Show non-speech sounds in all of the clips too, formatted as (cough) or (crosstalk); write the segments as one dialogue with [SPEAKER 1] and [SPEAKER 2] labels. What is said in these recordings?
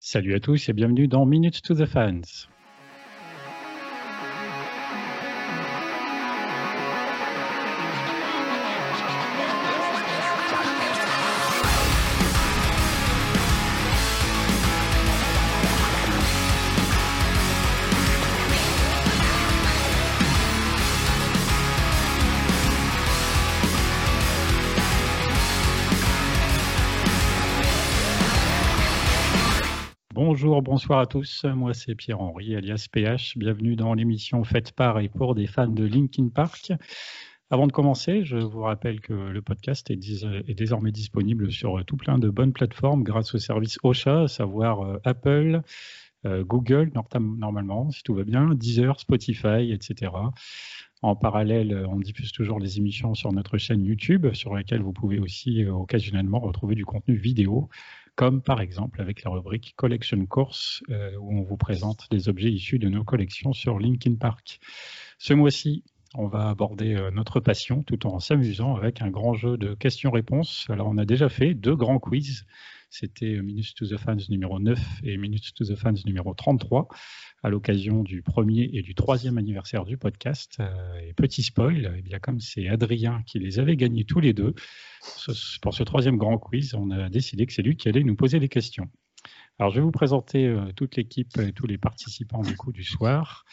[SPEAKER 1] Salut à tous et bienvenue dans Minutes to the Fans. Bonjour, bonsoir à tous. Moi, c'est Pierre-Henri, alias PH. Bienvenue dans l'émission Faites par et pour des fans de Linkin Park. Avant de commencer, je vous rappelle que le podcast est, dis- est désormais disponible sur tout plein de bonnes plateformes grâce au service OSHA, à savoir euh, Apple, euh, Google, nortam- normalement, si tout va bien, Deezer, Spotify, etc. En parallèle, on diffuse toujours les émissions sur notre chaîne YouTube, sur laquelle vous pouvez aussi euh, occasionnellement retrouver du contenu vidéo comme par exemple avec la rubrique Collection Course, euh, où on vous présente les objets issus de nos collections sur Linkin Park. Ce mois-ci, on va aborder euh, notre passion tout en s'amusant avec un grand jeu de questions-réponses. Alors, on a déjà fait deux grands quiz. C'était euh, Minutes to the Fans numéro 9 et Minutes to the Fans numéro 33, à l'occasion du premier et du troisième anniversaire du podcast. Euh, Et petit spoil, eh bien, comme c'est Adrien qui les avait gagnés tous les deux, ce- pour ce troisième grand quiz, on a décidé que c'est lui qui allait nous poser les questions. Alors, je vais vous présenter euh, toute l'équipe et tous les participants du coup du soir.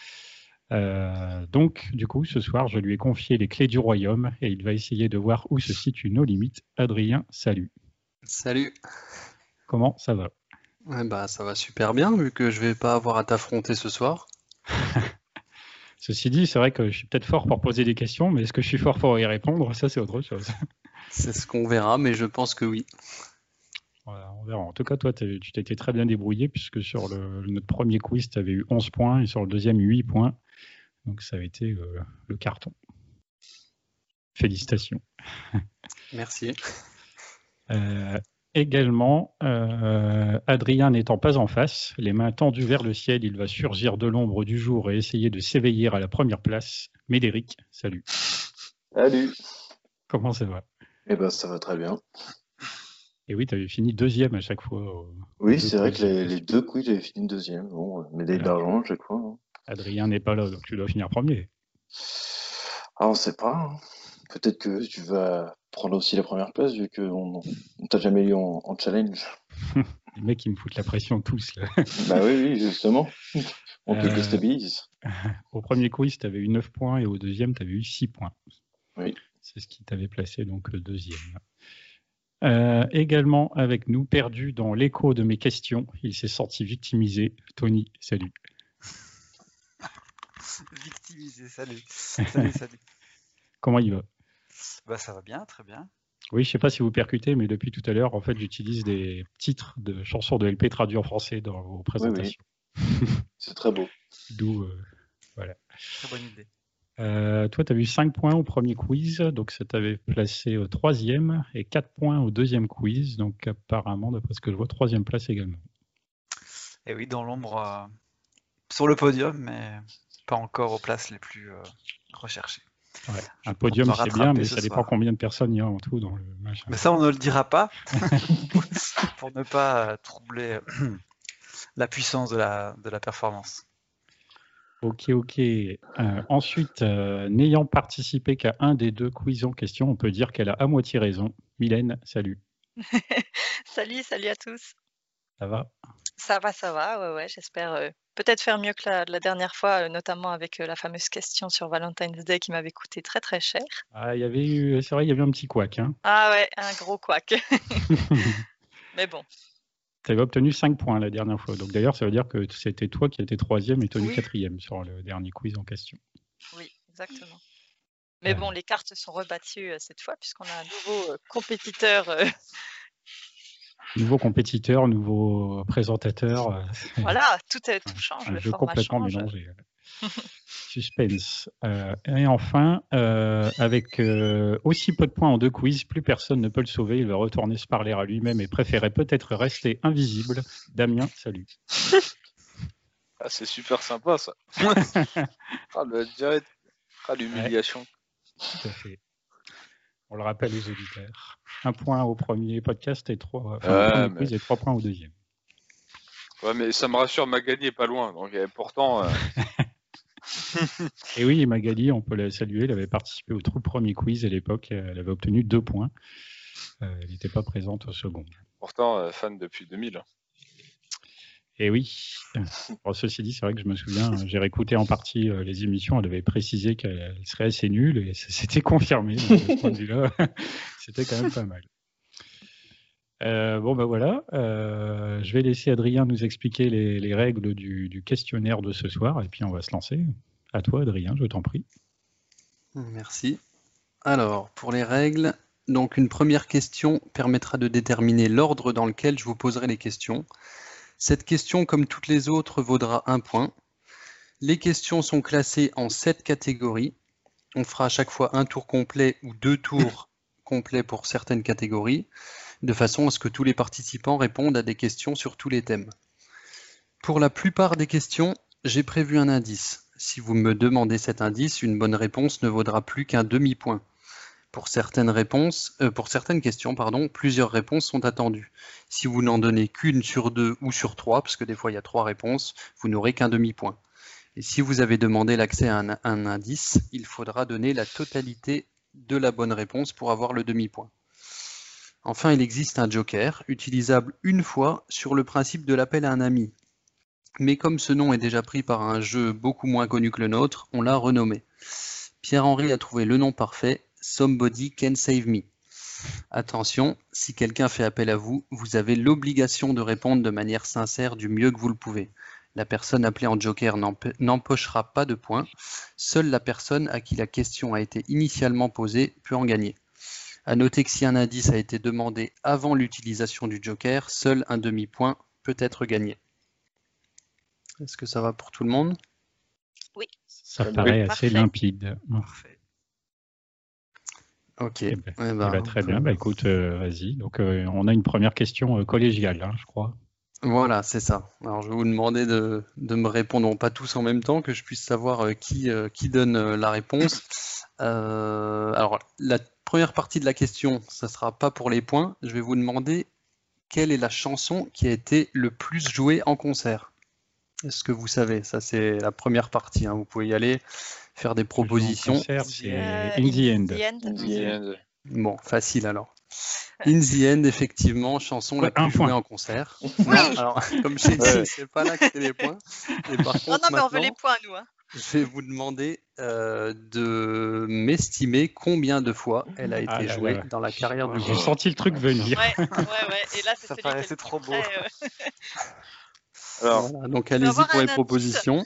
[SPEAKER 1] Euh, donc, du coup, ce soir, je lui ai confié les clés du royaume et il va essayer de voir où se situent nos limites. Adrien, salut.
[SPEAKER 2] Salut.
[SPEAKER 1] Comment ça va
[SPEAKER 2] Ouais, bah, ça va super bien vu que je vais pas avoir à t'affronter ce soir.
[SPEAKER 1] Ceci dit, c'est vrai que je suis peut-être fort pour poser des questions, mais est-ce que je suis fort pour y répondre Ça, c'est autre chose.
[SPEAKER 2] C'est ce qu'on verra, mais je pense que oui.
[SPEAKER 1] Voilà, on verra. En tout cas, toi, t'es- tu t'étais très bien débrouillé puisque sur le, notre premier quiz, tu avais eu 11 points et sur le deuxième, 8 points. Donc, ça a été euh, le carton. Félicitations.
[SPEAKER 3] (laughs)
[SPEAKER 2] Merci.
[SPEAKER 1] Euh, également, euh, Adrien n'étant pas en face, les mains tendues vers le ciel, il va surgir de l'ombre du jour et essayer de s'éveiller à la première place. Médéric, salut.
[SPEAKER 4] Salut.
[SPEAKER 1] Comment ça va
[SPEAKER 4] Eh ben, ça va très bien.
[SPEAKER 1] Et oui, tu avais fini deuxième à chaque fois. euh,
[SPEAKER 4] Oui,
[SPEAKER 1] Deux
[SPEAKER 4] c'est vrai
[SPEAKER 1] quiz.
[SPEAKER 4] que les, les deux quiz, j'avais fini deuxième. Bon, euh, médaille
[SPEAKER 1] Ouais.
[SPEAKER 4] d'argent à chaque fois. hein.
[SPEAKER 1] Adrien n'est pas là, donc tu dois finir premier.
[SPEAKER 4] Ah, on sait pas. hein. Peut-être que tu vas prendre aussi la première place vu qu'on on t'a jamais eu en, en
[SPEAKER 2] (laughs)
[SPEAKER 4] challenge.
[SPEAKER 1] Les mecs, ils me foutent la pression tous. Là.
[SPEAKER 4] bah oui, oui, justement. (laughs) On te
[SPEAKER 1] Euh.
[SPEAKER 4] le stabilise.
[SPEAKER 1] Au premier quiz, tu avais eu 9 points et au deuxième, tu avais eu 6 points.
[SPEAKER 4] Oui.
[SPEAKER 1] C'est ce qui t'avait placé donc le deuxième. Euh, également avec nous, perdu dans l'écho de mes questions, il s'est sorti victimisé. Tony, salut.
[SPEAKER 3] Victimisé, salut. Salut, salut.
[SPEAKER 1] Comment il va
[SPEAKER 3] Bah, ça va bien, très bien.
[SPEAKER 1] Oui, je sais pas si vous percutez, mais depuis tout à l'heure, en fait, j'utilise des titres de chansons de LP traduits en français dans vos présentations.
[SPEAKER 4] C'est très beau.
[SPEAKER 1] D'où euh,
[SPEAKER 3] Très bonne idée.
[SPEAKER 1] Euh, toi, tu as eu 5 points au premier quiz, donc ça t'avait placé au troisième, et 4 points au deuxième quiz, donc apparemment, d'après ce que je vois, troisième place également.
[SPEAKER 3] Et oui, dans l'ombre, euh, sur le podium, mais pas encore aux places les plus euh, recherchées.
[SPEAKER 1] Ouais. Un podium,
[SPEAKER 3] me
[SPEAKER 1] c'est
[SPEAKER 3] rattraper
[SPEAKER 1] bien, mais
[SPEAKER 3] ce
[SPEAKER 1] ça dépend
[SPEAKER 3] soir.
[SPEAKER 1] combien de personnes il y a en tout dans le machin.
[SPEAKER 3] Mais ça, on ne le dira pas (laughs) pour ne pas euh, troubler euh, (clears throat) la puissance de la, de la performance.
[SPEAKER 1] Ok, ok. Euh, ensuite, euh, n'ayant participé qu'à un des deux quiz en question, on peut dire qu'elle a à moitié raison. Mylène, salut.
[SPEAKER 5] Salut, salut à tous.
[SPEAKER 1] Ça va
[SPEAKER 5] Ça va, ça va, ouais, ouais, j'espère euh, peut-être faire mieux que la, la dernière fois, euh, notamment avec euh, la fameuse question sur Valentine's Day qui m'avait coûté très très cher.
[SPEAKER 1] Ah, il y avait eu, c'est vrai, il y avait eu un petit couac. Hein.
[SPEAKER 5] Ah ouais, un gros (laughs) couac. Mais bon,
[SPEAKER 1] Tu avais obtenu 5 points la dernière fois. Donc d'ailleurs, ça veut dire que c'était toi qui étais troisième et Tony
[SPEAKER 5] Oui.
[SPEAKER 1] quatrième sur le dernier quiz en question.
[SPEAKER 5] oui, exactement. Mais
[SPEAKER 1] Euh.
[SPEAKER 5] bon, les cartes sont rebattues euh, cette fois puisqu'on a un nouveau euh, compétiteur. (laughs) euh,
[SPEAKER 1] Nouveau compétiteur, nouveau présentateur. euh,
[SPEAKER 5] voilà, tout, est- tout change,
[SPEAKER 1] un
[SPEAKER 5] le
[SPEAKER 1] jeu
[SPEAKER 5] format
[SPEAKER 1] complètement
[SPEAKER 5] change.
[SPEAKER 1] mélangé. (laughs) Suspense. Euh, et enfin, euh, avec euh, aussi peu de points en deux quiz, plus personne ne peut le sauver. Il va retourner se parler à lui-même et préférer peut-être rester invisible. Damien, salut.
[SPEAKER 6] Ah, c'est super sympa ça. ah, le direct. Ah, l'humiliation.
[SPEAKER 1] Tout à fait. On le rappelle aux auditeurs. Un point au premier podcast et trois, enfin, au
[SPEAKER 4] Ouais,
[SPEAKER 1] premier
[SPEAKER 4] mais-
[SPEAKER 1] quiz et trois points au deuxième.
[SPEAKER 6] Ouais, mais ça me rassure, Magali est pas loin. Donc, euh, pourtant, euh,
[SPEAKER 1] Et oui, Magali, on peut la saluer, elle avait participé au tout premier quiz à l'époque, euh, elle avait obtenu deux points. Euh, elle n'était pas présente au second.
[SPEAKER 6] pourtant euh, fan depuis 2000.
[SPEAKER 1] Et Eh oui, Bon, ceci dit, c'est vrai que je me souviens, euh, j'ai réécouté en partie euh, les émissions, elle avait précisé qu'elle elle serait assez nulle et ça s'était confirmé. Donc, de ce point de vue-là, (laughs) c'était quand même pas mal. Euh, bon, ben voilà, Euh, je vais laisser Adrien nous expliquer les, les règles du- du questionnaire de ce soir et puis on va se lancer. À toi, Adrien, je t'en prie.
[SPEAKER 2] Merci. Alors, pour les règles, donc une première question permettra de déterminer l'ordre dans lequel je vous poserai les questions. Cette question, comme toutes les autres, vaudra un point. Les questions sont classées en sept catégories. On fera à chaque fois un tour complet ou deux tours complets pour certaines catégories, de façon à ce que tous les participants répondent à des questions sur tous les thèmes. Pour la plupart des questions, j'ai prévu un indice. Si vous me demandez cet indice, une bonne réponse ne vaudra plus qu'un demi-point. Pour certaines réponses, euh, pour certaines questions, pardon, plusieurs réponses sont attendues. Si vous n'en donnez qu'une sur deux ou sur trois, parce que des fois il y a trois réponses, vous n'aurez qu'un demi-point. Et si vous avez demandé l'accès à un, un indice, il faudra donner la totalité de la bonne réponse pour avoir le demi-point. Enfin, il existe un joker, utilisable une fois sur le principe de l'appel à un ami. Mais comme ce nom est déjà pris par un jeu beaucoup moins connu que le nôtre, on l'a renommé. Pierre-Henri a trouvé le nom parfait, Somebody Can Save Me. Attention, si quelqu'un fait appel à vous, vous avez l'obligation de répondre de manière sincère du mieux que vous le pouvez. La personne appelée en joker n'emp- n'empochera pas de points. Seule la personne à qui la question a été initialement posée peut en gagner. À noter que si un indice a été demandé avant l'utilisation du joker, seul un demi-point peut être gagné. Est-ce que ça va pour tout le monde
[SPEAKER 1] Ça
[SPEAKER 6] Oui.
[SPEAKER 1] paraît assez
[SPEAKER 5] Parfait.
[SPEAKER 1] limpide.
[SPEAKER 3] Parfait.
[SPEAKER 2] Ok.
[SPEAKER 1] Eh ben,
[SPEAKER 2] Eh ben,
[SPEAKER 1] Eh ben, très bien, bah, écoute, euh, vas-y. Donc, euh, on a une première question euh, collégiale, hein, je crois.
[SPEAKER 2] Voilà, c'est ça. Alors, je vais vous demander de, de me répondre, bon, pas tous en même temps, que je puisse savoir euh, qui, euh, qui donne euh,
[SPEAKER 1] (laughs)
[SPEAKER 2] la réponse. Euh, alors, la première partie de la question, ça sera pas pour les points. Je vais vous demander quelle est la chanson qui a été le plus jouée en concert. Est-ce que vous savez? Ça, c'est la première partie, hein. Vous pouvez y aller, faire des propositions.
[SPEAKER 1] Le concert, c'est
[SPEAKER 5] Euh,
[SPEAKER 1] In the End.
[SPEAKER 5] (laughs)
[SPEAKER 2] Bon, facile alors. In the end, effectivement, chanson la
[SPEAKER 1] Ouais, un
[SPEAKER 2] plus jouée
[SPEAKER 1] point.
[SPEAKER 2] en concert.
[SPEAKER 5] Oui.
[SPEAKER 2] Alors, comme j'ai
[SPEAKER 6] Ouais.
[SPEAKER 2] dit, c'est pas là que c'est les points. Et par
[SPEAKER 5] Non, non,
[SPEAKER 2] contre,
[SPEAKER 5] mais on veut les
[SPEAKER 2] maintenant,
[SPEAKER 5] points, nous. (laughs) hein.
[SPEAKER 2] je vais vous demander euh, de m'estimer combien de fois elle a été
[SPEAKER 1] Ah là
[SPEAKER 2] jouée
[SPEAKER 1] là.
[SPEAKER 2] dans la carrière du
[SPEAKER 1] J'ai
[SPEAKER 2] groupe.
[SPEAKER 1] senti le truc venir.
[SPEAKER 5] Ouais, ouais, ouais. Et là, c'est
[SPEAKER 3] Ça
[SPEAKER 5] celui qui est
[SPEAKER 3] paraissait
[SPEAKER 5] le
[SPEAKER 3] trop beau.
[SPEAKER 5] plus près, euh,
[SPEAKER 6] Alors,
[SPEAKER 2] Voilà, donc allez-y
[SPEAKER 5] avoir
[SPEAKER 2] pour les
[SPEAKER 5] un indice
[SPEAKER 2] propositions.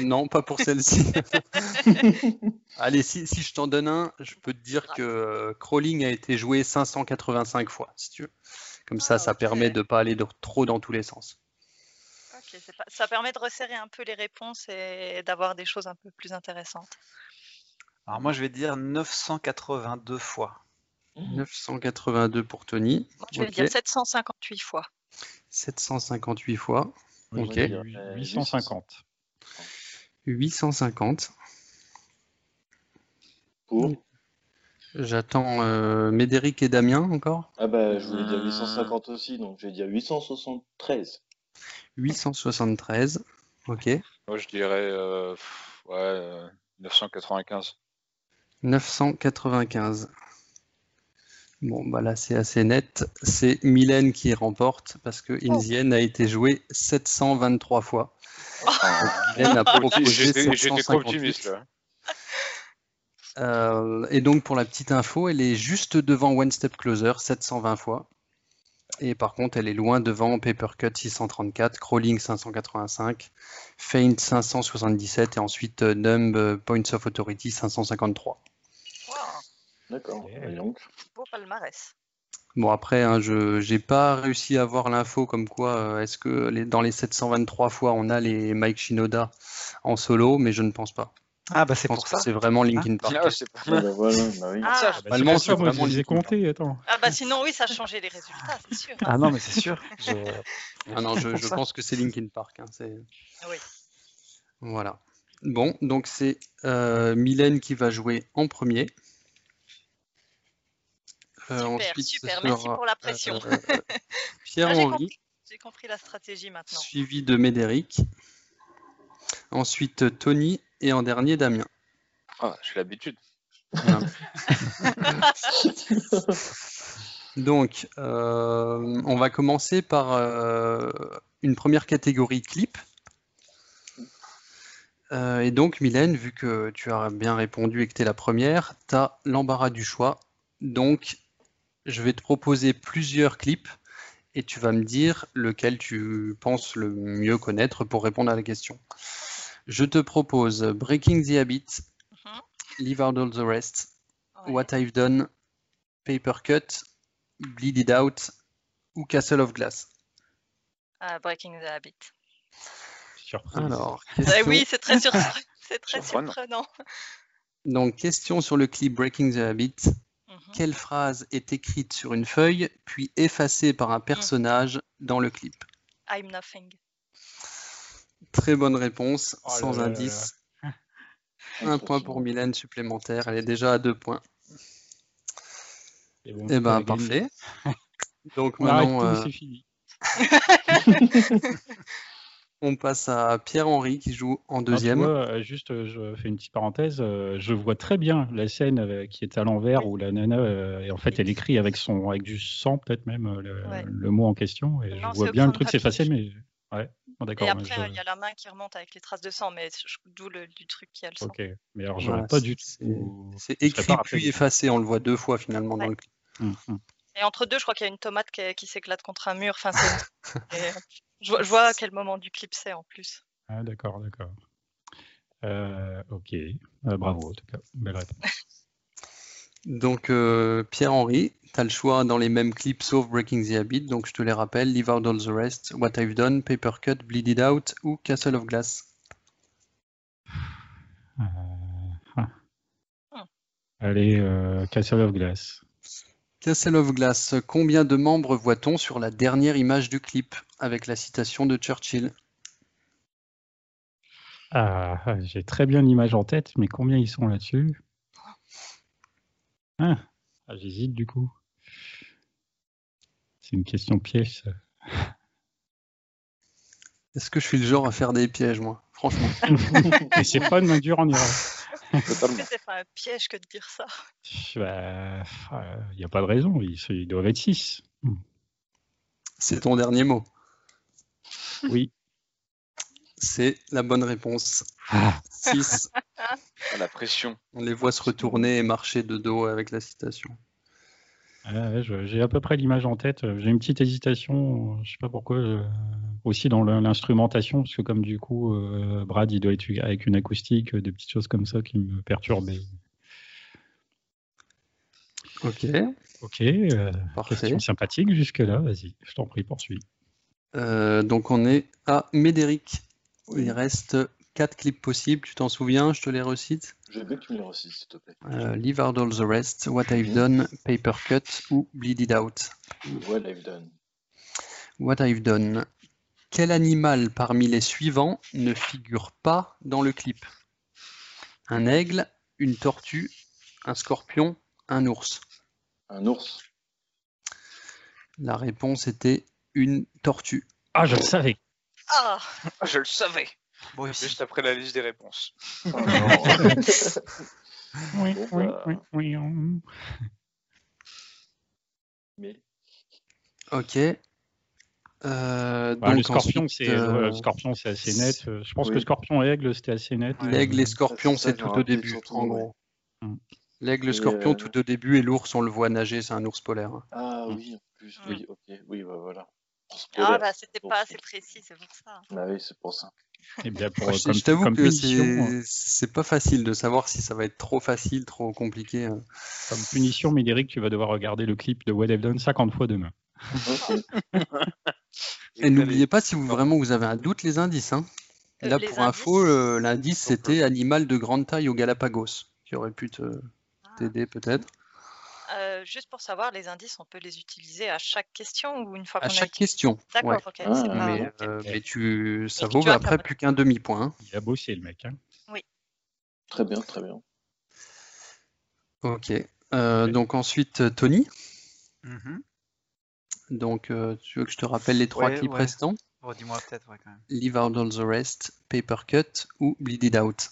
[SPEAKER 2] Non, pas pour celle-ci.
[SPEAKER 5] (laughs)
[SPEAKER 2] Allez, si, si je t'en donne un, je peux te dire que euh, Crawling a été joué 585 fois, si tu veux. Comme ça,
[SPEAKER 5] Ah,
[SPEAKER 2] ça
[SPEAKER 5] ok.
[SPEAKER 2] permet de ne pas aller de- trop dans tous les sens.
[SPEAKER 5] Ok, c'est pas- Ça permet de resserrer un peu les réponses et d'avoir des choses un peu plus intéressantes.
[SPEAKER 3] Alors moi je vais dire 982 fois.
[SPEAKER 2] 982 pour Tony.
[SPEAKER 5] Moi, je vais
[SPEAKER 2] Ok.
[SPEAKER 5] dire 758 fois.
[SPEAKER 2] 758 fois.
[SPEAKER 1] Oui,
[SPEAKER 2] Ok.
[SPEAKER 1] oui, oui, 850.
[SPEAKER 2] 850.
[SPEAKER 4] Pour
[SPEAKER 2] J'attends euh, Médéric et Damien encore.
[SPEAKER 4] Ah bah, je voulais dire
[SPEAKER 6] Euh.
[SPEAKER 4] 850 aussi, donc je vais dire 873.
[SPEAKER 2] 873. Ok.
[SPEAKER 6] moi je dirais euh, pff, ouais, euh, 995.
[SPEAKER 2] 995. Bon, bah là, c'est assez net. C'est Mylène qui remporte parce que In the End a été joué 723 fois. Mylène a proposé
[SPEAKER 6] Ah. (laughs) J'étais j'étais trop
[SPEAKER 2] 758.
[SPEAKER 6] optimiste là.
[SPEAKER 2] Euh, et donc, pour la petite info, elle est juste devant One Step Closer, 720 fois. Et par contre, elle est loin devant Paper Cut 634, Crawling 585, Feint 577 et ensuite euh, Numb euh, Points of Authority 553.
[SPEAKER 5] Wow,
[SPEAKER 4] D'accord,
[SPEAKER 1] Ok.
[SPEAKER 4] voyons donc.
[SPEAKER 5] beau palmarès.
[SPEAKER 2] Bon, après, hein, je j'ai pas réussi à avoir l'info comme quoi euh, est-ce que les- dans les 723 fois on a les Mike Shinoda en solo, mais je ne pense pas.
[SPEAKER 3] Ah bah c'est
[SPEAKER 2] Je pense
[SPEAKER 3] pour
[SPEAKER 2] que
[SPEAKER 3] ça.
[SPEAKER 2] c'est vraiment Linkin Park.
[SPEAKER 6] Ah, c'est pas
[SPEAKER 4] Ah bah voilà, bah oui.
[SPEAKER 5] Ah,
[SPEAKER 1] Ah, bah,
[SPEAKER 2] Allemand,
[SPEAKER 1] c'est
[SPEAKER 2] c'est
[SPEAKER 1] moi, je
[SPEAKER 2] vraiment
[SPEAKER 1] les ai
[SPEAKER 2] du-
[SPEAKER 1] comptés, attends.
[SPEAKER 5] ah bah sinon, oui, ça changeait les résultats, c'est sûr. hein.
[SPEAKER 3] Ah non mais c'est (laughs) sûr.
[SPEAKER 2] Ah non, je, je pense que c'est Linkin Park. hein, c'est-
[SPEAKER 5] Ah Oui.
[SPEAKER 2] Voilà. Bon, donc c'est euh, Mylène qui va jouer en premier. Euh,
[SPEAKER 5] Super,
[SPEAKER 2] ensuite, ce
[SPEAKER 5] super, merci
[SPEAKER 2] Euh, sera,
[SPEAKER 5] pour la pression.
[SPEAKER 2] euh,
[SPEAKER 5] (laughs) Ah, j'ai
[SPEAKER 2] Pierre-Henri.
[SPEAKER 5] compris. J'ai compris la stratégie maintenant.
[SPEAKER 2] suivi de Médéric. Ensuite Tony et en dernier Damien.
[SPEAKER 6] Ah, j'ai l'habitude.
[SPEAKER 2] Donc, euh, on va commencer par euh, une première catégorie clip. Euh, et donc, Mylène, vu que tu as bien répondu et que tu es la première, tu as l'embarras du choix. Donc, je vais te proposer plusieurs clips et tu vas me dire lequel tu penses le mieux connaître pour répondre à la question. Je te propose Breaking the Habit,
[SPEAKER 5] Mhm.
[SPEAKER 2] Leave Out All the Rest,
[SPEAKER 5] Ouais.
[SPEAKER 2] What I've Done, Paper Cut, Bleed It Out ou Castle of Glass.
[SPEAKER 5] Ah, Breaking the Habit.
[SPEAKER 1] Surprise.
[SPEAKER 2] Alors,
[SPEAKER 5] Ah
[SPEAKER 2] (laughs) question-
[SPEAKER 5] oui, c'est
[SPEAKER 2] (laughs)
[SPEAKER 5] très, surpre- c'est très
[SPEAKER 6] Surprenant.
[SPEAKER 5] surprenant.
[SPEAKER 2] donc question sur le clip Breaking the Habit.
[SPEAKER 5] Mhm.
[SPEAKER 2] Quelle phrase est écrite sur une feuille puis effacée par un personnage dans le clip
[SPEAKER 5] I'm nothing.
[SPEAKER 2] Très bonne réponse,
[SPEAKER 1] Oh là
[SPEAKER 2] sans
[SPEAKER 1] là là
[SPEAKER 2] indice. Un point pour Mylène supplémentaire, elle est déjà à deux points.
[SPEAKER 1] Et bon,
[SPEAKER 2] Eh ben
[SPEAKER 1] on a gagné.
[SPEAKER 2] parfait. (laughs) Donc
[SPEAKER 1] On arrête
[SPEAKER 2] maintenant,
[SPEAKER 1] tout,
[SPEAKER 2] euh,
[SPEAKER 1] c'est fini.
[SPEAKER 2] euh, on passe à Pierre-Henri qui joue en
[SPEAKER 1] Ah, tu
[SPEAKER 2] deuxième.
[SPEAKER 1] vois, euh, juste, euh, je fais une petite parenthèse. euh, Je vois très bien la scène euh, qui est à l'envers où la nana, euh, et en fait, elle écrit avec son, avec du sang, peut-être même euh, le,
[SPEAKER 5] Ouais.
[SPEAKER 1] le mot en question. Et je
[SPEAKER 5] Non, c'est
[SPEAKER 1] vois
[SPEAKER 5] au
[SPEAKER 1] bien le
[SPEAKER 5] crayon
[SPEAKER 1] truc
[SPEAKER 5] de papier.
[SPEAKER 1] s'effacer, mais ouais, bon,
[SPEAKER 5] Et
[SPEAKER 1] d'accord.
[SPEAKER 5] après,
[SPEAKER 1] je-
[SPEAKER 5] il y a la main qui remonte avec les traces de sang, mais je- d'où le du truc qui a le sang.
[SPEAKER 1] Ok, mais alors j'aurais
[SPEAKER 2] Voilà,
[SPEAKER 1] pas du
[SPEAKER 2] c'est-
[SPEAKER 1] tout. Hum,
[SPEAKER 2] C'est
[SPEAKER 1] je serais
[SPEAKER 2] écrit
[SPEAKER 1] pas rappelé.
[SPEAKER 2] puis effacé, on le voit deux fois finalement dans
[SPEAKER 5] Ouais.
[SPEAKER 2] le clip.
[SPEAKER 1] Hum, hum.
[SPEAKER 5] Et entre deux, je crois qu'il y a une tomate qui, qui s'éclate contre un mur. Enfin,
[SPEAKER 2] (laughs)
[SPEAKER 5] c'est- et, euh, je, vois- je vois à quel moment du clip c'est en plus.
[SPEAKER 1] Ah, d'accord, d'accord. Euh, ok, Euh, bravo en tout cas, belle réponse.
[SPEAKER 2] Donc, euh, Pierre-Henri, tu as le choix dans les mêmes clips sauf Breaking the Habit. Donc, je te les rappelle Leave Out All the Rest, What I've Done, Paper Cut, Bleed It Out ou Castle of Glass.
[SPEAKER 1] Euh, ah. Allez, euh, Castle of Glass.
[SPEAKER 2] Castle of Glass, combien de membres voit-on sur la dernière image du clip avec la citation de Churchill
[SPEAKER 1] Ah, ah, j'ai très bien l'image en tête, mais combien ils sont là-dessus ah, ah, J'hésite du coup. C'est une question piège. ça.
[SPEAKER 2] Est-ce que je suis le genre à faire des pièges, moi Franchement.
[SPEAKER 1] Mais c'est pas une main dure en Irak.
[SPEAKER 5] Est-ce
[SPEAKER 6] Totalement.
[SPEAKER 5] que c'est pas un piège que de dire ça
[SPEAKER 1] Il Bah, n'y ah, a pas de raison, ils, se- ils doivent être 6.
[SPEAKER 2] C'est ton dernier mot.
[SPEAKER 1] Oui.
[SPEAKER 2] C'est la bonne réponse.
[SPEAKER 1] Ah.
[SPEAKER 2] 6.
[SPEAKER 6] Ah, la pression.
[SPEAKER 2] On les voit se retourner et marcher de dos avec la citation.
[SPEAKER 1] Ah ouais, je- j'ai à peu près l'image en tête. J'ai une petite hésitation, euh, je sais pas pourquoi. euh, Aussi dans le- l'instrumentation, parce que comme du coup, euh, Brad, il doit être avec une acoustique, euh, des petites choses comme ça qui me perturbent. mais-
[SPEAKER 2] Ok,
[SPEAKER 1] Ok, euh,
[SPEAKER 2] parfait.
[SPEAKER 1] question sympathique jusque-là. Vas-y, je t'en prie, poursuis.
[SPEAKER 2] Euh, donc on est à Médéric. Il reste quatre clips possibles, tu t'en souviens, je te les recite.
[SPEAKER 6] Je veux que tu me le recites, s'il te plaît.
[SPEAKER 2] Euh, Leave Out All the Rest, What I've Done, Paper Cut ou Bleed It Out.
[SPEAKER 6] Well, I've done.
[SPEAKER 2] What I've Done. Quel animal parmi les suivants ne figure pas dans le clip Un aigle, une tortue, un scorpion, un ours.
[SPEAKER 6] Un ours.
[SPEAKER 2] La réponse était une tortue.
[SPEAKER 1] Ah, je le savais.
[SPEAKER 5] Ah
[SPEAKER 6] Ah, je le savais.
[SPEAKER 3] Moi aussi.
[SPEAKER 6] Juste après la liste des réponses.
[SPEAKER 1] (laughs) Oui,
[SPEAKER 6] Bon,
[SPEAKER 1] oui,
[SPEAKER 6] bah.
[SPEAKER 1] oui, oui, hum.
[SPEAKER 6] Mais
[SPEAKER 2] Ok. Euh,
[SPEAKER 1] Bah, le
[SPEAKER 2] donc
[SPEAKER 1] scorpion,
[SPEAKER 2] ensuite,
[SPEAKER 1] c'est
[SPEAKER 2] euh,
[SPEAKER 1] euh, scorpion, c'est assez net. Euh, Je pense
[SPEAKER 6] oui.
[SPEAKER 1] que scorpion et aigle, c'était assez net.
[SPEAKER 2] L'aigle et
[SPEAKER 1] Euh,
[SPEAKER 2] scorpion, c'est
[SPEAKER 6] ça, ça, je
[SPEAKER 2] tout
[SPEAKER 6] me
[SPEAKER 2] au
[SPEAKER 6] rappelais
[SPEAKER 2] début,
[SPEAKER 6] surtout,
[SPEAKER 2] en
[SPEAKER 6] ouais.
[SPEAKER 2] gros.
[SPEAKER 1] Mm.
[SPEAKER 2] L'aigle,
[SPEAKER 6] Et,
[SPEAKER 2] scorpion,
[SPEAKER 6] euh,
[SPEAKER 2] tout au début, et l'ours, on le voit nager, c'est un ours polaire. hein.
[SPEAKER 6] Ah
[SPEAKER 1] Mm.
[SPEAKER 6] oui, en plus,
[SPEAKER 5] Mm.
[SPEAKER 6] oui, ok, oui, bah, voilà.
[SPEAKER 5] Ah
[SPEAKER 6] Spoiler.
[SPEAKER 5] bah c'était
[SPEAKER 6] Bon.
[SPEAKER 5] pas assez précis, c'est pour ça.
[SPEAKER 6] Ah oui, c'est
[SPEAKER 5] (laughs)
[SPEAKER 6] pour ça.
[SPEAKER 1] eh bien, pour,
[SPEAKER 2] Moi, je
[SPEAKER 1] comme-
[SPEAKER 2] Ah, je t'avoue
[SPEAKER 1] comme
[SPEAKER 2] que
[SPEAKER 1] punition, hein.
[SPEAKER 2] c'est- c'est pas facile de savoir si ça va être trop facile, trop compliqué. hein.
[SPEAKER 1] Comme punition, Médéric, tu vas devoir regarder le clip de What I've Done 50 fois demain.
[SPEAKER 6] Ok.
[SPEAKER 2] Et n'oubliez pas, si vous vraiment vous avez un doute, les indices. hein.
[SPEAKER 5] Euh,
[SPEAKER 2] Là,
[SPEAKER 5] les
[SPEAKER 2] pour info,
[SPEAKER 5] indices
[SPEAKER 2] euh, l'indice, c'était animal de grande taille au Galapagos, qui aurait pu te-
[SPEAKER 5] Ah.
[SPEAKER 2] t'aider peut-être.
[SPEAKER 5] Euh, juste pour savoir, les indices, on peut les utiliser à chaque question ou une fois
[SPEAKER 2] À
[SPEAKER 5] qu'on a
[SPEAKER 2] chaque
[SPEAKER 5] dit-
[SPEAKER 2] question.
[SPEAKER 5] D'accord,
[SPEAKER 2] ouais.
[SPEAKER 5] ok.
[SPEAKER 6] Ah,
[SPEAKER 5] c'est pas-
[SPEAKER 2] Mais,
[SPEAKER 5] ok.
[SPEAKER 2] euh, mais tu, ça
[SPEAKER 5] tu
[SPEAKER 2] vaut
[SPEAKER 5] vas
[SPEAKER 2] après
[SPEAKER 5] faire-
[SPEAKER 2] plus qu'un demi-point. hein.
[SPEAKER 1] Il a bossé, le mec. hein.
[SPEAKER 6] Très bien, très bien.
[SPEAKER 2] Ok. Euh, donc ensuite, Tony.
[SPEAKER 3] Mhm.
[SPEAKER 2] Donc, euh, tu veux que je te rappelle les trois
[SPEAKER 3] Ouais,
[SPEAKER 2] clips
[SPEAKER 3] ouais.
[SPEAKER 2] restants
[SPEAKER 3] Redis-moi peut-être, ouais, quand même.
[SPEAKER 2] Leave Out All the Rest, Paper Cut ou Bleed It Out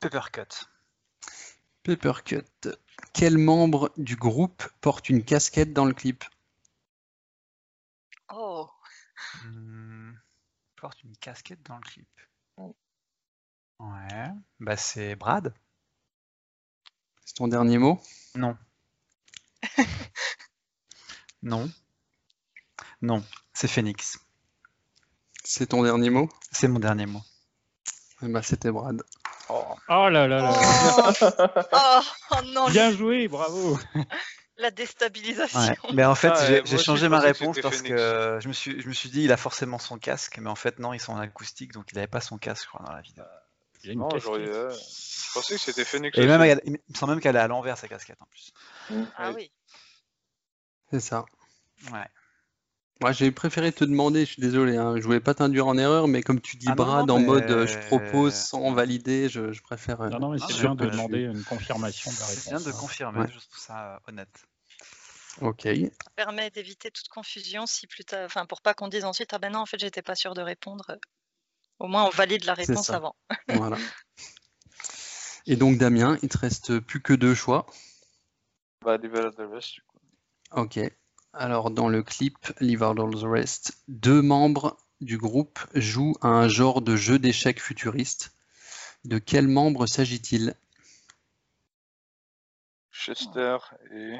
[SPEAKER 3] Peppercut.
[SPEAKER 2] Paper Cut. Quel membre du groupe porte une casquette dans le clip
[SPEAKER 5] Oh,
[SPEAKER 3] Hmm, Porte une casquette dans le clip.
[SPEAKER 6] Mm.
[SPEAKER 3] Ouais. Bah, c'est Brad.
[SPEAKER 2] C'est ton dernier mot
[SPEAKER 3] Non. non. Non, c'est Phoenix.
[SPEAKER 2] C'est ton dernier mot
[SPEAKER 3] C'est mon dernier mot.
[SPEAKER 2] Eh ben, C'était Brad.
[SPEAKER 1] Oh là là
[SPEAKER 5] oh,
[SPEAKER 1] là là.
[SPEAKER 2] (laughs)
[SPEAKER 5] oh, oh non,
[SPEAKER 1] Bien joué, bravo.
[SPEAKER 5] la déstabilisation.
[SPEAKER 6] (laughs)
[SPEAKER 3] Ouais. Mais en fait,
[SPEAKER 6] Ah,
[SPEAKER 3] j'ai-
[SPEAKER 6] ouais,
[SPEAKER 3] j'ai
[SPEAKER 6] moi
[SPEAKER 3] changé
[SPEAKER 6] aussi, je
[SPEAKER 3] ma
[SPEAKER 6] pensais que
[SPEAKER 3] réponse
[SPEAKER 6] c'était
[SPEAKER 3] parce
[SPEAKER 6] Phoenix.
[SPEAKER 3] que je me, suis, je me suis dit, il a forcément son casque, mais en fait, non, ils sont en acoustique, donc il n'avait pas son casque, je crois, dans la vidéo.
[SPEAKER 1] Il a une
[SPEAKER 6] Non,
[SPEAKER 1] casquette.
[SPEAKER 6] j'aurais. euh, Ah, Je pensais que c'était Phoenix.
[SPEAKER 3] Et
[SPEAKER 6] aussi.
[SPEAKER 3] même, elle- il me semble même qu'elle est à l'envers, sa casquette, en plus.
[SPEAKER 6] Mm.
[SPEAKER 5] Ah
[SPEAKER 6] Ouais.
[SPEAKER 5] oui.
[SPEAKER 2] C'est ça.
[SPEAKER 3] Ouais.
[SPEAKER 2] Moi, j'ai préféré te demander, je suis désolé, hein, je voulais pas t'induire en erreur, mais comme tu dis
[SPEAKER 3] Ah non,
[SPEAKER 2] Brad
[SPEAKER 3] non,
[SPEAKER 2] en
[SPEAKER 3] mais-
[SPEAKER 2] mode euh, je propose sans valider, je, je préfère. euh,
[SPEAKER 1] Non, non, mais
[SPEAKER 3] Ah,
[SPEAKER 1] c'est
[SPEAKER 3] je
[SPEAKER 1] bien de
[SPEAKER 3] peux-
[SPEAKER 1] demander une confirmation de la réponse.
[SPEAKER 3] C'est bien de
[SPEAKER 1] hein.
[SPEAKER 3] confirmer,
[SPEAKER 2] Ouais.
[SPEAKER 3] je trouve ça euh, honnête.
[SPEAKER 2] Ok.
[SPEAKER 5] Ça permet d'éviter toute confusion si plus tard, enfin pour pas qu'on dise ensuite ah ben non en fait j'étais pas sûr de répondre. euh, Au moins on valide la
[SPEAKER 2] C'est
[SPEAKER 5] réponse
[SPEAKER 2] ça.
[SPEAKER 5] avant.
[SPEAKER 2] Voilà. Et donc Damien, il te reste plus que deux choix.
[SPEAKER 6] Bah, Level of the Rest, du coup.
[SPEAKER 2] Ok. Alors dans le clip Leave Out All the Rest, deux membres du groupe jouent à un genre de jeu d'échecs futuriste. De quel membre s'agit-il
[SPEAKER 6] Chester et.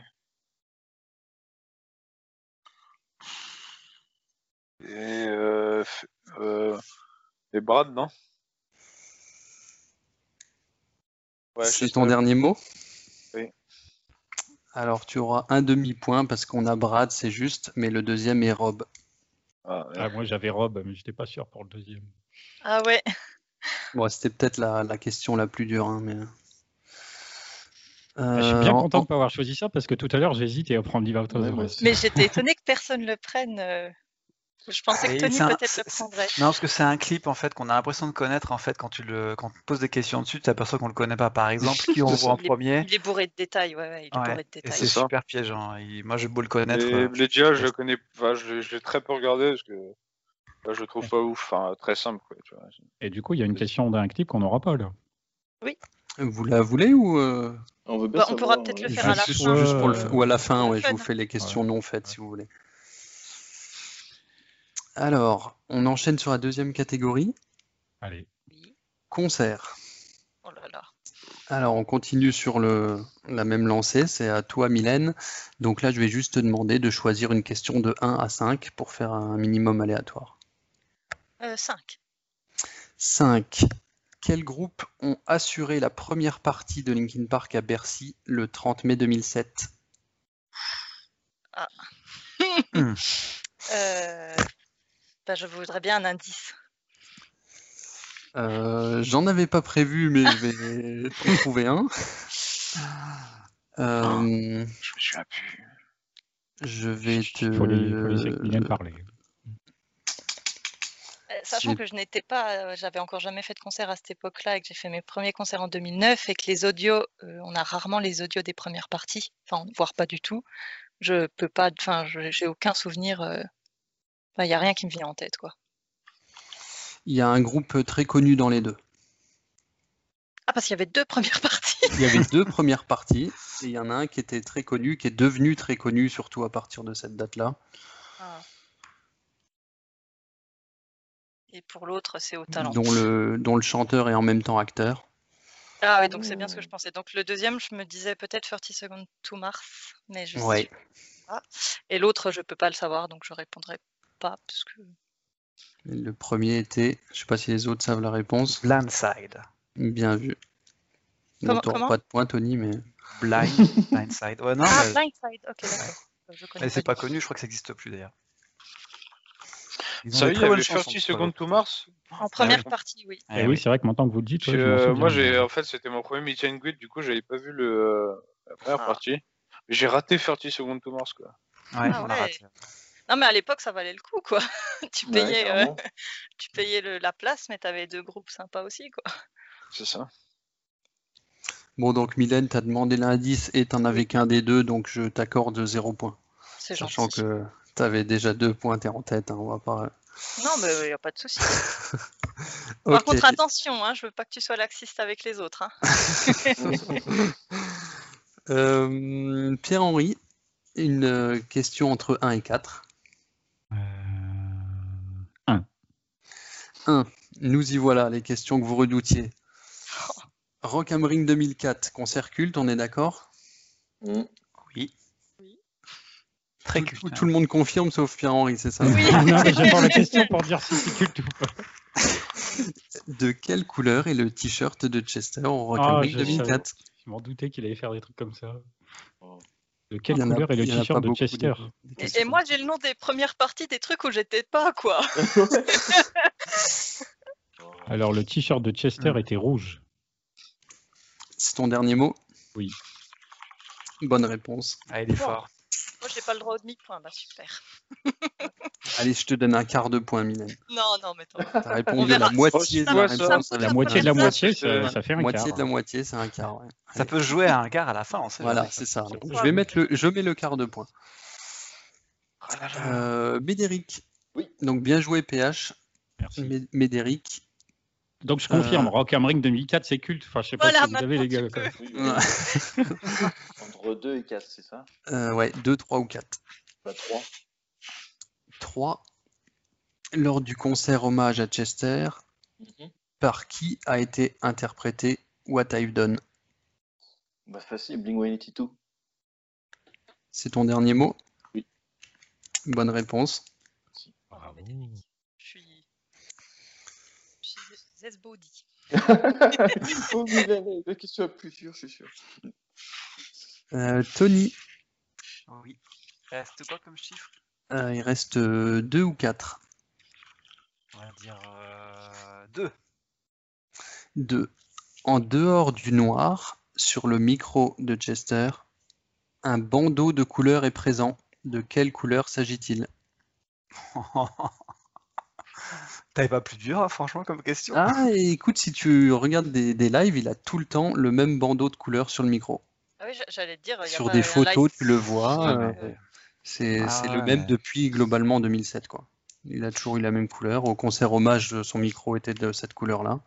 [SPEAKER 6] Et. Euh... f- euh, Et Brad, non Ouais,
[SPEAKER 2] C'est
[SPEAKER 6] Chester.
[SPEAKER 2] ton dernier mot
[SPEAKER 6] Oui.
[SPEAKER 2] Alors tu auras un demi-point parce qu'on a Brad, c'est juste, mais le deuxième est Rob.
[SPEAKER 6] Ah, ouais.
[SPEAKER 1] Ah, moi, j'avais Rob, mais j'étais pas sûr pour le deuxième.
[SPEAKER 5] Ah ouais.
[SPEAKER 2] Bon, c'était peut-être la, la question la plus dure, hein, mais.
[SPEAKER 1] Ah, je suis bien
[SPEAKER 2] Euh,
[SPEAKER 1] content de
[SPEAKER 2] en-
[SPEAKER 1] ne pas avoir choisi ça parce que tout à l'heure, j'hésitais à prendre Live Out of
[SPEAKER 6] Ouais,
[SPEAKER 1] the
[SPEAKER 6] moi
[SPEAKER 1] West.
[SPEAKER 5] Mais j'étais étonnée que personne le prenne. euh, Je pensais
[SPEAKER 3] Oui,
[SPEAKER 5] que Tony
[SPEAKER 3] c'est un-
[SPEAKER 5] peut-être le
[SPEAKER 3] c'est- c'est-
[SPEAKER 5] prendrait.
[SPEAKER 3] Non, parce que c'est un clip en fait qu'on a l'impression de connaître en fait quand tu le quand tu poses des questions dessus, tu t'aperçois qu'on le connaît pas.
[SPEAKER 2] (laughs)
[SPEAKER 3] Par exemple, qui on
[SPEAKER 6] C'est
[SPEAKER 3] voit en
[SPEAKER 5] ça.
[SPEAKER 3] premier
[SPEAKER 5] Il est bourré de détails, ouais, ouais, il est
[SPEAKER 3] Ouais,
[SPEAKER 5] bourré de
[SPEAKER 3] Et
[SPEAKER 5] détails.
[SPEAKER 3] c'est
[SPEAKER 6] C'est ça.
[SPEAKER 3] super piégeant. Et moi, je beau le connaître.
[SPEAKER 6] Et
[SPEAKER 3] euh,
[SPEAKER 6] Bledia, je le connais, enfin, je l'ai- je l'ai très peu regardé parce que bah, je le trouve pas ouf, enfin, très simple quoi. Tu vois.
[SPEAKER 1] Et du coup, il y a une question d'un clip qu'on n'aura pas là.
[SPEAKER 2] Vous la voulez ou. euh,
[SPEAKER 6] On veut hein.
[SPEAKER 5] bien Bah, on pourra savoir, peut-être le ouais. faire à la
[SPEAKER 2] juste,
[SPEAKER 5] fin.
[SPEAKER 2] juste pour le f-
[SPEAKER 1] Ouais.
[SPEAKER 2] Ou à la fin,
[SPEAKER 5] Le
[SPEAKER 2] ouais, je
[SPEAKER 5] fun.
[SPEAKER 2] vous fais les questions non faites si vous voulez. Alors, on enchaîne sur la deuxième catégorie
[SPEAKER 1] Allez.
[SPEAKER 5] Oui.
[SPEAKER 2] concert.
[SPEAKER 5] Oh là là.
[SPEAKER 2] Alors, on continue sur le, la même lancée, c'est à toi, Mylène. Donc là, je vais juste te demander de choisir une question de 1 à 5 pour faire un minimum aléatoire.
[SPEAKER 5] 5.
[SPEAKER 2] 5. Quels groupes ont assuré la première partie de Linkin Park à Bercy le 30 mai 2007
[SPEAKER 5] Euh, bah, je voudrais bien un indice.
[SPEAKER 2] Euh, J'en avais pas prévu, mais je vais en trouver un. Euh,
[SPEAKER 6] Je me souviens plus.
[SPEAKER 2] je vais te.
[SPEAKER 1] Il faut les- faut laisser Kylian parler.
[SPEAKER 5] Euh, Sachant
[SPEAKER 2] C'est-
[SPEAKER 5] que je n'étais pas, euh, j'avais encore jamais fait de concert à cette époque-là et que j'ai fait mes premiers concerts en 2009 et que les audios, euh, on a rarement les audios des premières parties, enfin, voire pas du tout. Je peux pas, enfin, je- j'ai aucun souvenir. euh, Enfin, il y a rien qui me vient en tête, quoi.
[SPEAKER 2] Il y a un groupe très connu dans les deux.
[SPEAKER 5] Ah, parce qu'il y avait deux premières (laughs) parties.
[SPEAKER 2] Il y avait deux premières parties, et il y en a un qui était très connu, qui est devenu très connu, surtout à partir de cette date-là.
[SPEAKER 5] Ah. Et pour l'autre, c'est au talent.
[SPEAKER 2] Dont le, dont le chanteur est en même temps acteur.
[SPEAKER 5] Ah oui, donc c'est bien ce que je pensais. Donc le deuxième, je me disais peut-être 30 Seconds to Mars, mais je
[SPEAKER 2] Ouais.
[SPEAKER 5] sais pas. Et l'autre, je peux pas le savoir, donc je répondrai pas parce que
[SPEAKER 2] Le premier était, je sais pas si les autres savent la réponse.
[SPEAKER 3] Blindside.
[SPEAKER 2] Bien vu.
[SPEAKER 5] Comment-
[SPEAKER 2] Non, t'auras
[SPEAKER 5] comment
[SPEAKER 2] pas de point, Tony, mais
[SPEAKER 3] Blind. Blindside. Ouais, non,
[SPEAKER 5] Ah,
[SPEAKER 2] bah,
[SPEAKER 3] mais-
[SPEAKER 5] Blindside, ok, d'accord. Bah, Je
[SPEAKER 2] Eh,
[SPEAKER 5] connais
[SPEAKER 3] mais c'est
[SPEAKER 5] pas
[SPEAKER 3] pas connu, je crois que ça n'existe plus d'ailleurs. Ils ont
[SPEAKER 6] Ça
[SPEAKER 3] des
[SPEAKER 6] y est, il
[SPEAKER 3] très
[SPEAKER 6] y
[SPEAKER 3] bonnes
[SPEAKER 6] avait
[SPEAKER 3] chansons,
[SPEAKER 6] 30
[SPEAKER 3] sur
[SPEAKER 6] Seconds
[SPEAKER 3] le-
[SPEAKER 6] to Mars.
[SPEAKER 5] du tout. En première
[SPEAKER 2] Bah
[SPEAKER 3] oui.
[SPEAKER 5] partie, oui.
[SPEAKER 3] Eh
[SPEAKER 1] Et oui, c'est vrai que maintenant que vous le dites,
[SPEAKER 6] Parce
[SPEAKER 1] ouais, je
[SPEAKER 6] que,
[SPEAKER 1] m'en
[SPEAKER 6] euh,
[SPEAKER 1] souviens.
[SPEAKER 6] moi, j'ai, en fait, c'était mon premier Meet and Greet, du coup, j'avais pas vu le, euh, la première
[SPEAKER 5] Ah.
[SPEAKER 6] partie. Mais J'ai raté 30 Seconds to Mars quoi.
[SPEAKER 3] Ouais,
[SPEAKER 5] Ah
[SPEAKER 3] on a
[SPEAKER 5] ouais.
[SPEAKER 3] raté.
[SPEAKER 5] Non, mais à l'époque, ça valait le coup, quoi. (laughs) tu
[SPEAKER 6] Ouais,
[SPEAKER 5] payais, euh, (laughs)
[SPEAKER 6] clairement,
[SPEAKER 5] tu payais le- la place, mais t'avais deux groupes sympas aussi, quoi. (laughs)
[SPEAKER 6] C'est ça.
[SPEAKER 2] Bon, donc Mylène, t'as demandé l'indice et t'en avais qu'un des deux, donc je t'accorde zéro point.
[SPEAKER 5] c'est gentil.
[SPEAKER 2] Sachant que tu avais déjà deux pointes en tête, hein, on va pas.
[SPEAKER 5] Non, mais il n'y a pas de
[SPEAKER 2] (laughs)
[SPEAKER 5] souci.
[SPEAKER 2] Ok.
[SPEAKER 5] Par contre, attention, hein, je veux pas que tu sois laxiste avec les autres. hein.
[SPEAKER 2] Euh, Pierre-Henri, une euh, question entre 1 et 4.
[SPEAKER 1] un.
[SPEAKER 2] 1. Nous y voilà, les questions que vous
[SPEAKER 5] (laughs)
[SPEAKER 2] redoutiez. Rock am Ring 2004, concert culte, on est d'accord
[SPEAKER 6] Hmm.
[SPEAKER 3] Très
[SPEAKER 2] Tout-
[SPEAKER 3] culte.
[SPEAKER 2] Tout le monde confirme sauf Pierre-Henri, c'est ça
[SPEAKER 5] Oui.
[SPEAKER 1] (laughs) non, mais
[SPEAKER 2] (laughs)
[SPEAKER 1] j'attends la question pour dire si c'est culte ou pas.
[SPEAKER 2] De quelle couleur est le t-shirt de Chester au Rock
[SPEAKER 1] Ah,
[SPEAKER 2] am Ring
[SPEAKER 1] je
[SPEAKER 2] 2004
[SPEAKER 1] Je m'en doutais qu'il allait faire des trucs comme ça. Oh. De quelle
[SPEAKER 2] Il y en a-
[SPEAKER 1] couleur est le
[SPEAKER 2] il y en a
[SPEAKER 1] t-shirt
[SPEAKER 2] pas
[SPEAKER 1] de
[SPEAKER 2] beaucoup des-
[SPEAKER 1] Chester
[SPEAKER 2] des
[SPEAKER 5] Et- Et,
[SPEAKER 2] questions.
[SPEAKER 5] moi, j'ai le nom des premières parties des trucs où j'étais pas, quoi. (laughs)
[SPEAKER 1] Alors, le t-shirt de Chester
[SPEAKER 3] Hmm.
[SPEAKER 1] était rouge.
[SPEAKER 2] C'est ton dernier mot
[SPEAKER 1] Oui.
[SPEAKER 2] Bonne réponse.
[SPEAKER 3] Ah, il est fort.
[SPEAKER 5] Moi, j'ai pas le droit au demi-point, bah super.
[SPEAKER 2] Allez, je te donne un quart de point, Mylène.
[SPEAKER 5] Non, non, mais tant pis.
[SPEAKER 2] T'as répondu à
[SPEAKER 5] verra.
[SPEAKER 2] la moitié de
[SPEAKER 6] Ça
[SPEAKER 2] la
[SPEAKER 6] me- ça me-
[SPEAKER 2] réponse.
[SPEAKER 5] ça me-
[SPEAKER 1] La
[SPEAKER 5] Ah,
[SPEAKER 1] moitié de la
[SPEAKER 5] ça,
[SPEAKER 1] moitié,
[SPEAKER 6] c'est-
[SPEAKER 3] Euh,
[SPEAKER 1] ça, ça fait un quart. hein.
[SPEAKER 2] Moitié de la moitié, c'est un quart. ouais.
[SPEAKER 3] Ça peut se jouer à un quart à la fin, on sait
[SPEAKER 2] Voilà,
[SPEAKER 3] jamais.
[SPEAKER 2] c'est ça.
[SPEAKER 1] C'est
[SPEAKER 2] Je vais mettre le, je mets le quart de point.
[SPEAKER 3] Oh là
[SPEAKER 6] Ah
[SPEAKER 3] là.
[SPEAKER 2] Euh, Médéric.
[SPEAKER 6] Oui.
[SPEAKER 2] Donc bien joué PH.
[SPEAKER 1] Merci.
[SPEAKER 2] Mé- Médéric.
[SPEAKER 1] Donc, je
[SPEAKER 3] Euh.
[SPEAKER 1] confirme, Rock Am Ring 2004, c'est culte. Enfin, je sais pas
[SPEAKER 5] Voilà,
[SPEAKER 1] si vous avez
[SPEAKER 5] maintenant,
[SPEAKER 1] les gars.
[SPEAKER 5] tu
[SPEAKER 1] quoi.
[SPEAKER 5] peux.
[SPEAKER 6] Oui, oui.
[SPEAKER 2] Ouais.
[SPEAKER 6] Entre 2 et 4, c'est ça
[SPEAKER 2] Euh, ouais, 2, 3 ou 4.
[SPEAKER 6] Bah 3.
[SPEAKER 2] 3. Lors du concert hommage à Chester, par qui a été interprété What I've Done
[SPEAKER 6] Bah facile, Bling-182.
[SPEAKER 2] C'est ton dernier mot
[SPEAKER 6] Oui.
[SPEAKER 2] Bonne réponse.
[SPEAKER 3] Ah
[SPEAKER 5] Oh, Je suis. Je suis zesbaudi.
[SPEAKER 6] oh, Milanais, la question la plus dure, je suis sûr.
[SPEAKER 2] Euh, Tony,
[SPEAKER 3] Oui. Reste quoi comme chiffre
[SPEAKER 2] euh, il reste 2 ou 4
[SPEAKER 3] On va dire euh, deux. (laughs)
[SPEAKER 2] 2. En dehors du noir, sur le micro de Chester, un bandeau de couleur est présent. De quelle couleur s'agit-il
[SPEAKER 3] T'avais pas plus dur, hein, franchement, comme question.
[SPEAKER 2] Ah, et écoute, si tu regardes des, des lives, il a tout le temps le même bandeau de couleur sur le micro.
[SPEAKER 5] Ah oui, j'a- j'allais te dire. y a
[SPEAKER 2] Sur
[SPEAKER 5] pas
[SPEAKER 2] des
[SPEAKER 5] un
[SPEAKER 2] photos,
[SPEAKER 5] live-
[SPEAKER 2] tu le vois.
[SPEAKER 3] Ouais,
[SPEAKER 2] euh,
[SPEAKER 3] mais-
[SPEAKER 2] C'est
[SPEAKER 3] Ah
[SPEAKER 2] c'est le
[SPEAKER 3] ouais,
[SPEAKER 2] même
[SPEAKER 3] mais-
[SPEAKER 2] depuis globalement 2007, quoi. Il a toujours eu la même couleur. Au concert hommage, son micro était de cette couleur-là.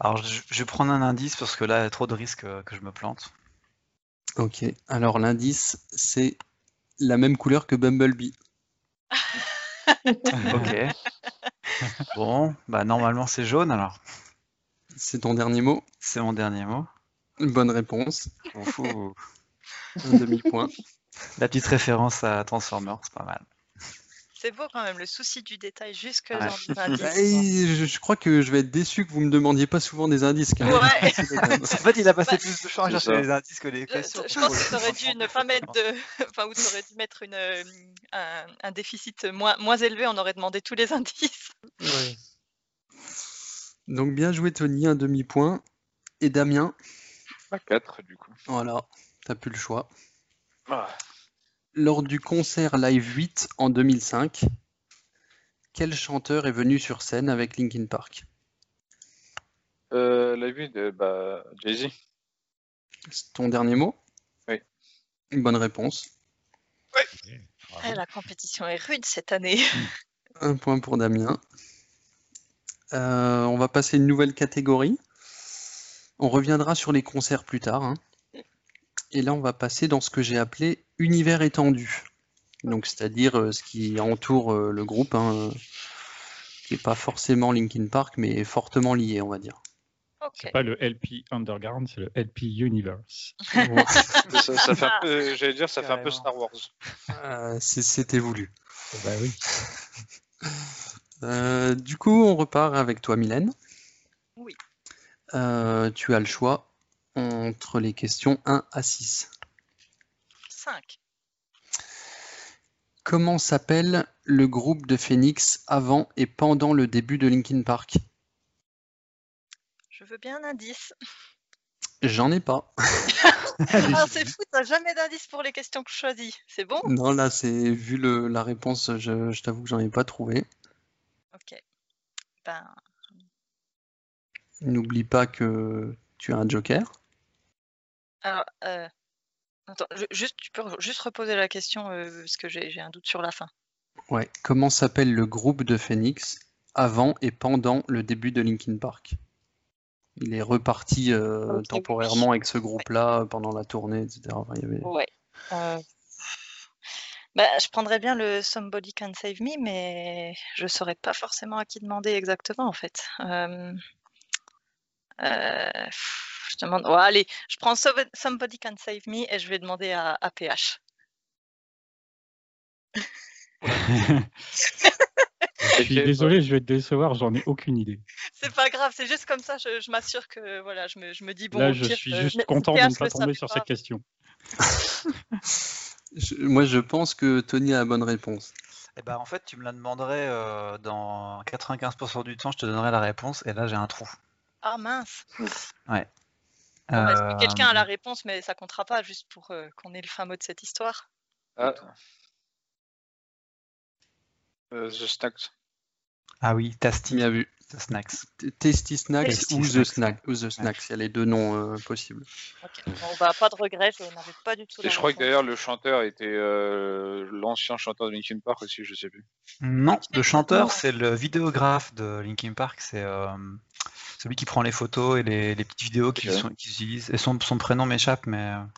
[SPEAKER 3] Alors, je, je vais prendre un indice parce que là, il y a trop de risques euh, que je me (laughs) plante.
[SPEAKER 2] Ok. Alors l'indice, c'est la même couleur que Bumblebee.
[SPEAKER 3] Ok. (laughs) bon, bah normalement, c'est jaune alors.
[SPEAKER 2] C'est ton dernier mot.
[SPEAKER 3] C'est mon dernier mot.
[SPEAKER 2] Bonne réponse.
[SPEAKER 3] Je m'en fous.
[SPEAKER 2] Un demi-point.
[SPEAKER 3] (laughs) La petite référence à Transformers, c'est pas mal.
[SPEAKER 5] C'est beau quand même, le souci du détail jusque
[SPEAKER 3] Ouais.
[SPEAKER 5] dans les (laughs) indices.
[SPEAKER 2] Bah, Et je, je crois que je vais être déçu que vous me demandiez pas souvent des indices. quand même. (laughs)
[SPEAKER 5] Ouais.
[SPEAKER 3] En fait, il a passé
[SPEAKER 5] Bah,
[SPEAKER 3] plus de temps à
[SPEAKER 6] c'est
[SPEAKER 3] chercher
[SPEAKER 6] ça.
[SPEAKER 3] les indices que (laughs) les
[SPEAKER 5] Je,
[SPEAKER 3] questions.
[SPEAKER 5] je pense que tu aurais dû ne pas mettre de. (laughs) Enfin, ou tu aurais dû mettre une, euh, un, un déficit moins, moins élevé, on aurait demandé tous les (laughs) indices.
[SPEAKER 2] Donc bien joué Tony, un demi-point. Et Damien,
[SPEAKER 6] Bah 4, du coup.
[SPEAKER 2] voilà, t'as plus le choix.
[SPEAKER 6] Ah,
[SPEAKER 2] Lors du concert Live 8 en 2005, quel chanteur est venu sur scène avec Linkin Park
[SPEAKER 6] euh, la vue de bah, Jay-Z.
[SPEAKER 2] C'est ton dernier mot
[SPEAKER 6] Oui.
[SPEAKER 2] Une bonne réponse.
[SPEAKER 5] Eh, la compétition est rude cette année. (laughs)
[SPEAKER 2] Un point pour Damien. Euh, on va passer une nouvelle catégorie. On reviendra sur les concerts plus tard. hein. Et là, on va passer dans ce que j'ai appelé univers étendu. Donc, c'est-à-dire euh, ce qui entoure euh, le groupe, hein, euh, qui n'est pas forcément Linkin Park, mais fortement lié, on va dire.
[SPEAKER 5] Ok.
[SPEAKER 1] Pas le LP Underground, c'est le LP
[SPEAKER 3] (laughs)
[SPEAKER 1] Universe.
[SPEAKER 6] (laughs) Ça, ça fait un peu, j'allais dire, ça fait un peu
[SPEAKER 3] Carrément.
[SPEAKER 6] Star Wars.
[SPEAKER 2] Euh, c'est- C'était voulu.
[SPEAKER 1] Bah oui.
[SPEAKER 2] Euh, du coup, on repart avec toi, Mylène.
[SPEAKER 5] Oui.
[SPEAKER 2] Euh, tu as le choix entre les questions 1 à 6.
[SPEAKER 5] 5.
[SPEAKER 2] Comment s'appelle le groupe de Phoenix avant et pendant le début de Linkin Park
[SPEAKER 5] Je veux bien un indice.
[SPEAKER 2] J'en ai pas.
[SPEAKER 5] (laughs) Ah, c'est fou, t'as jamais d'indice pour les questions que je choisis. C'est bon
[SPEAKER 2] Non, là, c'est vu le- la réponse, je, je t'avoue que j'en ai pas trouvé.
[SPEAKER 5] Ok. Ben,
[SPEAKER 2] N'oublie pas que tu as un joker.
[SPEAKER 5] alors, euh, Attends, je- juste, tu peux re- juste reposer la question euh, parce que j'ai j'ai un doute sur la fin.
[SPEAKER 2] Ouais. Comment s'appelle le groupe de Phoenix avant et pendant le début de Linkin Park Il est reparti euh,
[SPEAKER 5] Ok, oui.
[SPEAKER 2] temporairement avec ce groupe-là euh, pendant la tournée, etc. Enfin, il y avait-
[SPEAKER 5] Ouais. Euh, Bah, je prendrais bien le Somebody Can Save Me, mais je saurais pas forcément à qui demander exactement en fait. Euh, euh, pff, Je demande. ouais, allez, je prends Sobe- Somebody Can Save Me et je vais demander à, à PH.
[SPEAKER 1] Je suis désolé, je vais te décevoir, j'en ai aucune idée.
[SPEAKER 5] C'est pas grave, c'est juste comme ça. Je, je m'assure que voilà, je me, je me dis bon.
[SPEAKER 1] Là,
[SPEAKER 5] au
[SPEAKER 1] je
[SPEAKER 5] pire,
[SPEAKER 1] suis
[SPEAKER 5] euh,
[SPEAKER 1] juste
[SPEAKER 5] mais
[SPEAKER 1] content de
[SPEAKER 5] PH
[SPEAKER 1] ne pas
[SPEAKER 5] le
[SPEAKER 1] tomber
[SPEAKER 5] savait
[SPEAKER 1] sur
[SPEAKER 5] pas.
[SPEAKER 1] cette question.
[SPEAKER 2] Je- moi, je pense que Tony a la bonne réponse.
[SPEAKER 3] Et bah, en fait, tu me la demanderais euh, dans 95% du temps, je te donnerais la réponse, et là, j'ai un trou.
[SPEAKER 5] Ah mince.
[SPEAKER 3] Euh,
[SPEAKER 5] Bon, est-ce Ah, que quelqu'un a la réponse, mais ça comptera pas juste pour euh, qu'on ait le fin mot de cette histoire.
[SPEAKER 6] Ah. Euh, The Snacks.
[SPEAKER 3] Ah oui, Tasty,
[SPEAKER 2] Bien vu.
[SPEAKER 3] The Snacks.
[SPEAKER 2] T- Tasty Snacks
[SPEAKER 5] Tasty
[SPEAKER 2] ou The
[SPEAKER 3] Snacks.
[SPEAKER 2] Snack. Ou The Snacks, il y a les deux noms euh, possibles.
[SPEAKER 5] Ok. Bon, bah, pas de regret, je n'avais pas du tout.
[SPEAKER 6] Et
[SPEAKER 5] la
[SPEAKER 6] je crois que
[SPEAKER 5] réponse.
[SPEAKER 6] d'ailleurs le chanteur était euh, l'ancien chanteur de Linkin Park aussi, je sais plus.
[SPEAKER 3] Non, le
[SPEAKER 5] Non.
[SPEAKER 3] chanteur, c'est le vidéographe de Linkin Park, c'est euh, celui qui prend les photos et les, les petites vidéos qu'ils
[SPEAKER 6] Ok.
[SPEAKER 3] sont- qu'ils utilisent. Et son, son prénom m'échappe, mais.
[SPEAKER 2] Ah,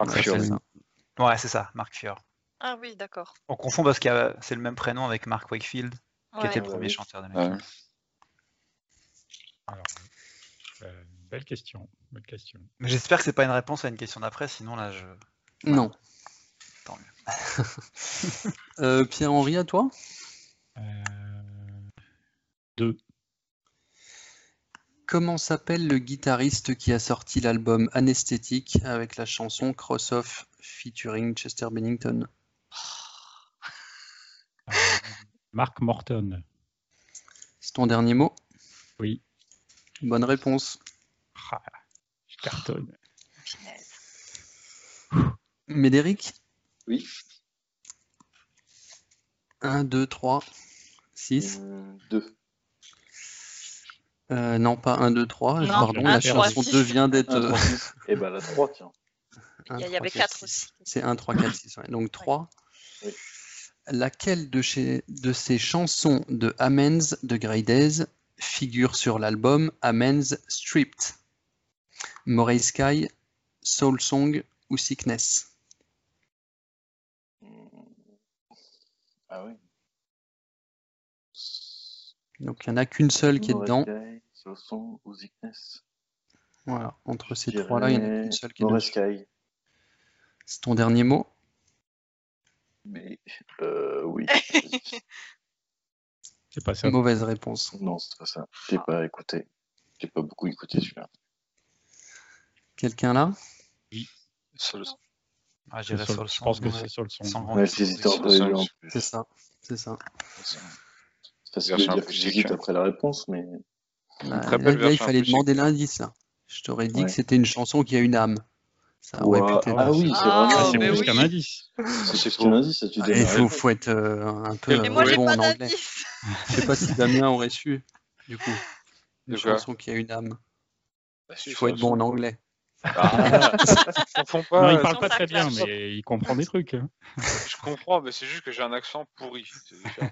[SPEAKER 6] Marc
[SPEAKER 3] Ouais,
[SPEAKER 6] Fiori.
[SPEAKER 3] c'est ça. Ouais, c'est ça, Marc Fior.
[SPEAKER 5] Ah oui, d'accord.
[SPEAKER 3] On confond parce que euh, c'est le même prénom avec Mark Wakefield, qui
[SPEAKER 5] Ouais.
[SPEAKER 3] était le
[SPEAKER 6] Ouais.
[SPEAKER 3] premier chanteur de Linkin
[SPEAKER 6] Ouais.
[SPEAKER 3] Park.
[SPEAKER 1] Alors, euh, belle question. Belle question.
[SPEAKER 3] Mais j'espère que c'est pas une réponse à une question d'après, sinon là, je.
[SPEAKER 2] Non.
[SPEAKER 3] Tant
[SPEAKER 2] (laughs) Euh, Pierre-Henri, à toi
[SPEAKER 1] Euh,
[SPEAKER 2] Comment s'appelle le guitariste qui a sorti l'album Anesthétique avec la chanson Cross Off featuring Chester Bennington
[SPEAKER 1] euh, Mark Morton.
[SPEAKER 2] C'est ton dernier mot
[SPEAKER 1] Oui.
[SPEAKER 2] Bonne réponse.
[SPEAKER 1] Ah, je cartonne.
[SPEAKER 5] Punaise.
[SPEAKER 2] Médéric
[SPEAKER 6] Oui.
[SPEAKER 2] 1, 2, 3, 6.
[SPEAKER 6] Hum, Deux.
[SPEAKER 2] Euh, non, pas 1, 2, 3.
[SPEAKER 5] Non,
[SPEAKER 2] Pardon,
[SPEAKER 1] un,
[SPEAKER 2] la
[SPEAKER 1] trois,
[SPEAKER 2] chanson
[SPEAKER 5] six.
[SPEAKER 2] 2 vient d'être.
[SPEAKER 6] Un, trois,
[SPEAKER 2] euh,
[SPEAKER 6] six. Et bah la 3, tiens.
[SPEAKER 2] un,
[SPEAKER 5] Il y,
[SPEAKER 2] trois,
[SPEAKER 5] avait
[SPEAKER 2] quatre,
[SPEAKER 5] 4
[SPEAKER 2] six.
[SPEAKER 5] aussi. Ah.
[SPEAKER 2] C'est 1, 3, 4, 6. Donc 3.
[SPEAKER 6] Oui.
[SPEAKER 2] Laquelle de, chez- de ces chansons de Amens de Grey Days figure sur l'album Amens Stripped Moray Sky, Soul Song ou Sickness
[SPEAKER 6] Mmh. Ah oui.
[SPEAKER 2] Donc il n'y en a qu'une seule qui est dedans.
[SPEAKER 6] Moray Sky, Soulson ou Sickness.
[SPEAKER 2] Voilà, entre ces
[SPEAKER 6] Je dirais
[SPEAKER 2] trois-là, il y en a qu'une seule qui est
[SPEAKER 6] Moray
[SPEAKER 2] dedans.
[SPEAKER 6] Sky.
[SPEAKER 2] C'est ton dernier mot
[SPEAKER 6] Mais euh,
[SPEAKER 5] (laughs)
[SPEAKER 6] oui.
[SPEAKER 1] C'est pas ça.
[SPEAKER 2] Mauvaise réponse.
[SPEAKER 6] non, c'est pas ça. J'ai
[SPEAKER 5] Ah.
[SPEAKER 6] pas écouté. J'ai pas beaucoup écouté celui-là.
[SPEAKER 2] Quelqu'un là
[SPEAKER 6] Soul-
[SPEAKER 3] Ah,
[SPEAKER 1] C'est
[SPEAKER 3] j'irais
[SPEAKER 1] sur-
[SPEAKER 3] sur le
[SPEAKER 1] je
[SPEAKER 3] son,
[SPEAKER 1] pense que
[SPEAKER 3] ouais.
[SPEAKER 1] c'est sur le son.
[SPEAKER 3] Sans grand-
[SPEAKER 6] Ouais, j'hésitais entre les deux en plus.
[SPEAKER 2] C'est ça. C'est ça.
[SPEAKER 6] C'est facile
[SPEAKER 4] Version
[SPEAKER 6] de dire que
[SPEAKER 4] acoustique.
[SPEAKER 6] j'hésite après la réponse, mais
[SPEAKER 2] Là,
[SPEAKER 6] très
[SPEAKER 2] Bah, là,
[SPEAKER 6] belle
[SPEAKER 2] là, il
[SPEAKER 6] version
[SPEAKER 2] fallait
[SPEAKER 6] acoustique.
[SPEAKER 2] demander l'indice. Là. Je t'aurais dit
[SPEAKER 6] Ouais.
[SPEAKER 2] que c'était une chanson qui a une âme. Ça
[SPEAKER 6] Ouah,
[SPEAKER 2] aurait pu t'aider.
[SPEAKER 6] ah oui, c'est
[SPEAKER 5] Ah,
[SPEAKER 1] Ah,
[SPEAKER 6] vraiment.
[SPEAKER 1] c'est
[SPEAKER 5] mais
[SPEAKER 1] plus
[SPEAKER 5] oui.
[SPEAKER 1] qu'un indice.
[SPEAKER 6] C'est ce qu'il m'a dit, ça tu
[SPEAKER 2] Ah,
[SPEAKER 6] donnes
[SPEAKER 2] il
[SPEAKER 6] la
[SPEAKER 2] faut,
[SPEAKER 6] réponse.
[SPEAKER 2] faut être euh, un peu
[SPEAKER 6] Et
[SPEAKER 5] Mais
[SPEAKER 2] euh,
[SPEAKER 5] moi, j'ai
[SPEAKER 2] bon
[SPEAKER 5] pas
[SPEAKER 2] en anglais.
[SPEAKER 5] d'indice.
[SPEAKER 2] Je sais pas si Damien aurait su, du coup. Une
[SPEAKER 6] De quoi
[SPEAKER 2] chanson qui a une âme.
[SPEAKER 6] Bah, si,
[SPEAKER 2] Il faut
[SPEAKER 6] ça,
[SPEAKER 2] être bon en
[SPEAKER 6] ça.
[SPEAKER 2] anglais.
[SPEAKER 6] Ah, je comprends pas.
[SPEAKER 1] non, il parle
[SPEAKER 5] sur
[SPEAKER 1] pas
[SPEAKER 5] sa
[SPEAKER 1] très bien,
[SPEAKER 5] classe.
[SPEAKER 1] mais il comprend des trucs. hein.
[SPEAKER 6] Je comprends, mais c'est juste que j'ai un accent pourri. c'est différent.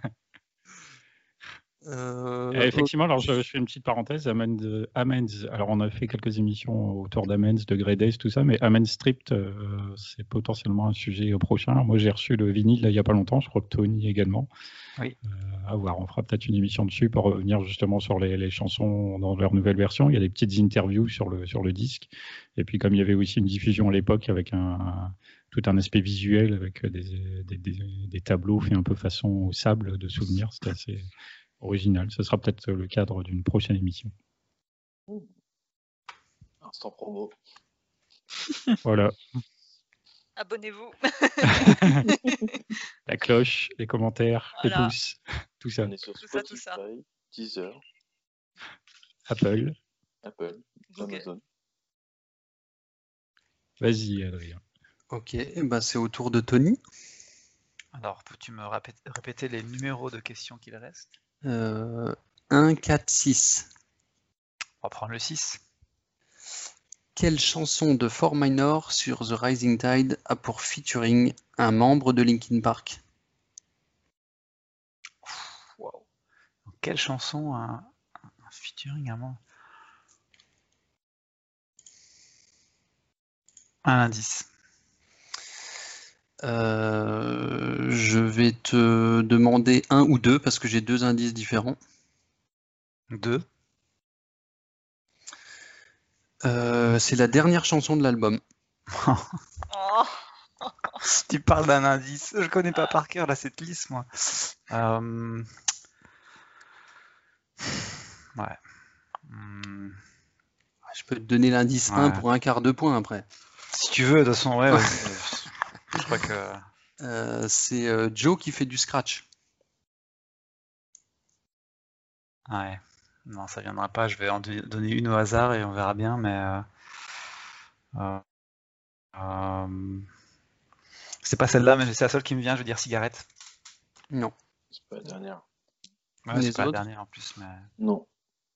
[SPEAKER 2] Euh,
[SPEAKER 6] Eh,
[SPEAKER 1] Euh, effectivement, alors je, je fais une petite parenthèse. Amends, Amends, alors on a fait quelques émissions autour d'Amends, de Grey Days, tout ça, mais Amends Stripped, euh, c'est potentiellement un sujet euh, prochain. Moi, j'ai reçu le vinyle là, il n'y a pas longtemps, je crois que Tony également.
[SPEAKER 3] Oui.
[SPEAKER 1] Euh, à voir, on fera peut-être une émission dessus pour revenir justement sur les, les chansons dans leur nouvelle version. Il y a des petites interviews sur le, sur le disque. Et puis, comme il y avait aussi une diffusion à l'époque avec un, un- tout un aspect visuel, avec des, des, des- des tableaux faits un peu façon au sable de souvenirs, c'était assez original. Ce sera peut-être le cadre d'une prochaine émission. (laughs)
[SPEAKER 6] Instant promo.
[SPEAKER 1] Voilà,
[SPEAKER 5] (laughs) Abonnez-vous.
[SPEAKER 1] (laughs) la cloche, les commentaires, les
[SPEAKER 5] Voilà.
[SPEAKER 1] pouces, (laughs) tout ça.
[SPEAKER 6] On est sur
[SPEAKER 5] Tout ça, tout
[SPEAKER 6] Spotify,
[SPEAKER 5] ça.
[SPEAKER 6] Deezer,
[SPEAKER 1] Apple,
[SPEAKER 6] Apple,
[SPEAKER 5] Google.
[SPEAKER 6] Amazon.
[SPEAKER 1] vas-y Adrien.
[SPEAKER 2] Ok, bah c'est au tour de Tony.
[SPEAKER 3] Alors, peux-tu me rapé- répéter les numéros de questions qu'il reste
[SPEAKER 2] Euh, 1, 4, 6.
[SPEAKER 3] On va prendre le 6.
[SPEAKER 2] quelle chanson de Four Minor sur The Rising Tide a pour featuring un membre de Linkin Park
[SPEAKER 3] Wow. Dans Quelle chanson un, un featuring à moi Un indice.
[SPEAKER 2] Euh, Je vais te demander un ou deux parce que j'ai deux indices différents.
[SPEAKER 3] Deux.
[SPEAKER 2] Euh, C'est la dernière chanson de l'album.
[SPEAKER 5] Oh,
[SPEAKER 3] tu parles d'un indice. Je connais pas par cœur là cette liste moi. Euh, Ouais. Hmm,
[SPEAKER 2] Je peux te donner l'indice
[SPEAKER 3] Ouais.
[SPEAKER 2] 1 pour un quart de point après.
[SPEAKER 3] Si tu veux, de toute façon,
[SPEAKER 2] (laughs)
[SPEAKER 3] ouais. ouais, c'est- je crois que.
[SPEAKER 2] Euh, C'est euh, Joe qui fait du scratch.
[SPEAKER 3] Ouais. Non, ça viendra pas. Je vais en do- donner une au hasard et on verra bien, mais. euh, euh, euh, C'est pas celle-là, mais c'est la seule qui me vient. Je vais dire cigarette.
[SPEAKER 2] Non.
[SPEAKER 6] C'est pas la dernière.
[SPEAKER 3] Ouais,
[SPEAKER 2] Les
[SPEAKER 3] c'est pas la
[SPEAKER 2] autres
[SPEAKER 3] dernière en plus, mais.
[SPEAKER 6] Non.
[SPEAKER 1] Mm.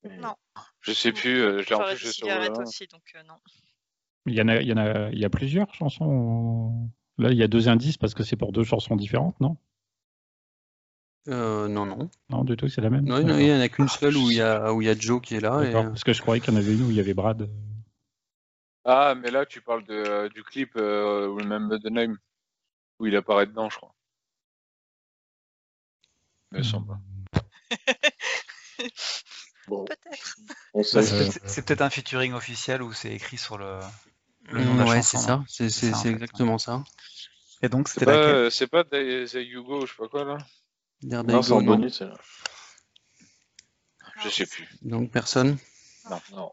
[SPEAKER 6] Mais
[SPEAKER 5] Non.
[SPEAKER 6] Je sais plus, euh, je l'ai en
[SPEAKER 5] j'aurais
[SPEAKER 6] plus
[SPEAKER 5] dit
[SPEAKER 6] je sur le
[SPEAKER 5] cigarette
[SPEAKER 6] un.
[SPEAKER 5] aussi, donc euh, non.
[SPEAKER 1] Il y en a, il y en a, il y a plusieurs chansons. Là, il y a deux indices parce que c'est pour deux chansons différentes, non
[SPEAKER 2] Euh, non, non.
[SPEAKER 1] Non, du tout, c'est la même.
[SPEAKER 2] Non, non,
[SPEAKER 1] D'accord.
[SPEAKER 2] il n'y en a qu'une seule où il y, a- où il y a Joe qui est là. et,
[SPEAKER 1] D'accord, parce que je croyais qu'il y en avait une où il y avait Brad.
[SPEAKER 6] Ah, mais là, tu parles de, euh, du clip euh, Remember the Name, où il apparaît dedans, je crois. Me semble.
[SPEAKER 4] Bon,
[SPEAKER 6] Oh,
[SPEAKER 5] Peut-être.
[SPEAKER 4] on
[SPEAKER 3] Bah,
[SPEAKER 4] sait.
[SPEAKER 3] c'est
[SPEAKER 1] Euh,
[SPEAKER 3] peut-être- c'est peut-être un featuring officiel où c'est écrit sur le, le nom de
[SPEAKER 2] Mm,
[SPEAKER 3] la
[SPEAKER 2] ouais,
[SPEAKER 3] chanson.
[SPEAKER 2] c'est
[SPEAKER 3] non
[SPEAKER 2] ça. C'est
[SPEAKER 3] C'est
[SPEAKER 2] c'est-
[SPEAKER 3] ça, en
[SPEAKER 2] c'est
[SPEAKER 3] fait,
[SPEAKER 2] exactement ça.
[SPEAKER 3] Et donc,
[SPEAKER 6] C'est
[SPEAKER 3] c'était
[SPEAKER 6] pas,
[SPEAKER 3] laquelle
[SPEAKER 6] euh, c'est pas The The Hugo, je sais pas quoi, là
[SPEAKER 2] Daredevil,
[SPEAKER 4] Non, c'est en
[SPEAKER 2] non.
[SPEAKER 4] bonus. celle-là.
[SPEAKER 6] Je sais plus.
[SPEAKER 2] Donc personne.
[SPEAKER 6] Non, non.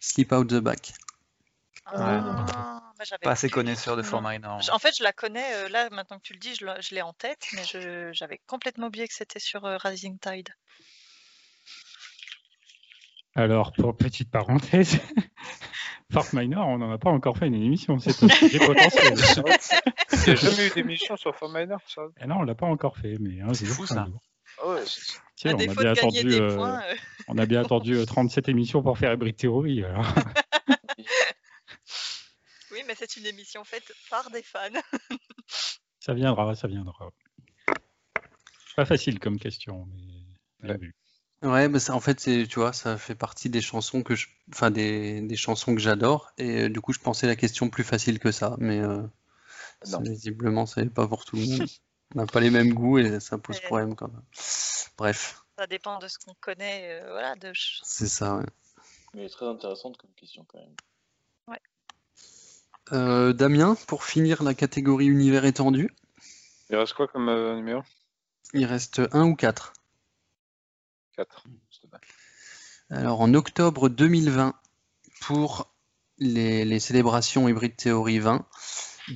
[SPEAKER 2] Slip out the back.
[SPEAKER 5] Ah,
[SPEAKER 3] non, pas trop.
[SPEAKER 5] bah, j'avais
[SPEAKER 3] Pas assez
[SPEAKER 5] plus
[SPEAKER 3] connaisseur de
[SPEAKER 5] du tout,
[SPEAKER 3] Fort Minor.
[SPEAKER 5] non. En fait, je la connais, euh, là, maintenant que tu le dis, je l'ai je l'ai en tête, mais je- j'avais complètement oublié que c'était sur euh, Rising Tide.
[SPEAKER 1] Alors, pour petite parenthèse, (laughs) Fort Minor, on n'en a pas encore fait une émission. C'est un
[SPEAKER 5] (laughs)
[SPEAKER 1] sujet potentiel. (laughs)
[SPEAKER 6] Il n'y a jamais eu d'émission sur Fort Minor, ça
[SPEAKER 1] Eh non, on l'a pas encore fait, mais un
[SPEAKER 3] C'est
[SPEAKER 1] jour,
[SPEAKER 3] fou,
[SPEAKER 1] un
[SPEAKER 3] ça.
[SPEAKER 1] jour.
[SPEAKER 6] Ah ouais, c'est-
[SPEAKER 1] Si,
[SPEAKER 5] à
[SPEAKER 1] on, a
[SPEAKER 5] défaut
[SPEAKER 1] bien
[SPEAKER 5] de gagner
[SPEAKER 1] attendu,
[SPEAKER 5] des
[SPEAKER 1] euh,
[SPEAKER 5] points, euh, (laughs)
[SPEAKER 1] on a bien attendu euh, 37 émissions pour faire Hybrid Theory. alors.
[SPEAKER 5] oui, mais c'est une émission faite par des fans.
[SPEAKER 1] ça viendra, ça viendra. Pas facile comme question, mais bien vu.
[SPEAKER 2] Ouais, bah, ça, en fait, c'est, tu vois, ça fait partie des chansons que je, enfin des, des chansons que j'adore. Et euh, du coup, je pensais la question plus facile que ça, mais euh, ça,
[SPEAKER 6] Non.
[SPEAKER 2] visiblement, ça n'est pas pour tout le monde. On n'a pas les mêmes goûts et ça pose
[SPEAKER 5] Ouais.
[SPEAKER 2] problème quand même. Bref,
[SPEAKER 5] Ça dépend de ce qu'on connaît, euh, voilà, de
[SPEAKER 6] (laughs)
[SPEAKER 5] ch- (laughs)
[SPEAKER 2] c'est ça. ouais.
[SPEAKER 4] Mais elle est très intéressante comme question quand même.
[SPEAKER 2] Euh, Damien, pour finir la catégorie univers étendu,
[SPEAKER 6] Il reste quoi comme euh, numéro
[SPEAKER 2] il reste un ou quatre.
[SPEAKER 6] 4. C'est dommage.
[SPEAKER 2] Alors en octobre 2020, pour les, les célébrations Hybrid Theory 20,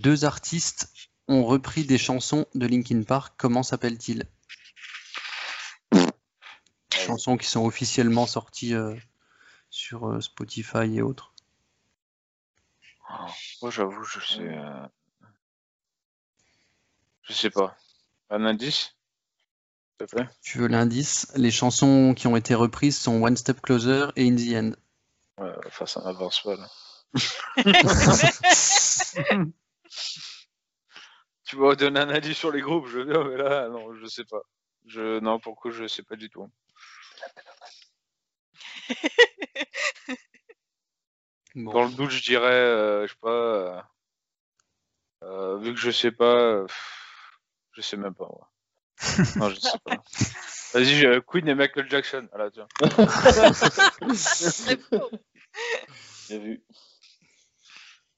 [SPEAKER 2] deux artistes ont repris des chansons de Linkin Park. Comment s'appellent-ils Chansons qui sont officiellement sorties euh, sur euh, Spotify et autres.
[SPEAKER 6] Moi, j'avoue, je sais. euh, Je sais pas. Un indice S'il te plaît
[SPEAKER 2] Tu veux l'indice Les chansons qui ont été reprises sont One Step Closer et In the End.
[SPEAKER 6] Ouais, Enfin, ça n'avance pas, là. (laughs) Tu m'as donné un indice sur les groupes, je veux bien, mais là, non, je sais pas. Je... Non, pourquoi je sais pas du tout.
[SPEAKER 2] Bon.
[SPEAKER 6] Dans le doute, je dirais, euh, je sais pas. euh, euh, vu que je sais pas, euh, pff, je sais même pas. moi. non, je sais pas. Vas-y, j'ai, euh, Queen et Michael Jackson. Ah là, tiens.
[SPEAKER 5] Très beau.
[SPEAKER 4] Bien vu.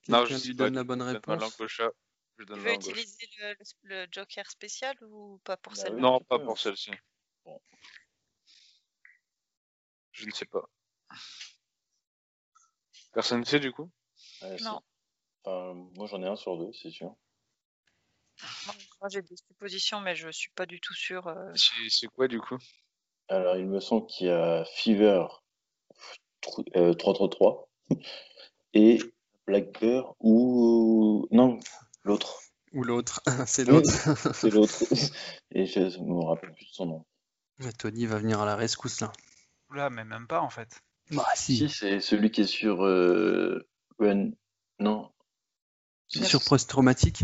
[SPEAKER 6] Non,
[SPEAKER 2] Quelqu'un
[SPEAKER 6] je sais
[SPEAKER 2] lui
[SPEAKER 6] pas,
[SPEAKER 2] donne la bonne
[SPEAKER 6] Je donne ma
[SPEAKER 2] réponse.
[SPEAKER 6] langue au chat. bah, Je
[SPEAKER 5] Tu
[SPEAKER 6] donne ma
[SPEAKER 5] veux
[SPEAKER 6] langue au chat.
[SPEAKER 5] utiliser le, le Joker spécial ou pas pour
[SPEAKER 4] Bah
[SPEAKER 5] celle-là
[SPEAKER 6] Non, Ah pas pour celle-ci.
[SPEAKER 4] Bon.
[SPEAKER 6] Je ne sais pas. Personne ne sait du coup
[SPEAKER 4] Ouais, c'est-
[SPEAKER 5] Non.
[SPEAKER 4] Enfin, moi j'en ai un sur deux, c'est sûr.
[SPEAKER 5] Moi, moi, j'ai des suppositions, mais je suis pas du tout sûre. euh.
[SPEAKER 6] C'est c'est quoi du coup
[SPEAKER 4] Alors il me semble qu'il y a Fever tru- euh, 333 et Blackbird ou. Non, l'autre.
[SPEAKER 2] Ou l'autre, (laughs) c'est l'autre. (laughs)
[SPEAKER 4] C'est l'autre. Et je ne me rappelle plus de son nom.
[SPEAKER 2] Tony va venir à la rescousse là.
[SPEAKER 3] Oula, mais même pas en fait.
[SPEAKER 2] Bah
[SPEAKER 4] Si, c'est celui qui est sur euh, Euh, non.
[SPEAKER 5] Yes.
[SPEAKER 2] Surprise traumatique,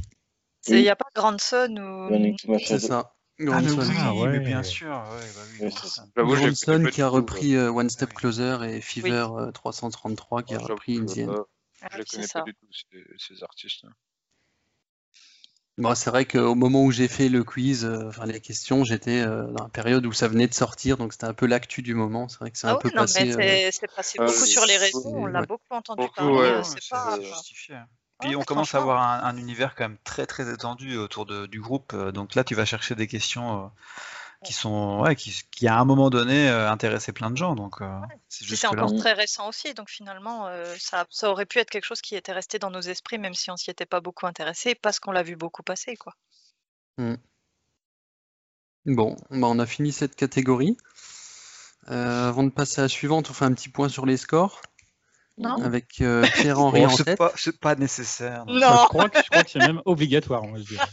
[SPEAKER 5] Il n'y
[SPEAKER 4] Oui.
[SPEAKER 5] a pas Grandson ou.
[SPEAKER 4] Running to my
[SPEAKER 2] c'est
[SPEAKER 4] shadow.
[SPEAKER 2] ça.
[SPEAKER 3] Ah, mais
[SPEAKER 2] Johnson.
[SPEAKER 3] oui,
[SPEAKER 1] Ah, ouais.
[SPEAKER 3] mais bien sûr. ouais, bah oui,
[SPEAKER 4] Oui,
[SPEAKER 3] bon,
[SPEAKER 4] c'est ça.
[SPEAKER 3] ça.
[SPEAKER 6] J'avoue, j'ai- j'ai
[SPEAKER 2] Johnson
[SPEAKER 6] pas
[SPEAKER 2] qui a
[SPEAKER 6] du tout,
[SPEAKER 2] repris euh, One Step
[SPEAKER 3] Oui.
[SPEAKER 2] Closer et Fever euh, 333 qui
[SPEAKER 6] euh,
[SPEAKER 2] a
[SPEAKER 6] j'avoue
[SPEAKER 2] repris
[SPEAKER 6] que,
[SPEAKER 2] Indian.
[SPEAKER 6] euh,
[SPEAKER 5] Ah
[SPEAKER 6] Je
[SPEAKER 5] oui,
[SPEAKER 6] les
[SPEAKER 5] c'est
[SPEAKER 6] connais
[SPEAKER 5] ça.
[SPEAKER 6] pas du tout, ces, ces artistes.
[SPEAKER 2] Bon, c'est vrai qu'au moment où j'ai fait le quiz, euh, enfin les questions, j'étais euh, dans la période où ça venait de sortir, donc c'était un peu l'actu du moment. C'est vrai que c'est
[SPEAKER 5] Ah
[SPEAKER 2] un
[SPEAKER 5] ouais,
[SPEAKER 2] peu
[SPEAKER 5] non, mais
[SPEAKER 2] passé. euh,
[SPEAKER 5] c'est- c'est passé
[SPEAKER 6] euh,
[SPEAKER 5] beaucoup sur les
[SPEAKER 2] c'est-
[SPEAKER 5] réseaux, on l'a
[SPEAKER 2] ouais.
[SPEAKER 5] beaucoup entendu
[SPEAKER 6] Beaucoup,
[SPEAKER 5] parler,
[SPEAKER 6] ouais,
[SPEAKER 5] euh,
[SPEAKER 6] ouais,
[SPEAKER 5] c'est
[SPEAKER 3] Ah, c'est
[SPEAKER 5] pas.
[SPEAKER 3] justifié.
[SPEAKER 5] Ouais,
[SPEAKER 3] Puis on
[SPEAKER 5] Oh, mais
[SPEAKER 3] commence à
[SPEAKER 5] franchement,
[SPEAKER 3] avoir un, un univers quand même très très étendu autour de- du groupe. euh, Donc là, tu vas chercher des questions euh, qui sont, ouais, qui, qui à un moment donné euh, intéressaient plein de gens. Donc euh, c'est
[SPEAKER 5] Puis
[SPEAKER 3] juste
[SPEAKER 5] c'est
[SPEAKER 3] que là,
[SPEAKER 5] encore
[SPEAKER 4] on-
[SPEAKER 5] très récent aussi, donc finalement, euh, ça, ça aurait pu être quelque chose qui était resté dans nos esprits, même si on s'y était pas beaucoup intéressé, parce qu'on l'a vu beaucoup passer, quoi.
[SPEAKER 2] Bon, bah, on a fini cette catégorie. Euh, avant de passer à la suivante, on fait un petit point sur les scores
[SPEAKER 5] Non.
[SPEAKER 2] avec euh, Pierre-Henri
[SPEAKER 3] Oh,
[SPEAKER 2] en
[SPEAKER 3] c'est
[SPEAKER 2] tête.
[SPEAKER 3] pas, c'est pas nécessaire. donc.
[SPEAKER 1] Enfin,
[SPEAKER 5] Non,
[SPEAKER 1] je crois que, je crois que c'est même obligatoire, moi je dirais.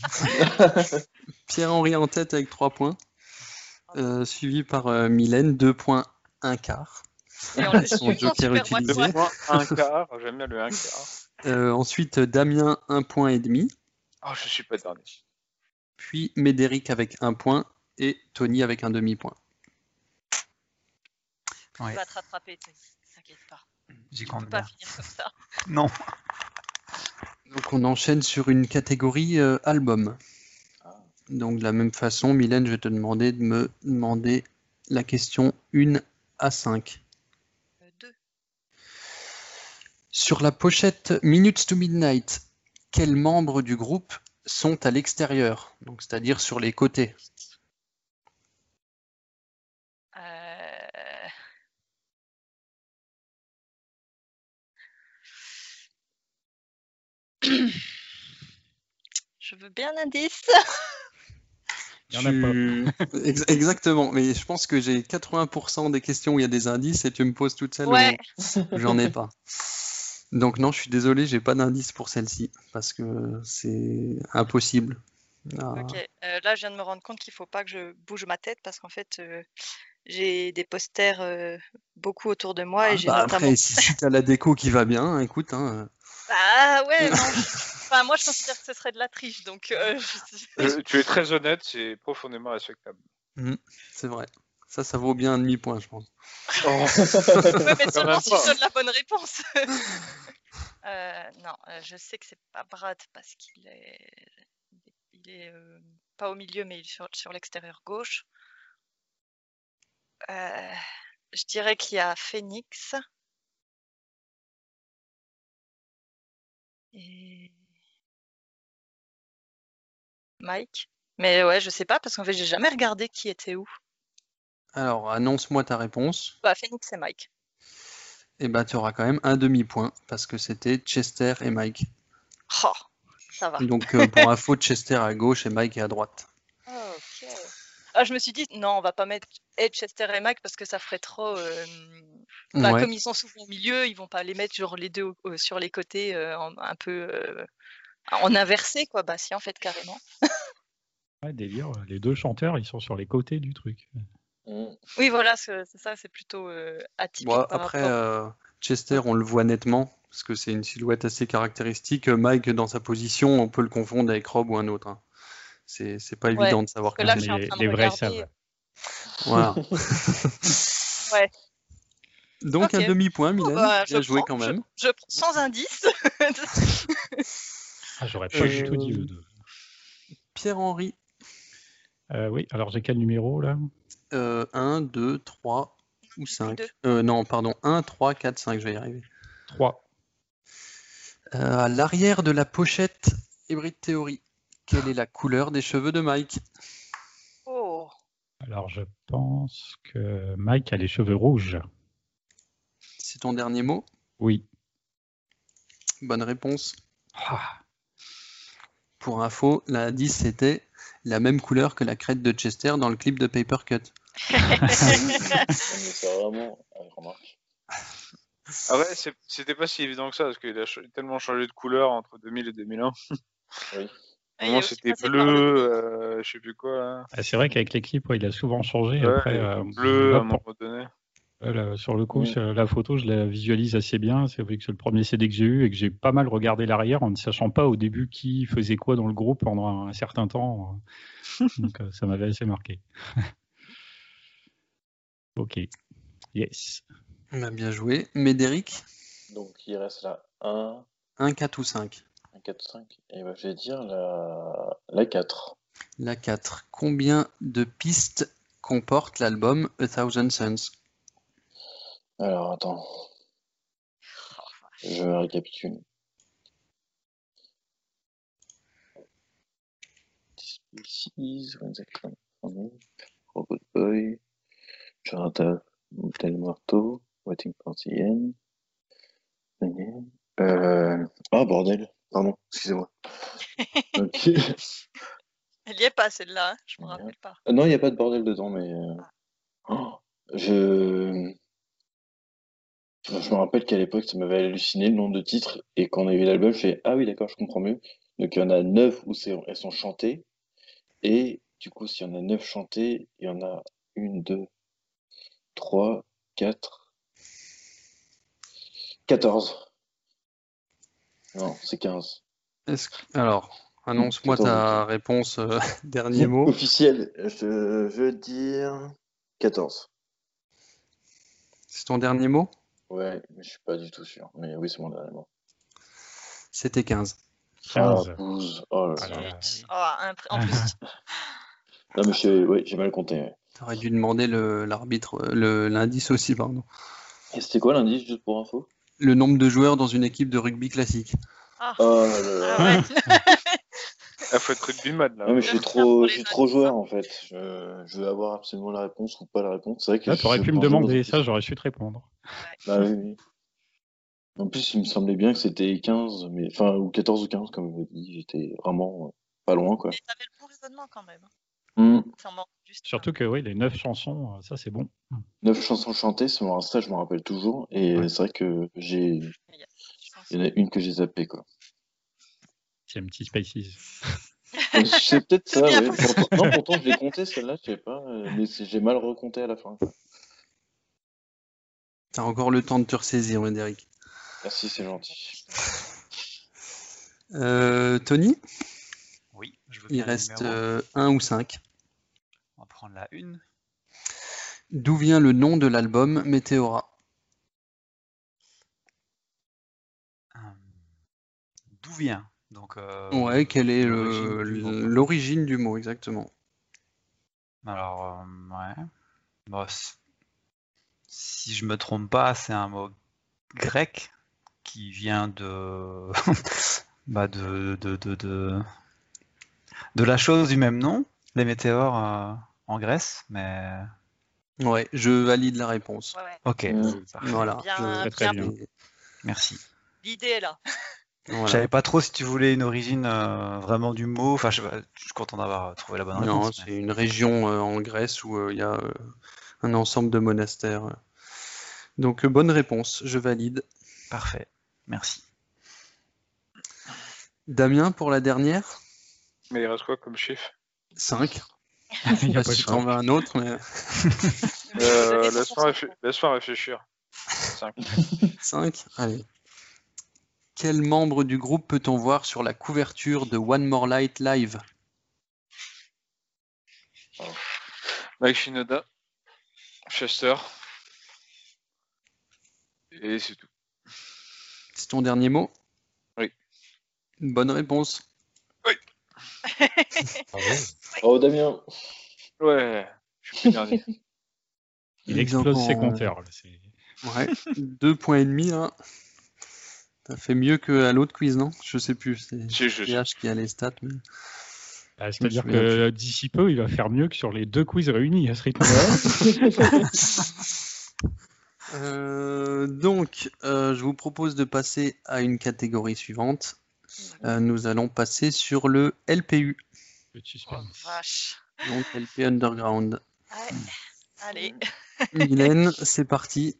[SPEAKER 2] Pierre-Henri en tête avec 3 points, euh, suivi par euh, Mylène, 2 points, 1 quart.
[SPEAKER 5] Et on l'a
[SPEAKER 2] Son
[SPEAKER 5] toujours
[SPEAKER 2] joker
[SPEAKER 5] super moitié.
[SPEAKER 2] utilisé.
[SPEAKER 6] Deux points,
[SPEAKER 2] (laughs)
[SPEAKER 6] un quart, j'aime bien le un quart.
[SPEAKER 2] Euh, ensuite, Damien, 1 point et demi.
[SPEAKER 6] Ah, je suis pas dernier.
[SPEAKER 2] puis Médéric avec un point et Tony avec un demi-point.
[SPEAKER 5] Tu
[SPEAKER 3] Ouais,
[SPEAKER 5] vas te rattraper, t'in- t'inquiète pas.
[SPEAKER 3] j'y
[SPEAKER 5] Tu
[SPEAKER 3] compte
[SPEAKER 5] peux pas
[SPEAKER 3] bien.
[SPEAKER 5] finir comme ça.
[SPEAKER 3] Non.
[SPEAKER 2] Donc on enchaîne sur une catégorie euh, album.
[SPEAKER 4] Ah.
[SPEAKER 2] Donc de la même façon, Mylène, je vais te demander de me demander la question 1 à 5.
[SPEAKER 5] Euh, deux.
[SPEAKER 2] Sur la pochette Minutes to Midnight, quels membres du groupe sont à l'extérieur, donc c'est-à-dire sur les côtés
[SPEAKER 5] Euh, (clears throat) Je veux bien l'indice.
[SPEAKER 1] Il y en a
[SPEAKER 2] Tu- (laughs) Ex- Exactement, mais je pense que j'ai 80% des questions où il y a des indices et tu me poses toutes celles où-
[SPEAKER 5] Ouais.
[SPEAKER 2] J'en ai pas. Donc non, je suis désolé, j'ai pas d'indice pour celle-ci parce que c'est impossible. Ah,
[SPEAKER 5] Ok, euh, là je viens de me rendre compte qu'il faut pas que je bouge ma tête parce qu'en fait euh, j'ai des posters euh, beaucoup autour de moi
[SPEAKER 2] Ah,
[SPEAKER 5] et j'ai
[SPEAKER 2] bah,
[SPEAKER 5] notamment.
[SPEAKER 2] après, si, si t'as la déco qui va bien, hein, écoute. hein.
[SPEAKER 5] Ah
[SPEAKER 2] (laughs)
[SPEAKER 5] ouais, non. enfin, moi je considère que ce serait de la triche donc. euh, (laughs) je-
[SPEAKER 6] Je- tu es très honnête, c'est profondément respectable.
[SPEAKER 2] c'est vrai. Ça, ça vaut bien un demi-point, je pense.
[SPEAKER 6] Oh.
[SPEAKER 5] Ouais, mais seulement
[SPEAKER 6] même
[SPEAKER 5] si
[SPEAKER 6] pas.
[SPEAKER 5] je donne la bonne réponse. (laughs) Euh, non, euh, je sais que c'est pas Brad parce qu'il est, il est euh, pas au milieu mais il est sur, sur l'extérieur gauche. Euh, je dirais qu'il y a Phoenix. Et Mike. Mais ouais, je sais pas parce qu'en fait j'ai jamais regardé qui était où.
[SPEAKER 2] Alors, annonce-moi ta réponse.
[SPEAKER 5] Bah Phoenix et Mike.
[SPEAKER 2] Et bah, tu auras quand même un demi-point parce que c'était Chester et Mike.
[SPEAKER 5] Oh, ça va.
[SPEAKER 2] Donc, euh, pour info, Chester à gauche et Mike est à droite.
[SPEAKER 5] Ah, ok. Ah, je me suis dit, non, on va pas mettre Ed, Chester et Mike parce que ça ferait trop. euh, bah,
[SPEAKER 2] Ouais.
[SPEAKER 5] Comme ils sont souvent au milieu, ils vont pas les mettre genre les deux au- au- sur les côtés, euh, en- un peu euh, en inversé, quoi. Bah, si, en fait, carrément.
[SPEAKER 1] Ouais, délire, euh, les deux chanteurs, ils sont sur les côtés du truc.
[SPEAKER 2] (laughs)
[SPEAKER 4] Mm.
[SPEAKER 5] Oui, voilà, c'est c'est ça, c'est plutôt euh, atypique.
[SPEAKER 2] Bon,
[SPEAKER 5] par
[SPEAKER 2] après,
[SPEAKER 5] rapport-
[SPEAKER 2] euh, Chester, on le voit nettement, parce que c'est une silhouette assez caractéristique. Euh, Mike, dans sa position, on peut le confondre avec Rob ou un autre. hein. C'est c'est pas
[SPEAKER 5] Ouais,
[SPEAKER 2] évident de savoir
[SPEAKER 5] que
[SPEAKER 2] qui
[SPEAKER 5] là,
[SPEAKER 2] c'est.
[SPEAKER 5] je suis en
[SPEAKER 1] les,
[SPEAKER 5] train de
[SPEAKER 1] les vrais
[SPEAKER 5] regarder.
[SPEAKER 1] savent.
[SPEAKER 2] Voilà.
[SPEAKER 5] (laughs) Ouais.
[SPEAKER 2] Donc
[SPEAKER 5] Ok.
[SPEAKER 2] un demi-point,
[SPEAKER 5] Oh,
[SPEAKER 2] Mylène.
[SPEAKER 5] bah,
[SPEAKER 2] euh, bien
[SPEAKER 5] je
[SPEAKER 2] joué
[SPEAKER 5] prends,
[SPEAKER 2] quand
[SPEAKER 5] je-
[SPEAKER 2] même.
[SPEAKER 5] Je, prends sans indice.
[SPEAKER 2] (laughs)
[SPEAKER 1] Ah, j'aurais pas du tout dit
[SPEAKER 2] Euh,
[SPEAKER 1] eux deux.
[SPEAKER 2] Pierre-Henri,
[SPEAKER 1] Euh, oui, alors j'ai quel numéro là
[SPEAKER 2] 1, 2, 3 ou
[SPEAKER 5] plus
[SPEAKER 2] 5.
[SPEAKER 5] deux.
[SPEAKER 2] non, pardon, 1, 3, 4, 5, je vais y arriver.
[SPEAKER 1] 3.
[SPEAKER 2] Euh, à l'arrière de la pochette Hybrid Theory, quelle est la couleur des cheveux de Mike (laughs)
[SPEAKER 5] oh,
[SPEAKER 1] Alors je pense que Mike a les cheveux rouges.
[SPEAKER 2] C'est ton dernier mot
[SPEAKER 1] Oui.
[SPEAKER 2] Bonne réponse.
[SPEAKER 1] Ah,
[SPEAKER 2] Pour info, la 10 c'était la même couleur que la crête de Chester dans le clip de Paper Cut.
[SPEAKER 4] Non, mais c'est vraiment. Ah, remarque.
[SPEAKER 6] Ah ouais, c'est- c'était pas si évident que ça, parce qu'il a ch- tellement changé de couleur entre 2000 et 2001.
[SPEAKER 5] Il est
[SPEAKER 6] Avant,
[SPEAKER 5] aussi
[SPEAKER 6] c'était
[SPEAKER 5] passé par
[SPEAKER 6] bleu,
[SPEAKER 5] là.
[SPEAKER 6] euh, je sais plus quoi. hein.
[SPEAKER 1] C'est vrai qu'avec les clips, ouais, il a souvent changé.
[SPEAKER 6] Ouais,
[SPEAKER 1] après, euh,
[SPEAKER 6] Bleu, à
[SPEAKER 1] là,
[SPEAKER 6] un
[SPEAKER 1] pour-
[SPEAKER 6] moment donné.
[SPEAKER 1] Euh, là, sur le coup,
[SPEAKER 6] Oui.
[SPEAKER 1] sur la photo, je la visualise assez bien. C'est vrai que c'est le premier CD que j'ai eu et que j'ai pas mal regardé l'arrière en ne sachant pas au début qui faisait quoi dans le groupe pendant un, un certain
[SPEAKER 4] (laughs)
[SPEAKER 1] temps. Donc, euh, ça m'avait assez marqué. (laughs) ok. Yes.
[SPEAKER 4] Ah,
[SPEAKER 2] On
[SPEAKER 3] Mm.
[SPEAKER 2] a bien joué. Médéric,
[SPEAKER 4] Donc il reste là 1,
[SPEAKER 2] 1, 4 ou 5
[SPEAKER 4] 1, 4, 5. Et bah, je vais dire la, la 4.
[SPEAKER 2] La 4. Combien de pistes comporte l'album A Thousand Suns
[SPEAKER 4] Alors attends. Je récapitule. 6, Robot Boy, Charada, Del Muerto, Waiting for the End. Euh... Ah bordel, pardon, excusez-moi. Ok.
[SPEAKER 5] Elle y est pas celle-là, hein, je me
[SPEAKER 4] Ouais.
[SPEAKER 5] rappelle pas.
[SPEAKER 4] Euh, Non, il n'y a pas de bordel dedans, mais. euh, oh, je. Enfin, Je me rappelle qu'à l'époque, ça m'avait halluciné le nombre de titres, et quand on a eu l'album, je fais Ah oui, d'accord, je comprends mieux. Donc il y en a neuf où c'est- elles sont chantées, et du coup, s'il y en a neuf chantées, il y en a une, deux, trois, quatre, quatorze. Non, c'est quinze.
[SPEAKER 2] Est-ce que- Alors, annonce-moi
[SPEAKER 4] Quatorze.
[SPEAKER 2] ta réponse, euh, (laughs) dernier mot.
[SPEAKER 4] Officiel, je veux dire quatorze.
[SPEAKER 2] C'est ton dernier mot
[SPEAKER 4] Ouais, mais je suis pas du tout sûr. Mais oui, c'est mon dernier mot.
[SPEAKER 2] C'était 15.
[SPEAKER 1] 15.
[SPEAKER 4] Ah, 12. Oh là
[SPEAKER 1] Ah là
[SPEAKER 4] là.
[SPEAKER 1] là.
[SPEAKER 5] Oh, un- en
[SPEAKER 2] (laughs)
[SPEAKER 5] plus,
[SPEAKER 4] Non, mais j'ai ouais, j'ai mal compté. ouais.
[SPEAKER 2] T'aurais dû demander le- l'arbitre, euh, le- l'indice aussi, pardon.
[SPEAKER 4] Et c'était quoi l'indice, juste pour info
[SPEAKER 2] Le nombre de joueurs dans une équipe de rugby classique.
[SPEAKER 5] ah,
[SPEAKER 4] Oh là là là.
[SPEAKER 5] ah ouais. (laughs)
[SPEAKER 6] Il Ah, faut être rugbyman là.
[SPEAKER 4] Non, mais je suis
[SPEAKER 5] Merci pour
[SPEAKER 4] trop,
[SPEAKER 5] les
[SPEAKER 4] je suis trop joueur en fait. Je, je veux avoir absolument la réponse ou pas la réponse. C'est vrai que.
[SPEAKER 1] Là, tu aurais
[SPEAKER 4] je
[SPEAKER 1] Ah, pu me
[SPEAKER 4] pensais dans
[SPEAKER 1] demander
[SPEAKER 4] une
[SPEAKER 1] ça, j'aurais su te répondre.
[SPEAKER 4] Bah oui, oui. En plus, il me semblait bien que c'était 15, mais... enfin, ou 14 ou 15, comme je vous dit. J'étais vraiment euh, pas loin, quoi.
[SPEAKER 5] Mais t'avais le bon raisonnement quand même.
[SPEAKER 4] Hmm.
[SPEAKER 5] Ça manque juste un.
[SPEAKER 1] Surtout que oui, les 9 chansons, euh, ça c'est bon.
[SPEAKER 4] Neuf chansons chantées, sur Insta, je m'en rappelle toujours. Et euh, c'est vrai que j'ai.
[SPEAKER 5] Je pense.
[SPEAKER 4] Il y en a une que j'ai zappée, quoi.
[SPEAKER 1] C'est un petit Spaces.
[SPEAKER 4] C'est peut-être ça, ouais.
[SPEAKER 5] Bien.
[SPEAKER 4] Pourtant- non, pourtant, je l'ai compté celle-là, je sais pas, euh, mais c'est- j'ai mal recompté à la fin.
[SPEAKER 2] T'as encore le temps de te ressaisir, Médéric.
[SPEAKER 4] Merci, c'est gentil.
[SPEAKER 2] Euh, Tony,
[SPEAKER 3] Oui, je veux
[SPEAKER 2] il
[SPEAKER 3] bien le
[SPEAKER 2] reste euh,
[SPEAKER 3] numéro.
[SPEAKER 2] 1 ou 5.
[SPEAKER 3] On va prendre la une.
[SPEAKER 2] D'où vient le nom de l'album Météora
[SPEAKER 3] Hum, D'où vient donc euh,
[SPEAKER 2] Ouais, quelle est
[SPEAKER 3] l'origine
[SPEAKER 2] le-
[SPEAKER 3] du mot
[SPEAKER 2] l'origine du mot exactement
[SPEAKER 3] Alors, euh, ouais. Bon, c- si je me trompe pas, c'est un mot grec qui vient de... (laughs) bah, de, de, de, de- de la chose du même nom, les météores euh, en Grèce, mais...
[SPEAKER 2] Ouais, je valide la réponse.
[SPEAKER 5] Ouais, ouais.
[SPEAKER 3] Ok,
[SPEAKER 4] Mm.
[SPEAKER 3] parfait.
[SPEAKER 2] Voilà.
[SPEAKER 5] Bien,
[SPEAKER 1] Très, très
[SPEAKER 5] bien.
[SPEAKER 1] bien.
[SPEAKER 3] merci.
[SPEAKER 5] L'idée est là.
[SPEAKER 3] Je
[SPEAKER 2] Voilà.
[SPEAKER 3] savais pas trop si tu voulais une origine euh, vraiment du mot. Enfin, je, je suis content d'avoir euh, trouvé la bonne
[SPEAKER 2] Non,
[SPEAKER 3] réponse.
[SPEAKER 2] c'est
[SPEAKER 3] mais-
[SPEAKER 2] une région euh, en Grèce où euh, il y a euh, un ensemble de monastères. euh. Donc, euh, bonne réponse, je valide.
[SPEAKER 3] Parfait, merci.
[SPEAKER 2] Damien, pour la dernière,
[SPEAKER 6] Mais il reste quoi comme chiffre
[SPEAKER 2] 5.
[SPEAKER 1] (laughs) Il y a
[SPEAKER 2] Je sais pas
[SPEAKER 1] pas
[SPEAKER 2] si
[SPEAKER 1] de
[SPEAKER 2] t'en veux un autre, mais euh,
[SPEAKER 5] Mais
[SPEAKER 6] euh,
[SPEAKER 5] désolé,
[SPEAKER 6] Laisse-moi
[SPEAKER 5] on
[SPEAKER 6] réfl- laisse-moi réfléchir. Cinq.
[SPEAKER 2] 5. Allez. Quel membre du groupe peut-on voir sur la couverture de One More Light Live
[SPEAKER 6] Mike Shinoda, Chester. Et c'est tout.
[SPEAKER 2] C'est ton dernier mot
[SPEAKER 6] Oui.
[SPEAKER 2] Bonne réponse.
[SPEAKER 4] Oh, Damien
[SPEAKER 6] Ouais, je suis plus dernier.
[SPEAKER 1] Il
[SPEAKER 2] est
[SPEAKER 1] explose ses
[SPEAKER 4] euh,
[SPEAKER 2] en-
[SPEAKER 1] compteurs. là, c'est-
[SPEAKER 2] Ouais, (laughs) deux points et demi là. T'as fait mieux que à l'autre quiz, non Je sais plus. C'est
[SPEAKER 6] Si, je-
[SPEAKER 2] PH qui a les stats. mais-
[SPEAKER 1] Ah, C'est-à-dire
[SPEAKER 2] Je me souviens
[SPEAKER 1] que d'ici peu, il va faire mieux que sur les deux quiz réunis à ce rythme. (laughs)
[SPEAKER 2] Euh, donc, euh, je vous propose de passer à une catégorie suivante. Euh, nous allons passer sur le LPU,
[SPEAKER 1] Le
[SPEAKER 5] Oh,
[SPEAKER 1] suspense.
[SPEAKER 5] vache.
[SPEAKER 2] donc LP Underground.
[SPEAKER 5] Ouais. Allez,
[SPEAKER 1] (laughs)
[SPEAKER 2] Mylène, c'est parti.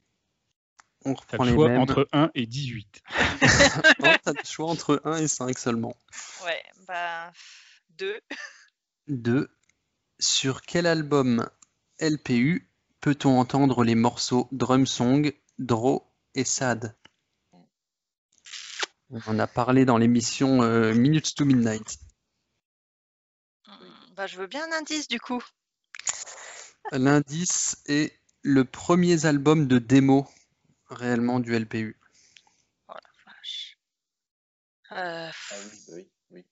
[SPEAKER 2] On
[SPEAKER 1] T'as
[SPEAKER 2] reprend
[SPEAKER 1] le
[SPEAKER 2] les
[SPEAKER 1] choix
[SPEAKER 2] mêmes.
[SPEAKER 1] entre 1 et 18.
[SPEAKER 2] Non, t'as le choix entre 1 et 5 seulement.
[SPEAKER 5] ouais, bah. Deux.
[SPEAKER 2] 2. Sur quel album LPU peut-on entendre les morceaux Drum Song, Draw et Sad On en a parlé dans l'émission euh, Minutes to Midnight.
[SPEAKER 5] Bah, je veux bien un indice du coup.
[SPEAKER 2] L'indice est le premier album de démo réellement du LPU.
[SPEAKER 5] Oh la vache. Euh,
[SPEAKER 4] Ah oui, bah oui, oui.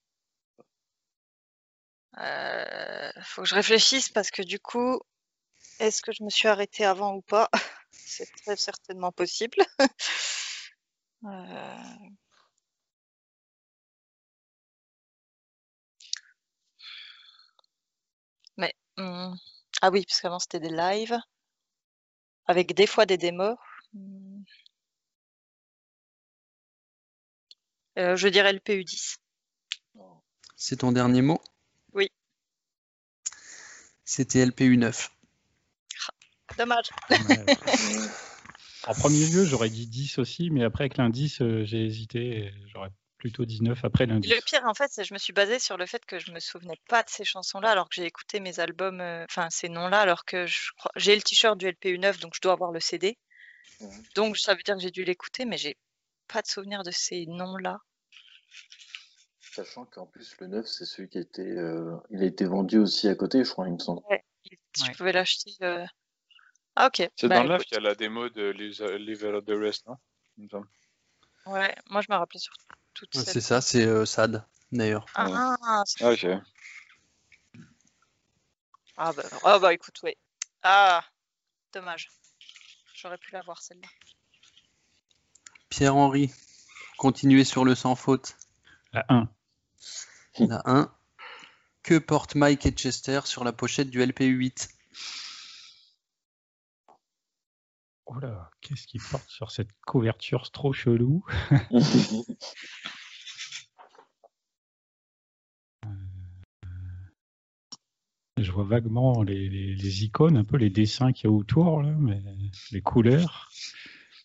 [SPEAKER 5] euh, faut que je réfléchisse parce que du coup, est-ce que je me suis arrêtée avant ou pas (laughs) C'est très certainement possible. (laughs) Euh, Mais hum, ah oui, parce qu'avant c'était des lives avec des fois des démos. Hum. Euh, je dirais le PU10.
[SPEAKER 2] C'est ton dernier mot
[SPEAKER 5] Oui.
[SPEAKER 2] C'était LPU 9.
[SPEAKER 5] Dommage.
[SPEAKER 1] En premier lieu, j'aurais dit 10 aussi, mais après, avec l'indice, euh, j'ai hésité. et J'aurais plutôt dit 9 après
[SPEAKER 5] Et
[SPEAKER 1] l'indice.
[SPEAKER 5] Le pire, en fait, c'est que je me suis basée sur le fait que je me souvenais pas de ces chansons-là, alors que j'ai écouté mes albums, euh, enfin ces noms-là, alors que je crois- j'ai le t-shirt du LPU 9, donc je dois avoir le CD.
[SPEAKER 4] Ouais.
[SPEAKER 5] Donc ça veut dire que j'ai dû l'écouter, mais j'ai pas de souvenir de ces noms-là.
[SPEAKER 4] Sachant qu'en plus, le 9, c'est celui qui a été, euh, il a été vendu aussi à côté, je crois, il me semble.
[SPEAKER 5] Si
[SPEAKER 3] Ouais.
[SPEAKER 5] je pouvais l'acheter. euh, Ah ok.
[SPEAKER 6] C'est
[SPEAKER 5] Bah,
[SPEAKER 6] dans le 9
[SPEAKER 5] écoute,
[SPEAKER 6] qu'il y a la démo de euh, Leave Leave Out the Rest, non Il me semble.
[SPEAKER 5] Ouais, moi je me rappelais sur toute
[SPEAKER 2] Ouais,
[SPEAKER 5] cette.
[SPEAKER 2] C'est ça, c'est euh, Sad, d'ailleurs.
[SPEAKER 5] Ah, c'est-
[SPEAKER 6] Ah, ok.
[SPEAKER 5] ah, bah, ah, bah, écoute, oui. Ah, dommage. J'aurais pu l'avoir celle-là.
[SPEAKER 2] Pierre-Henri, continuez sur le sans faute.
[SPEAKER 1] La 1.
[SPEAKER 2] La 1. Que portent Mike et Chester sur la pochette du LPU 8
[SPEAKER 1] Oh là, qu'est-ce qu'il porte sur cette couverture trop chelou Euh, Je vois vaguement les, les- les icônes, un peu les dessins qu'il y a autour, là, mais les couleurs.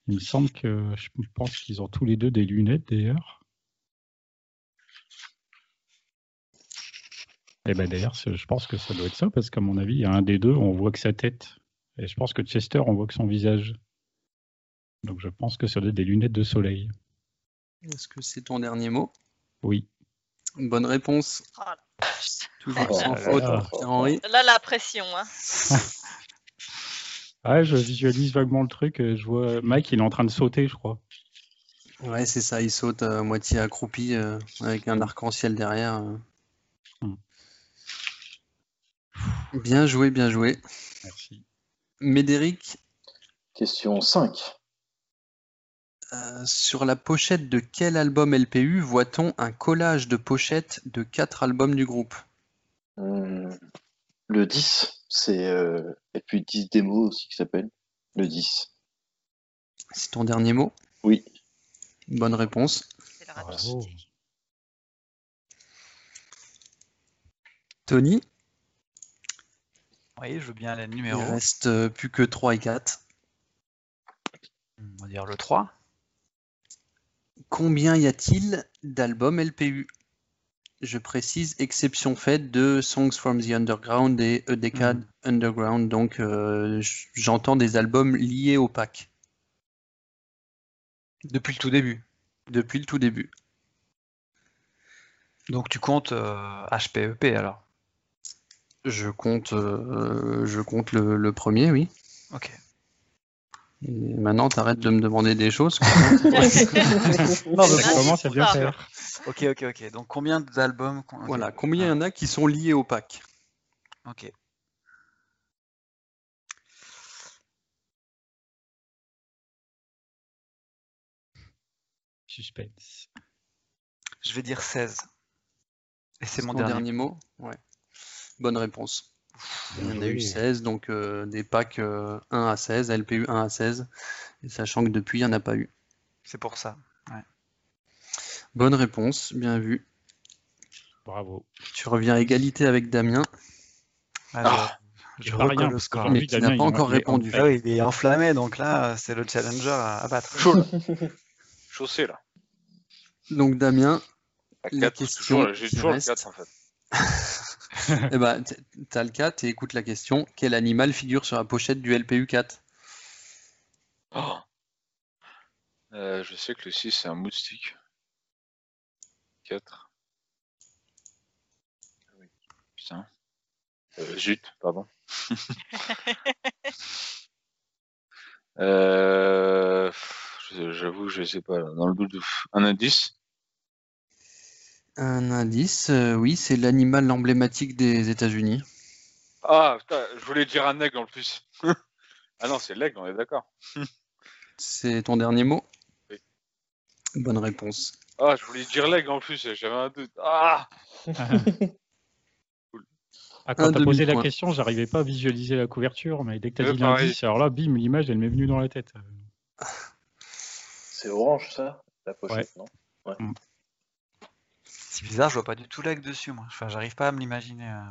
[SPEAKER 1] Il me semble que je pense qu'ils ont tous les deux des lunettes d'ailleurs. Et ben d'ailleurs, c'est- je pense que ça doit être ça, parce qu'à mon avis, il y a un des deux, on voit que sa tête. Et je pense que Chester, on voit que son visage. Donc je pense que ça doit être des lunettes de soleil.
[SPEAKER 2] Est-ce que c'est ton dernier mot
[SPEAKER 1] Oui.
[SPEAKER 2] Bonne réponse.
[SPEAKER 5] Oh la vache.
[SPEAKER 2] Toujours
[SPEAKER 4] Oh
[SPEAKER 2] Ah, sans
[SPEAKER 1] là
[SPEAKER 2] faute, Ah,
[SPEAKER 1] là.
[SPEAKER 2] pour Pierre-Henri.
[SPEAKER 5] Là, la pression, hein.
[SPEAKER 1] Ah, je visualise vaguement le truc. euh, Je vois Mike, il est en train de sauter, je crois.
[SPEAKER 2] Ouais, c'est ça, il saute à moitié accroupi euh, avec un arc-en-ciel derrière. euh.
[SPEAKER 1] Hmm.
[SPEAKER 2] Bien joué, bien joué.
[SPEAKER 1] Merci.
[SPEAKER 2] Médéric,
[SPEAKER 4] Question 5.
[SPEAKER 2] euh, sur la pochette de quel album LPU voit-on un collage de pochettes de quatre albums du groupe
[SPEAKER 4] Hum, Le 10, c'est. euh, Et puis 10 démos aussi qui s'appelle. Le 10.
[SPEAKER 2] C'est ton dernier mot
[SPEAKER 4] Oui.
[SPEAKER 2] Bonne réponse.
[SPEAKER 5] C'est la
[SPEAKER 3] (laughs)
[SPEAKER 1] Bravo.
[SPEAKER 2] Tony,
[SPEAKER 3] Oui, je veux bien la
[SPEAKER 2] il
[SPEAKER 3] numéro.
[SPEAKER 2] reste euh, plus que 3 et 4.
[SPEAKER 3] On va dire le 3.
[SPEAKER 2] Combien y a-t-il d'albums LPU Je précise, exception faite de Songs from the Underground et A Decade
[SPEAKER 3] Mhm.
[SPEAKER 2] Underground, donc euh, j- j'entends des albums liés au pack
[SPEAKER 3] Depuis le tout début.
[SPEAKER 2] depuis le tout début.
[SPEAKER 3] Donc tu comptes euh, HPEP alors.
[SPEAKER 2] Je compte, euh, je compte le, le premier, oui.
[SPEAKER 3] Ok.
[SPEAKER 2] Et maintenant, t'arrêtes de me demander des choses. quoi.
[SPEAKER 3] Non,
[SPEAKER 5] mais
[SPEAKER 1] Ça
[SPEAKER 5] bon.
[SPEAKER 1] commence à bien
[SPEAKER 5] Ah.
[SPEAKER 1] faire.
[SPEAKER 3] Ok, ok, ok. Donc combien d'albums qu'on- ok.
[SPEAKER 2] voilà, combien il y en a qui sont liés au pack
[SPEAKER 3] Ok.
[SPEAKER 1] Suspense.
[SPEAKER 3] Je vais dire 16. Et c'est mon
[SPEAKER 2] Ton
[SPEAKER 3] dernier.
[SPEAKER 2] mot Ouais. Bonne réponse. Il y en a
[SPEAKER 1] Bien
[SPEAKER 2] eu
[SPEAKER 1] joué.
[SPEAKER 2] 16, donc euh, des packs euh, 1 à 16, LPU 1 à 16, et sachant que depuis, il n'y en a pas eu.
[SPEAKER 3] C'est pour ça.
[SPEAKER 2] Bonne réponse, bien vu.
[SPEAKER 1] Bravo.
[SPEAKER 2] Tu reviens à égalité avec Damien,
[SPEAKER 3] Ah,
[SPEAKER 4] Ah,
[SPEAKER 3] je
[SPEAKER 1] C'est
[SPEAKER 3] je
[SPEAKER 1] pas rien,
[SPEAKER 3] recolle le
[SPEAKER 1] parce que
[SPEAKER 3] score.
[SPEAKER 1] j'ai envie
[SPEAKER 2] mais
[SPEAKER 1] que
[SPEAKER 2] qui n'a
[SPEAKER 1] Damien,
[SPEAKER 2] pas
[SPEAKER 1] il
[SPEAKER 2] encore
[SPEAKER 1] m'a- il-
[SPEAKER 2] répondu.
[SPEAKER 3] Ah oui, il est enflammé, donc là, c'est le challenger à, à battre.
[SPEAKER 6] Chaussé, là.
[SPEAKER 2] donc Damien,
[SPEAKER 6] La
[SPEAKER 2] Les
[SPEAKER 6] 4,
[SPEAKER 1] (laughs)
[SPEAKER 2] questions
[SPEAKER 6] toujours, j'ai
[SPEAKER 2] qui
[SPEAKER 6] toujours le
[SPEAKER 2] restent.
[SPEAKER 6] 4, en fait.
[SPEAKER 2] Eh ben, t- t'as le 4 et écoute la question. Quel animal figure sur la pochette du LPU 4
[SPEAKER 6] Oh. Euh, je sais que le 6 c'est un moustique. 4. Ah Putain. Euh, zut, pardon. euh, pff, je- J'avoue, je sais pas. là. Dans le doute, pff, un indice.
[SPEAKER 2] Un indice, euh, oui, c'est l'animal emblématique des États-Unis.
[SPEAKER 6] Ah, putain, je voulais dire un aigle en plus. (laughs) ah non, c'est l'aigle, on est d'accord.
[SPEAKER 2] C'est ton dernier mot
[SPEAKER 6] Oui.
[SPEAKER 2] Bonne réponse.
[SPEAKER 6] Ah, je voulais dire l'aigle en plus, j'avais un doute. Ah
[SPEAKER 1] Ah, quand
[SPEAKER 2] Un
[SPEAKER 1] t'as posé la
[SPEAKER 2] demi-point.
[SPEAKER 1] question, j'arrivais pas à visualiser la couverture, mais dès que t'as
[SPEAKER 6] Euh,
[SPEAKER 1] dit
[SPEAKER 6] pareil.
[SPEAKER 1] l'indice, alors là, bim, l'image, elle m'est venue dans la tête.
[SPEAKER 4] C'est orange, ça La pochette, non
[SPEAKER 3] C'est bizarre, je vois pas du tout l'aigle dessus, moi. Enfin, j'arrive pas à me l'imaginer. euh.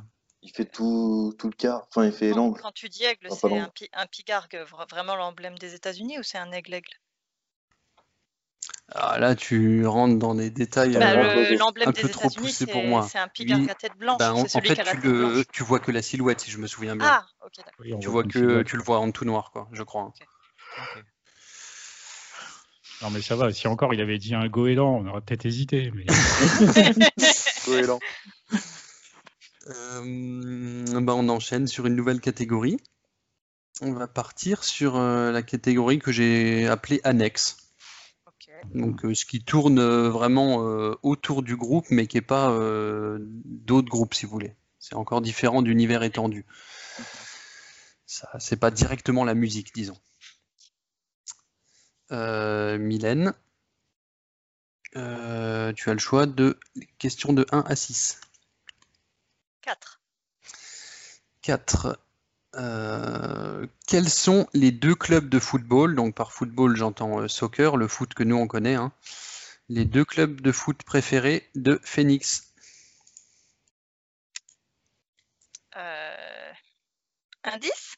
[SPEAKER 4] Il fait tout, tout le quart. Enfin, il fait
[SPEAKER 5] Quand,
[SPEAKER 4] l'angle.
[SPEAKER 5] quand tu dis aigle,
[SPEAKER 4] Ah,
[SPEAKER 5] c'est
[SPEAKER 4] pardon.
[SPEAKER 5] un, pi- un pigargue, vra- vraiment l'emblème des États-Unis ou c'est un aigle-aigle
[SPEAKER 2] Ah, là, tu rentres dans des détails.
[SPEAKER 4] Bah,
[SPEAKER 5] Bah,
[SPEAKER 2] alors,
[SPEAKER 4] le-
[SPEAKER 5] le-
[SPEAKER 4] un
[SPEAKER 5] L'emblème
[SPEAKER 2] peu
[SPEAKER 5] des
[SPEAKER 2] trop
[SPEAKER 5] États-Unis,
[SPEAKER 2] poussé
[SPEAKER 5] c'est
[SPEAKER 2] pour moi.
[SPEAKER 5] c'est un pigargue
[SPEAKER 2] Lui-
[SPEAKER 5] à tête blanche.
[SPEAKER 2] bah, en,
[SPEAKER 5] c'est
[SPEAKER 2] en
[SPEAKER 5] celui
[SPEAKER 2] fait,
[SPEAKER 5] qui a la
[SPEAKER 2] tu,
[SPEAKER 5] tête
[SPEAKER 2] le- (laughs)
[SPEAKER 5] blanche.
[SPEAKER 2] tu vois que la silhouette, si je me souviens bien.
[SPEAKER 5] Ah, ok, d'accord.
[SPEAKER 1] Oui, on
[SPEAKER 2] tu
[SPEAKER 1] voit
[SPEAKER 2] vois
[SPEAKER 1] une
[SPEAKER 2] que
[SPEAKER 1] silhouette.
[SPEAKER 2] tu le vois en tout noir, quoi, je crois.
[SPEAKER 3] Ok.
[SPEAKER 1] Non, mais ça va. Si encore il avait dit un goéland, on aurait peut-être hésité. Mais...
[SPEAKER 6] Cohérent.
[SPEAKER 2] Euh, bah, on enchaîne sur une nouvelle catégorie. On va partir sur euh, la catégorie que j'ai appelée annexe.
[SPEAKER 5] Ok.
[SPEAKER 2] Donc euh, ce qui tourne euh, vraiment euh, autour du groupe, mais qui n'est pas euh, d'autres groupes, si vous voulez. C'est encore différent d'univers étendu. Ça, c'est pas directement la musique, disons. Euh, Mylène, euh, tu as le choix de questions de 1 à 6.
[SPEAKER 5] 4.
[SPEAKER 2] 4. euh, quels sont les deux clubs de football Donc par football, j'entends euh, soccer, le foot que nous on connaît. hein. Les deux clubs de foot préférés de Phoenix.
[SPEAKER 5] Euh... Indice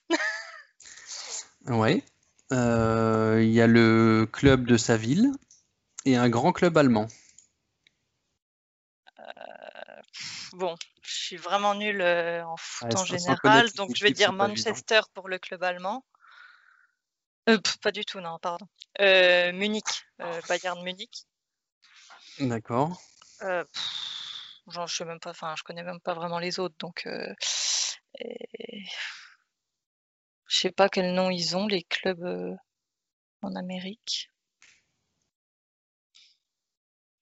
[SPEAKER 2] Ouais. Euh, Il y a le club de sa ville et un grand club allemand.
[SPEAKER 5] Bon, je suis vraiment nulle euh, en foot
[SPEAKER 2] Ouais,
[SPEAKER 5] en
[SPEAKER 2] sans- sans
[SPEAKER 5] général,
[SPEAKER 2] connaître les
[SPEAKER 5] donc je vais
[SPEAKER 2] équipes,
[SPEAKER 5] dire
[SPEAKER 2] c'est pas évident.
[SPEAKER 5] Manchester pour le club allemand. Euh, pff, pas du tout, non, pardon. Euh, Munich, euh, Bayern Munich.
[SPEAKER 2] D'accord.
[SPEAKER 5] Euh, pff, genre, je sais même pas, enfin, je connais même pas vraiment les autres, donc euh, et- je sais pas quel nom ils ont les clubs euh, en Amérique.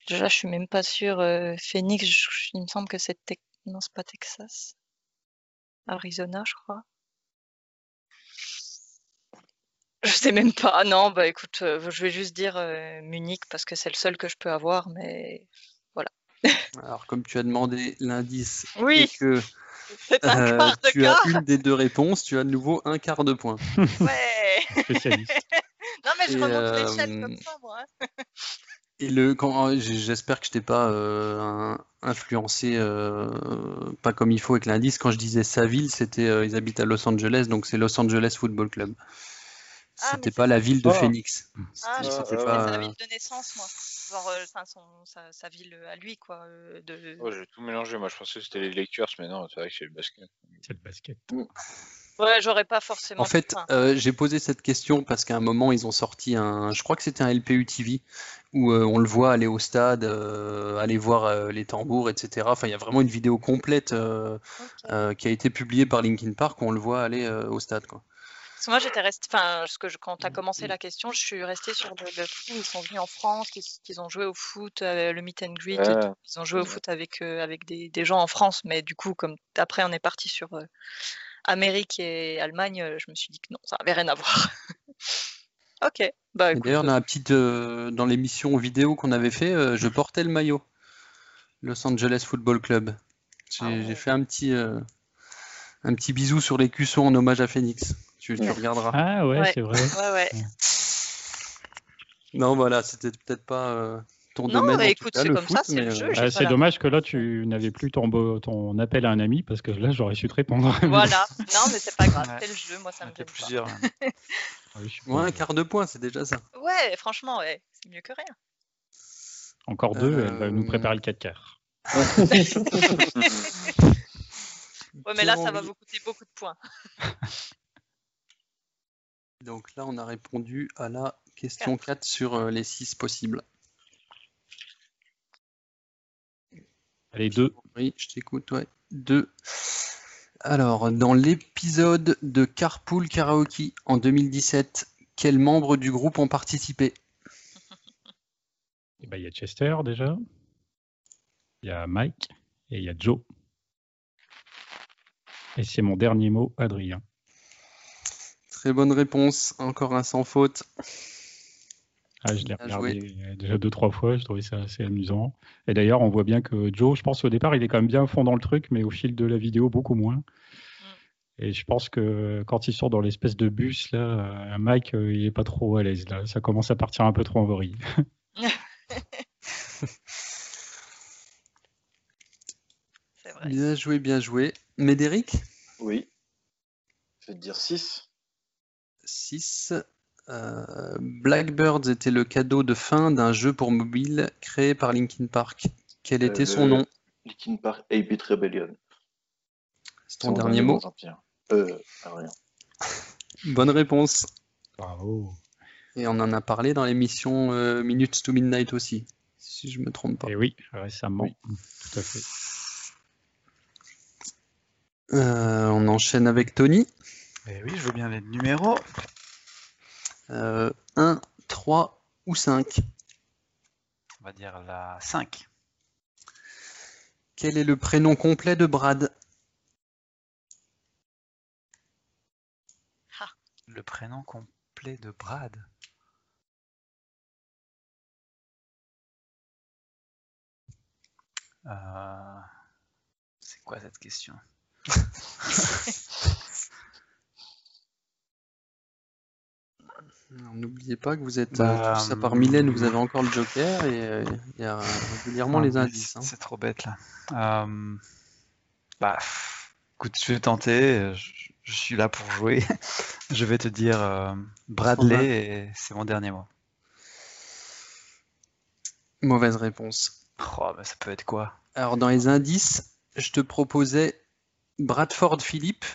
[SPEAKER 5] Déjà, je suis même pas sûre. euh, Phoenix, je- je- il me semble que c'est Tex- non, c'est pas Texas, Arizona, je crois. Je sais même pas. Non, bah écoute, euh, je vais juste dire euh, Munich parce que c'est le seul que je peux avoir, mais
[SPEAKER 2] Alors comme tu as demandé l'indice et
[SPEAKER 5] oui,
[SPEAKER 2] que
[SPEAKER 5] c'est un
[SPEAKER 2] euh,
[SPEAKER 5] quart de
[SPEAKER 2] tu as
[SPEAKER 5] quart.
[SPEAKER 2] une des deux réponses, tu as de nouveau un quart de point.
[SPEAKER 5] Ouais. (laughs)
[SPEAKER 1] Spécialiste.
[SPEAKER 5] Non mais je
[SPEAKER 2] Et,
[SPEAKER 5] remonte l'échelle
[SPEAKER 2] euh,
[SPEAKER 5] comme ça, moi. hein.
[SPEAKER 2] Et le, quand, ah, j- j'espère que je t'ai pas euh, un- influencé, euh, pas comme il faut avec l'indice. Quand je disais sa ville, c'était euh, ils habitent à Los Angeles, donc c'est Los Angeles Football Club.
[SPEAKER 5] Ah, mais
[SPEAKER 2] C'était
[SPEAKER 5] c'est
[SPEAKER 2] pas la
[SPEAKER 5] ça.
[SPEAKER 2] ville de
[SPEAKER 6] Ah.
[SPEAKER 2] Phoenix.
[SPEAKER 5] Ah, je
[SPEAKER 6] Ouais,
[SPEAKER 5] pensais
[SPEAKER 2] C'était
[SPEAKER 5] que
[SPEAKER 6] ouais,
[SPEAKER 5] c'était
[SPEAKER 2] pas,
[SPEAKER 5] sa
[SPEAKER 2] euh,
[SPEAKER 5] ville de naissance, moi. Genre, euh, enfin, son, sa, sa ville à lui, quoi. euh, De...
[SPEAKER 6] Oh, j'ai tout mélangé. Moi, je pensais que c'était les Lakers, mais non, c'est vrai que c'est le basket.
[SPEAKER 1] C'est le basket.
[SPEAKER 5] Ouais, j'aurais pas forcément.
[SPEAKER 2] En fait,
[SPEAKER 5] enfin,
[SPEAKER 2] euh, j'ai posé cette question parce qu'à un moment, ils ont sorti un, je crois que c'était un LPU TV, où euh, on le voit aller au stade, euh, aller voir euh, les tambours, etc. Enfin, il y a vraiment une vidéo complète euh,
[SPEAKER 5] ok.
[SPEAKER 2] euh, qui a été publiée par Linkin Park où on le voit aller euh, au stade, quoi.
[SPEAKER 5] Parce que moi, j'étais restée. Enfin, ce que je... quand t'as commencé la question, je suis restée sur le, le foot. Ils sont venus en France, qu'ils qu'ils ont joué au foot, euh, le meet and greet. et
[SPEAKER 6] Ouais.
[SPEAKER 5] tout. Ils ont joué au
[SPEAKER 6] Ouais.
[SPEAKER 5] foot avec, euh, avec des, des gens en France, mais du coup, comme après, on est parti sur euh, Amérique et Allemagne, euh, je me suis dit que non, ça avait rien à voir. (laughs) ok. Bah,
[SPEAKER 2] Et
[SPEAKER 5] écoute,
[SPEAKER 2] D'ailleurs, dans la petite, euh, dans l'émission vidéo qu'on avait fait, euh, je portais le maillot, Los Angeles Football Club. J'ai
[SPEAKER 5] Ah ouais.
[SPEAKER 2] j'ai fait un petit, euh, un petit bisou sur les cuissons en hommage à Phoenix. Tu, tu
[SPEAKER 4] Ouais.
[SPEAKER 2] regarderas.
[SPEAKER 1] Ah ouais,
[SPEAKER 5] Ouais.
[SPEAKER 1] c'est vrai.
[SPEAKER 5] ouais,
[SPEAKER 2] (laughs)
[SPEAKER 5] ouais.
[SPEAKER 2] Non, voilà, c'était peut-être pas euh, ton
[SPEAKER 5] Non,
[SPEAKER 2] domaine.
[SPEAKER 5] bah
[SPEAKER 2] en tout
[SPEAKER 5] écoute,
[SPEAKER 2] cas,
[SPEAKER 5] c'est
[SPEAKER 2] le
[SPEAKER 5] comme
[SPEAKER 2] foot,
[SPEAKER 5] ça, c'est le
[SPEAKER 2] mais,
[SPEAKER 5] jeu,
[SPEAKER 2] euh,
[SPEAKER 5] j'ai
[SPEAKER 1] Ah,
[SPEAKER 5] pas
[SPEAKER 1] c'est
[SPEAKER 5] la
[SPEAKER 1] dommage que là, tu n'avais plus ton, bo- ton appel à un ami parce que là, j'aurais su te répondre. (laughs)
[SPEAKER 5] Voilà, non mais c'est pas grave,
[SPEAKER 3] Ouais.
[SPEAKER 5] c'est le jeu, moi ça me
[SPEAKER 3] Il y a
[SPEAKER 5] gêne (laughs)
[SPEAKER 3] plusieurs. là.
[SPEAKER 1] Ouais, je suis
[SPEAKER 2] ouais, un
[SPEAKER 1] con.
[SPEAKER 2] quart de point, c'est déjà ça.
[SPEAKER 5] pas. Ouais, franchement, ouais, c'est mieux que rien.
[SPEAKER 1] Encore deux,
[SPEAKER 2] Euh,
[SPEAKER 1] elle va nous préparer le 4 quarts.
[SPEAKER 5] Ouais, mais là, ça va vous coûter beaucoup de points.
[SPEAKER 2] Donc là, on a répondu à la question 4 sur euh, les 6 possibles.
[SPEAKER 1] Allez, deux.
[SPEAKER 2] Oui, je t'écoute, ouais. Deux. Alors, dans l'épisode de Carpool Karaoke en 2017, quels membres du groupe ont participé
[SPEAKER 1] Eh ben, Il y a Chester déjà, il y a Mike et il y a Joe. Et c'est mon dernier mot, Adrien.
[SPEAKER 2] Très bonne réponse, encore un sans faute.
[SPEAKER 1] Ah, je l'ai
[SPEAKER 2] Bien joué.
[SPEAKER 1] regardé déjà deux, trois fois, je trouvais ça assez amusant. Et d'ailleurs, on voit bien que Joe, je pense au départ, il est quand même bien à fond dans le truc, mais au fil de la vidéo, beaucoup
[SPEAKER 2] Mm.
[SPEAKER 1] moins. Et je pense que quand ils sont dans l'espèce de bus, là, euh, Mike, euh, il est pas trop à l'aise. Là. Ça commence à partir un peu trop en vrille.
[SPEAKER 5] C'est vrai.
[SPEAKER 2] Bien joué, bien joué. Médéric
[SPEAKER 4] Oui. Je vais te dire 6.
[SPEAKER 2] 6. Euh, Blackbirds était le cadeau de fin d'un jeu pour mobile créé par Linkin Park. Quel
[SPEAKER 4] Euh,
[SPEAKER 2] était
[SPEAKER 4] le-
[SPEAKER 2] son nom
[SPEAKER 4] Linkin Park, 8 Rebellion.
[SPEAKER 2] C'est ton dernier mot.
[SPEAKER 4] Jean-Pierre. Euh, ah, rien.
[SPEAKER 2] Bonne réponse.
[SPEAKER 1] Bravo.
[SPEAKER 2] Et on en a parlé dans l'émission euh, Minutes to Midnight aussi, si je me trompe pas.
[SPEAKER 1] Et oui, récemment. Tout à fait.
[SPEAKER 2] Euh, on enchaîne avec Tony.
[SPEAKER 3] Mais oui, je veux bien les numéros.
[SPEAKER 2] 1, 3 Euh, ou 5.
[SPEAKER 3] On va dire la 5.
[SPEAKER 2] Quel est le prénom complet de Brad
[SPEAKER 3] Le prénom complet de Brad. Euh, C'est quoi cette question
[SPEAKER 2] Alors, N'oubliez pas que vous êtes
[SPEAKER 3] Bah,
[SPEAKER 2] euh, tous à part
[SPEAKER 3] hum.
[SPEAKER 2] Mylène, vous avez encore le Joker et euh, il y a régulièrement
[SPEAKER 3] Non,
[SPEAKER 2] les
[SPEAKER 3] mais
[SPEAKER 2] indices.
[SPEAKER 3] c'est-
[SPEAKER 2] hein.
[SPEAKER 3] C'est trop bête là. Euh, Bah, pff, écoute, je vais tenter. euh, Je, je suis là pour jouer. (laughs) Je vais te dire euh, Bradley et c'est mon dernier mot.
[SPEAKER 2] Mauvaise réponse.
[SPEAKER 3] Oh, mais ça peut être quoi
[SPEAKER 2] Alors dans les indices, je te proposais Bradford Philippe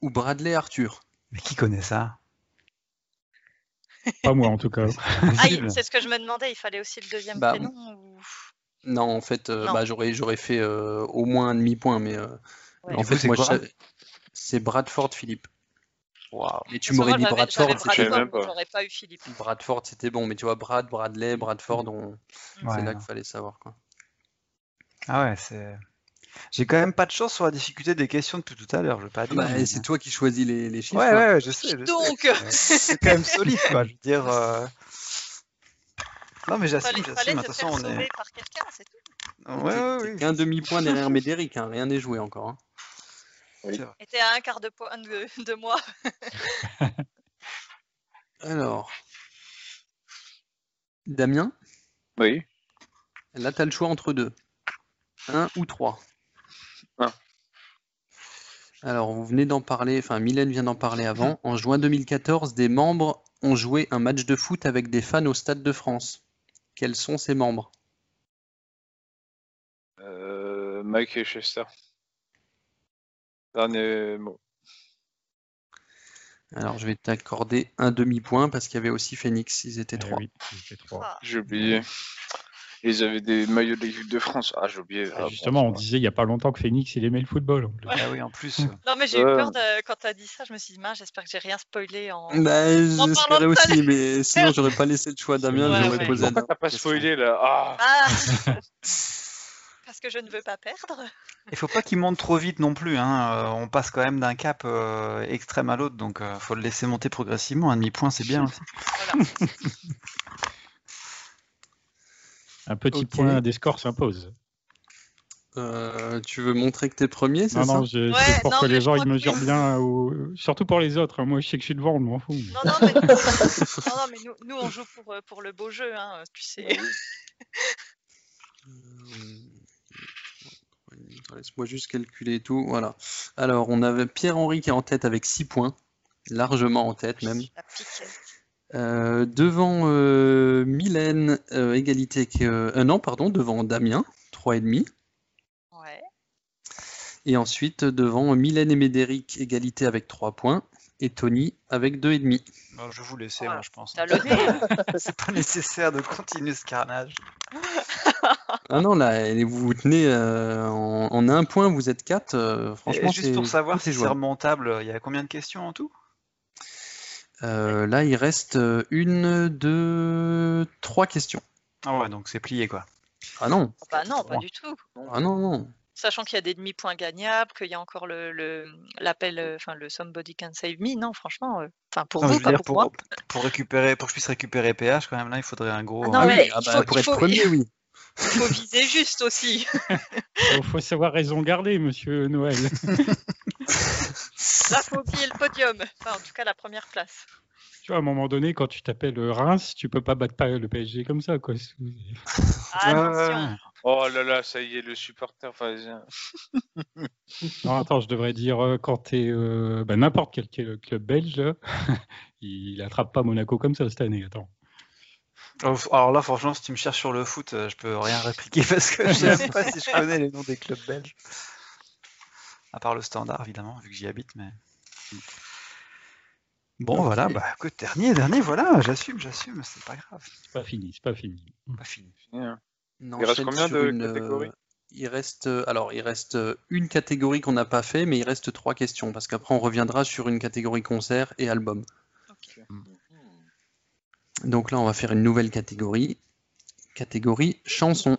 [SPEAKER 2] ou Bradley Arthur.
[SPEAKER 3] Mais qui connaît ça
[SPEAKER 1] Pas moi, en tout cas.
[SPEAKER 5] Ah,
[SPEAKER 3] Impossible.
[SPEAKER 5] il- c'est ce que je me demandais, il fallait aussi le deuxième
[SPEAKER 2] Bah,
[SPEAKER 5] prénom ou...
[SPEAKER 2] Non, en fait, euh,
[SPEAKER 5] Non.
[SPEAKER 2] bah, j'aurais j'aurais fait euh, au moins un demi-point, mais euh,
[SPEAKER 5] Ouais.
[SPEAKER 2] en
[SPEAKER 3] Du coup,
[SPEAKER 2] fait,
[SPEAKER 3] c'est
[SPEAKER 2] moi,
[SPEAKER 3] quoi
[SPEAKER 2] je- c'est Bradford Philippe.
[SPEAKER 3] Waouh.
[SPEAKER 2] Mais tu
[SPEAKER 5] Parce que
[SPEAKER 2] m'aurais
[SPEAKER 5] moi,
[SPEAKER 2] dit
[SPEAKER 5] j'avais-
[SPEAKER 2] Bradford.
[SPEAKER 5] j'avais
[SPEAKER 2] c'est-
[SPEAKER 4] Je savais
[SPEAKER 5] Bradford,
[SPEAKER 4] même pas.
[SPEAKER 5] donc J'aurais pas eu Philippe.
[SPEAKER 2] Bradford, c'était bon, mais tu vois, Brad, Bradley, Bradford, on... c'est
[SPEAKER 3] Ouais,
[SPEAKER 2] là
[SPEAKER 3] non.
[SPEAKER 2] qu'il fallait savoir. Quoi.
[SPEAKER 3] Ah ouais, c'est. J'ai quand même pas de chance sur la difficulté des questions depuis tout à l'heure, je veux pas dire.
[SPEAKER 2] Bah,
[SPEAKER 3] mais-
[SPEAKER 2] c'est toi qui choisis les, les chiffres.
[SPEAKER 3] Ouais,
[SPEAKER 2] hein.
[SPEAKER 3] ouais, ouais, je sais. je sais.
[SPEAKER 5] Donc, euh,
[SPEAKER 3] C'est quand même solide, quoi. Je veux dire. euh, Non, mais
[SPEAKER 5] fallait,
[SPEAKER 3] j'assume,
[SPEAKER 5] fallait
[SPEAKER 3] j'assume.
[SPEAKER 5] te
[SPEAKER 3] Attention,
[SPEAKER 5] faire
[SPEAKER 3] on
[SPEAKER 5] sauver
[SPEAKER 3] est.
[SPEAKER 5] par quelqu'un, c'est tout.
[SPEAKER 3] Ouais, ouais, ouais.
[SPEAKER 2] T'es qu'un demi-point derrière Médéric, hein, rien n'est joué encore. hein.
[SPEAKER 5] Et t'es à un quart de point de, de moi.
[SPEAKER 2] Alors, Damien,
[SPEAKER 6] Oui.
[SPEAKER 2] là, t'as le choix entre deux. Un ou trois.
[SPEAKER 6] Un.
[SPEAKER 2] Alors, vous venez d'en parler, enfin, Mylène vient d'en parler avant. En juin 2014, des membres ont joué un match de foot avec des fans au Stade de France. Quels sont ces membres
[SPEAKER 6] Euh, Mike et Chester. Ah, Dernier mot.
[SPEAKER 2] Alors, je vais t'accorder un demi-point parce qu'il y avait aussi Phoenix, ils étaient
[SPEAKER 1] Eh
[SPEAKER 2] trois.
[SPEAKER 1] oui, c'était trois.
[SPEAKER 5] Ah,
[SPEAKER 6] J'ai oublié. Ils avaient des maillots de l'équipe de France. Ah, j'ai oublié. Ah, bon,
[SPEAKER 1] Justement, on
[SPEAKER 6] c'est
[SPEAKER 1] disait il n'y a pas longtemps que Phoenix, il aimait le football.
[SPEAKER 3] Ah oui, en plus.
[SPEAKER 5] Non, mais j'ai eu
[SPEAKER 6] Ouais.
[SPEAKER 5] peur de, quand t'as dit ça, je me suis dit, mince, j'espère que j'ai rien spoilé en.
[SPEAKER 2] Bah,
[SPEAKER 5] En
[SPEAKER 2] j'espérais
[SPEAKER 5] parlant de ça,
[SPEAKER 2] aussi, mais sinon j'aurais pas laissé le choix à Damien,
[SPEAKER 5] Ouais,
[SPEAKER 2] j'aurais
[SPEAKER 5] ouais.
[SPEAKER 2] posé à
[SPEAKER 6] pas- T'as pas spoilé là. Ah,
[SPEAKER 5] Ah Parce que je ne veux pas perdre.
[SPEAKER 3] Il faut pas qu'il monte trop vite non plus. Hein. euh, On passe quand même d'un cap euh, extrême à l'autre, donc euh, faut le laisser monter progressivement. Un demi-point, c'est bien hein. aussi.
[SPEAKER 5] Voilà.
[SPEAKER 1] Un petit
[SPEAKER 2] Ok.
[SPEAKER 1] point des scores s'impose.
[SPEAKER 2] Euh, tu veux montrer que t'es premier, c'est
[SPEAKER 1] Non,
[SPEAKER 2] ça
[SPEAKER 1] non, je-
[SPEAKER 5] Ouais,
[SPEAKER 1] c'est pour
[SPEAKER 5] non,
[SPEAKER 1] que
[SPEAKER 5] mais
[SPEAKER 1] les
[SPEAKER 5] je
[SPEAKER 1] gens
[SPEAKER 5] crois
[SPEAKER 1] ils
[SPEAKER 5] que-
[SPEAKER 1] mesurent bien, au- surtout pour les autres. hein. Moi, je sais que je suis devant, on m'en fout.
[SPEAKER 5] Non, non, mais, non, non, mais nous, nous, on joue pour, euh, pour le beau jeu, hein, tu sais.
[SPEAKER 2] Euh, Laisse-moi juste calculer tout, voilà. Alors, on avait Pierre-Henri qui est en tête avec 6 points, largement en tête même.
[SPEAKER 5] La pique.
[SPEAKER 2] Euh, devant euh, Mylène, euh, égalité, que, euh, non, pardon, devant Damien, 3,5.
[SPEAKER 5] Ouais.
[SPEAKER 2] Et ensuite, devant Mylène et Médéric, égalité avec 3 points. Et Tony avec 2,5.
[SPEAKER 3] Bon, Bah, je vais vous laisser,
[SPEAKER 5] Voilà.
[SPEAKER 3] moi, je pense.
[SPEAKER 5] T'as le nez.
[SPEAKER 3] C'est pas nécessaire de continuer ce carnage.
[SPEAKER 2] Ah non, là, elle- vous vous tenez euh, en, en un point, vous êtes 4. franchement,
[SPEAKER 3] Et juste pour
[SPEAKER 2] c'est-
[SPEAKER 3] savoir
[SPEAKER 2] c'est
[SPEAKER 3] si c'est
[SPEAKER 2] jouable.
[SPEAKER 3] remontable, il y a combien de questions en tout
[SPEAKER 2] Euh, là, il reste euh, une, deux, trois questions.
[SPEAKER 3] Ah ouais, donc c'est plié quoi.
[SPEAKER 2] Ah non,
[SPEAKER 5] Bah non, pas
[SPEAKER 2] Bon.
[SPEAKER 5] du tout.
[SPEAKER 2] ah non, non.
[SPEAKER 5] Sachant qu'il y a des demi-points gagnables, qu'il y a encore le- le l'appel, euh, enfin le Somebody Can Save Me, non, franchement, euh, enfin pour
[SPEAKER 3] Non, mais
[SPEAKER 5] vous,
[SPEAKER 3] je
[SPEAKER 5] pas
[SPEAKER 3] veux dire,
[SPEAKER 5] pour, moi.
[SPEAKER 3] pour, pour récupérer, pour que je puisse récupérer PH quand même là, il faudrait un gros. euh,
[SPEAKER 5] Ah non,
[SPEAKER 3] un-
[SPEAKER 5] mais il
[SPEAKER 2] ah bah,
[SPEAKER 5] faut-
[SPEAKER 2] pour
[SPEAKER 5] il
[SPEAKER 2] être
[SPEAKER 5] faut-
[SPEAKER 2] premier, oui.
[SPEAKER 5] Il faut viser
[SPEAKER 3] (laughs)
[SPEAKER 5] juste aussi.
[SPEAKER 1] Il faut savoir raison garder, monsieur
[SPEAKER 5] (laughs)
[SPEAKER 1] Noël.
[SPEAKER 5] La phobie et le podium. Enfin, en tout cas, la première place.
[SPEAKER 1] tu vois, à un moment donné, quand tu t'appelles Reims, tu peux pas battre pas le PSG comme ça. Quoi. C'est-
[SPEAKER 5] Attention.
[SPEAKER 6] Oh là là, ça y est, le supporter. Enfin, j'ai-
[SPEAKER 1] Non, attends, je devrais dire, euh, quand tu es n'importe quel, quel club belge, là, (laughs) il attrape pas Monaco comme ça cette année. Attends.
[SPEAKER 3] Oh, f- Alors là, franchement, si tu me cherches sur le foot, euh, je peux (laughs) rien répliquer parce que je sais même pas si je connais les noms des clubs belges. À part le standard, évidemment, vu que j'y habite, mais. Bon,
[SPEAKER 2] Ok.
[SPEAKER 3] voilà, bah écoute, dernier, dernier, voilà, j'assume, j'assume, c'est pas grave,
[SPEAKER 1] C'est pas fini, c'est pas fini.
[SPEAKER 3] c'est pas fini.
[SPEAKER 6] hein.
[SPEAKER 2] Non,
[SPEAKER 6] Il reste
[SPEAKER 2] celle
[SPEAKER 6] combien
[SPEAKER 2] sur
[SPEAKER 6] de
[SPEAKER 2] une, euh,
[SPEAKER 6] catégories
[SPEAKER 2] Il reste, euh, alors, il reste euh, une catégorie qu'on n'a pas fait, mais il reste trois questions parce qu'après on reviendra sur une catégorie concert et album. Hmm.
[SPEAKER 5] Ok.
[SPEAKER 6] Hmm.
[SPEAKER 2] Donc là, on va faire une nouvelle catégorie, catégorie chanson,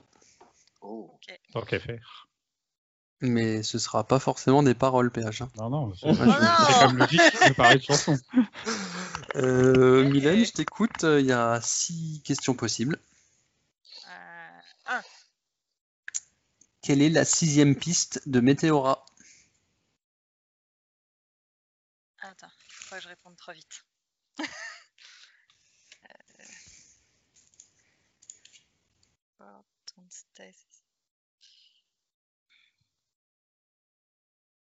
[SPEAKER 6] Oh.
[SPEAKER 1] Tant qu'à faire.
[SPEAKER 2] mais ce sera pas forcément des paroles, PH. hein.
[SPEAKER 1] Non, non, c'est
[SPEAKER 2] Moi, je-
[SPEAKER 1] c'est
[SPEAKER 5] Oh
[SPEAKER 1] comme logique de parler de chanson.
[SPEAKER 2] Euh,
[SPEAKER 5] Eh.
[SPEAKER 2] Mylène, je t'écoute. euh, Il y a six questions possibles.
[SPEAKER 5] non Euh,
[SPEAKER 2] Quelle est la sixième piste de Météora
[SPEAKER 5] Attends, il faut que je réponde trop vite. (laughs) Euh, Don't stay-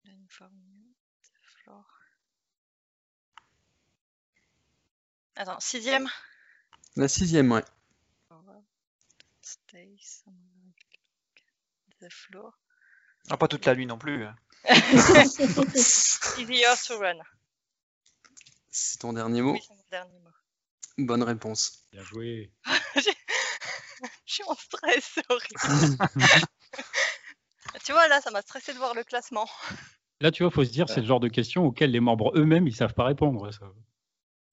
[SPEAKER 5] Line for you, the floor. Attends, sixième
[SPEAKER 2] La sixième, ouais.
[SPEAKER 5] Stay somewhere on the floor.
[SPEAKER 3] Ah, pas toute la nuit non plus. (laughs) hein.
[SPEAKER 5] Easier to run.
[SPEAKER 2] C'est ton dernier mot.
[SPEAKER 5] Oui, c'est mon dernier mot.
[SPEAKER 2] Bonne réponse.
[SPEAKER 1] Bien joué.
[SPEAKER 5] Je suis en stress, c'est horrible. tu vois, là, ça m'a stressé de voir le classement.
[SPEAKER 1] Là, tu vois, faut se dire, c'est le genre de question auxquelles les membres eux-mêmes, ils savent pas répondre. ça.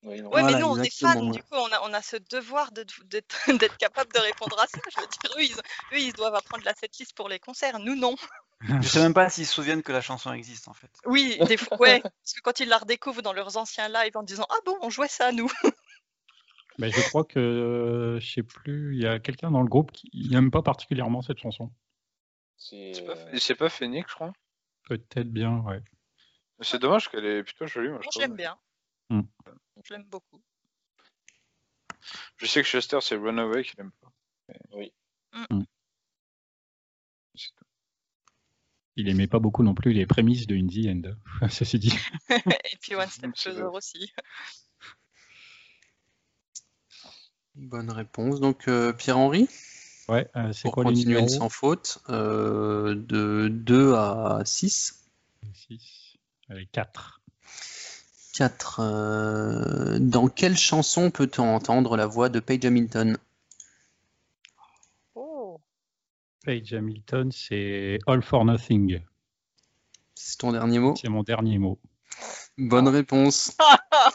[SPEAKER 6] Oui, non.
[SPEAKER 5] Ouais,
[SPEAKER 2] Voilà,
[SPEAKER 5] mais nous, on est
[SPEAKER 2] exactement,
[SPEAKER 5] fans,
[SPEAKER 2] ouais.
[SPEAKER 5] du coup, on a, on a ce devoir de- d'être (laughs) d'être capable de répondre à ça. Je veux dire, eux, ils, eux, ils doivent apprendre la setlist pour les concerts, nous, non.
[SPEAKER 3] Je sais même pas s'ils se souviennent que la chanson existe en fait.
[SPEAKER 5] Oui, des fois,
[SPEAKER 1] (laughs)
[SPEAKER 5] ouais, parce que quand ils la redécouvrent dans leurs anciens lives en disant Ah bon, on jouait ça, nous.
[SPEAKER 1] Mais Bah, je crois que, euh, je sais plus, il y a quelqu'un dans le groupe qui n'aime pas particulièrement cette chanson.
[SPEAKER 4] C'est
[SPEAKER 6] C'est pas, c'est pas Phoenix, je crois.
[SPEAKER 1] Peut-être bien, ouais.
[SPEAKER 6] Mais C'est dommage qu'elle est plutôt jolie. Moi,
[SPEAKER 5] Moi,
[SPEAKER 6] je
[SPEAKER 5] je
[SPEAKER 6] trouve.
[SPEAKER 5] l'aime bien.
[SPEAKER 1] Hmm.
[SPEAKER 5] Je l'aime beaucoup.
[SPEAKER 6] Je sais que Chester, c'est Runaway qu'il aime pas.
[SPEAKER 4] Oui.
[SPEAKER 1] Mm. Il aimait pas beaucoup non plus les prémices de In the End, (laughs) ceci dit.
[SPEAKER 5] Et puis One Step
[SPEAKER 6] C'est
[SPEAKER 5] Closer
[SPEAKER 6] vrai.
[SPEAKER 5] aussi.
[SPEAKER 2] Bonne réponse. Donc euh, Pierre-Henri,
[SPEAKER 1] Ouais, euh, c'est
[SPEAKER 2] pour
[SPEAKER 1] quoi les
[SPEAKER 2] continuer
[SPEAKER 1] numéros
[SPEAKER 2] sans faute, euh, de 2 à 6.
[SPEAKER 1] 6, avec 4.
[SPEAKER 2] 4. euh, dans quelle chanson peut-on entendre la voix de Paige Hamilton
[SPEAKER 5] Oh
[SPEAKER 1] Paige Hamilton, c'est All for Nothing.
[SPEAKER 2] C'est ton dernier mot.
[SPEAKER 1] C'est mon dernier mot.
[SPEAKER 2] Bonne réponse.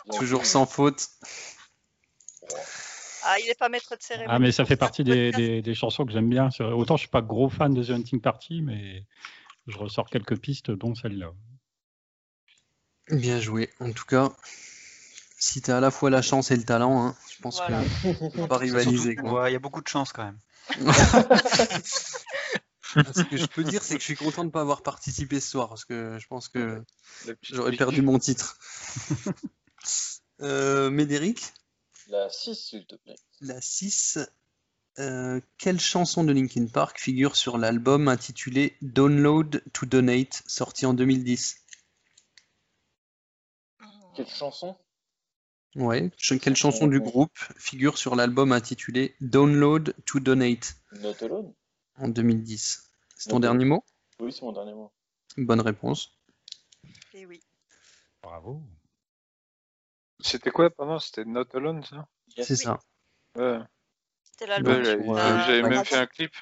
[SPEAKER 4] Bien
[SPEAKER 2] Toujours sans faute.
[SPEAKER 5] Ah, il n'est pas maître de cérémonie.
[SPEAKER 1] Ah, mais ça
[SPEAKER 5] pour
[SPEAKER 1] fait
[SPEAKER 5] faire
[SPEAKER 1] partie
[SPEAKER 5] le
[SPEAKER 1] des,
[SPEAKER 5] podcast.
[SPEAKER 1] des- des chansons que j'aime bien. C'est- Autant je suis pas gros fan de The Hunting Party, mais je ressors quelques pistes, dont celle-là.
[SPEAKER 2] Bien joué. En tout cas, si t'as à la fois la chance et le talent, hein, je pense
[SPEAKER 5] Voilà.
[SPEAKER 2] que on va
[SPEAKER 3] Surtout
[SPEAKER 2] rivaliser.
[SPEAKER 3] qu'on
[SPEAKER 2] quoi.
[SPEAKER 3] voit- Il y a beaucoup de chance quand même.
[SPEAKER 2] (laughs) Ce que je peux dire, c'est que je suis content de ne pas avoir participé ce soir, parce que je pense que
[SPEAKER 6] La petite
[SPEAKER 2] j'aurais
[SPEAKER 6] pique.
[SPEAKER 2] perdu mon titre. (laughs) Euh, Médéric,
[SPEAKER 4] La 6, s'il te plaît.
[SPEAKER 2] la 6. euh, quelle chanson de Linkin Park figure sur l'album intitulé Download to Donate, sorti en 2010
[SPEAKER 5] Mm.
[SPEAKER 4] Quelle chanson
[SPEAKER 2] Ouais, ch- quelle chanson du groupe figure sur l'album intitulé Download to Donate
[SPEAKER 4] Not Alone
[SPEAKER 2] en 2010 C'est ton
[SPEAKER 4] Ok.
[SPEAKER 2] dernier mot
[SPEAKER 4] Oui, c'est mon dernier mot.
[SPEAKER 2] Bonne réponse.
[SPEAKER 5] Et oui.
[SPEAKER 1] Bravo.
[SPEAKER 6] C'était quoi, pardon C'était Not Alone, ça
[SPEAKER 2] C'est ça.
[SPEAKER 6] Ouais.
[SPEAKER 5] C'était
[SPEAKER 2] Bon,
[SPEAKER 5] l'album.
[SPEAKER 6] Ouais, j'avais
[SPEAKER 2] sur,
[SPEAKER 5] euh,
[SPEAKER 6] Ah, j'avais même
[SPEAKER 5] Manhattan.
[SPEAKER 6] fait un clip.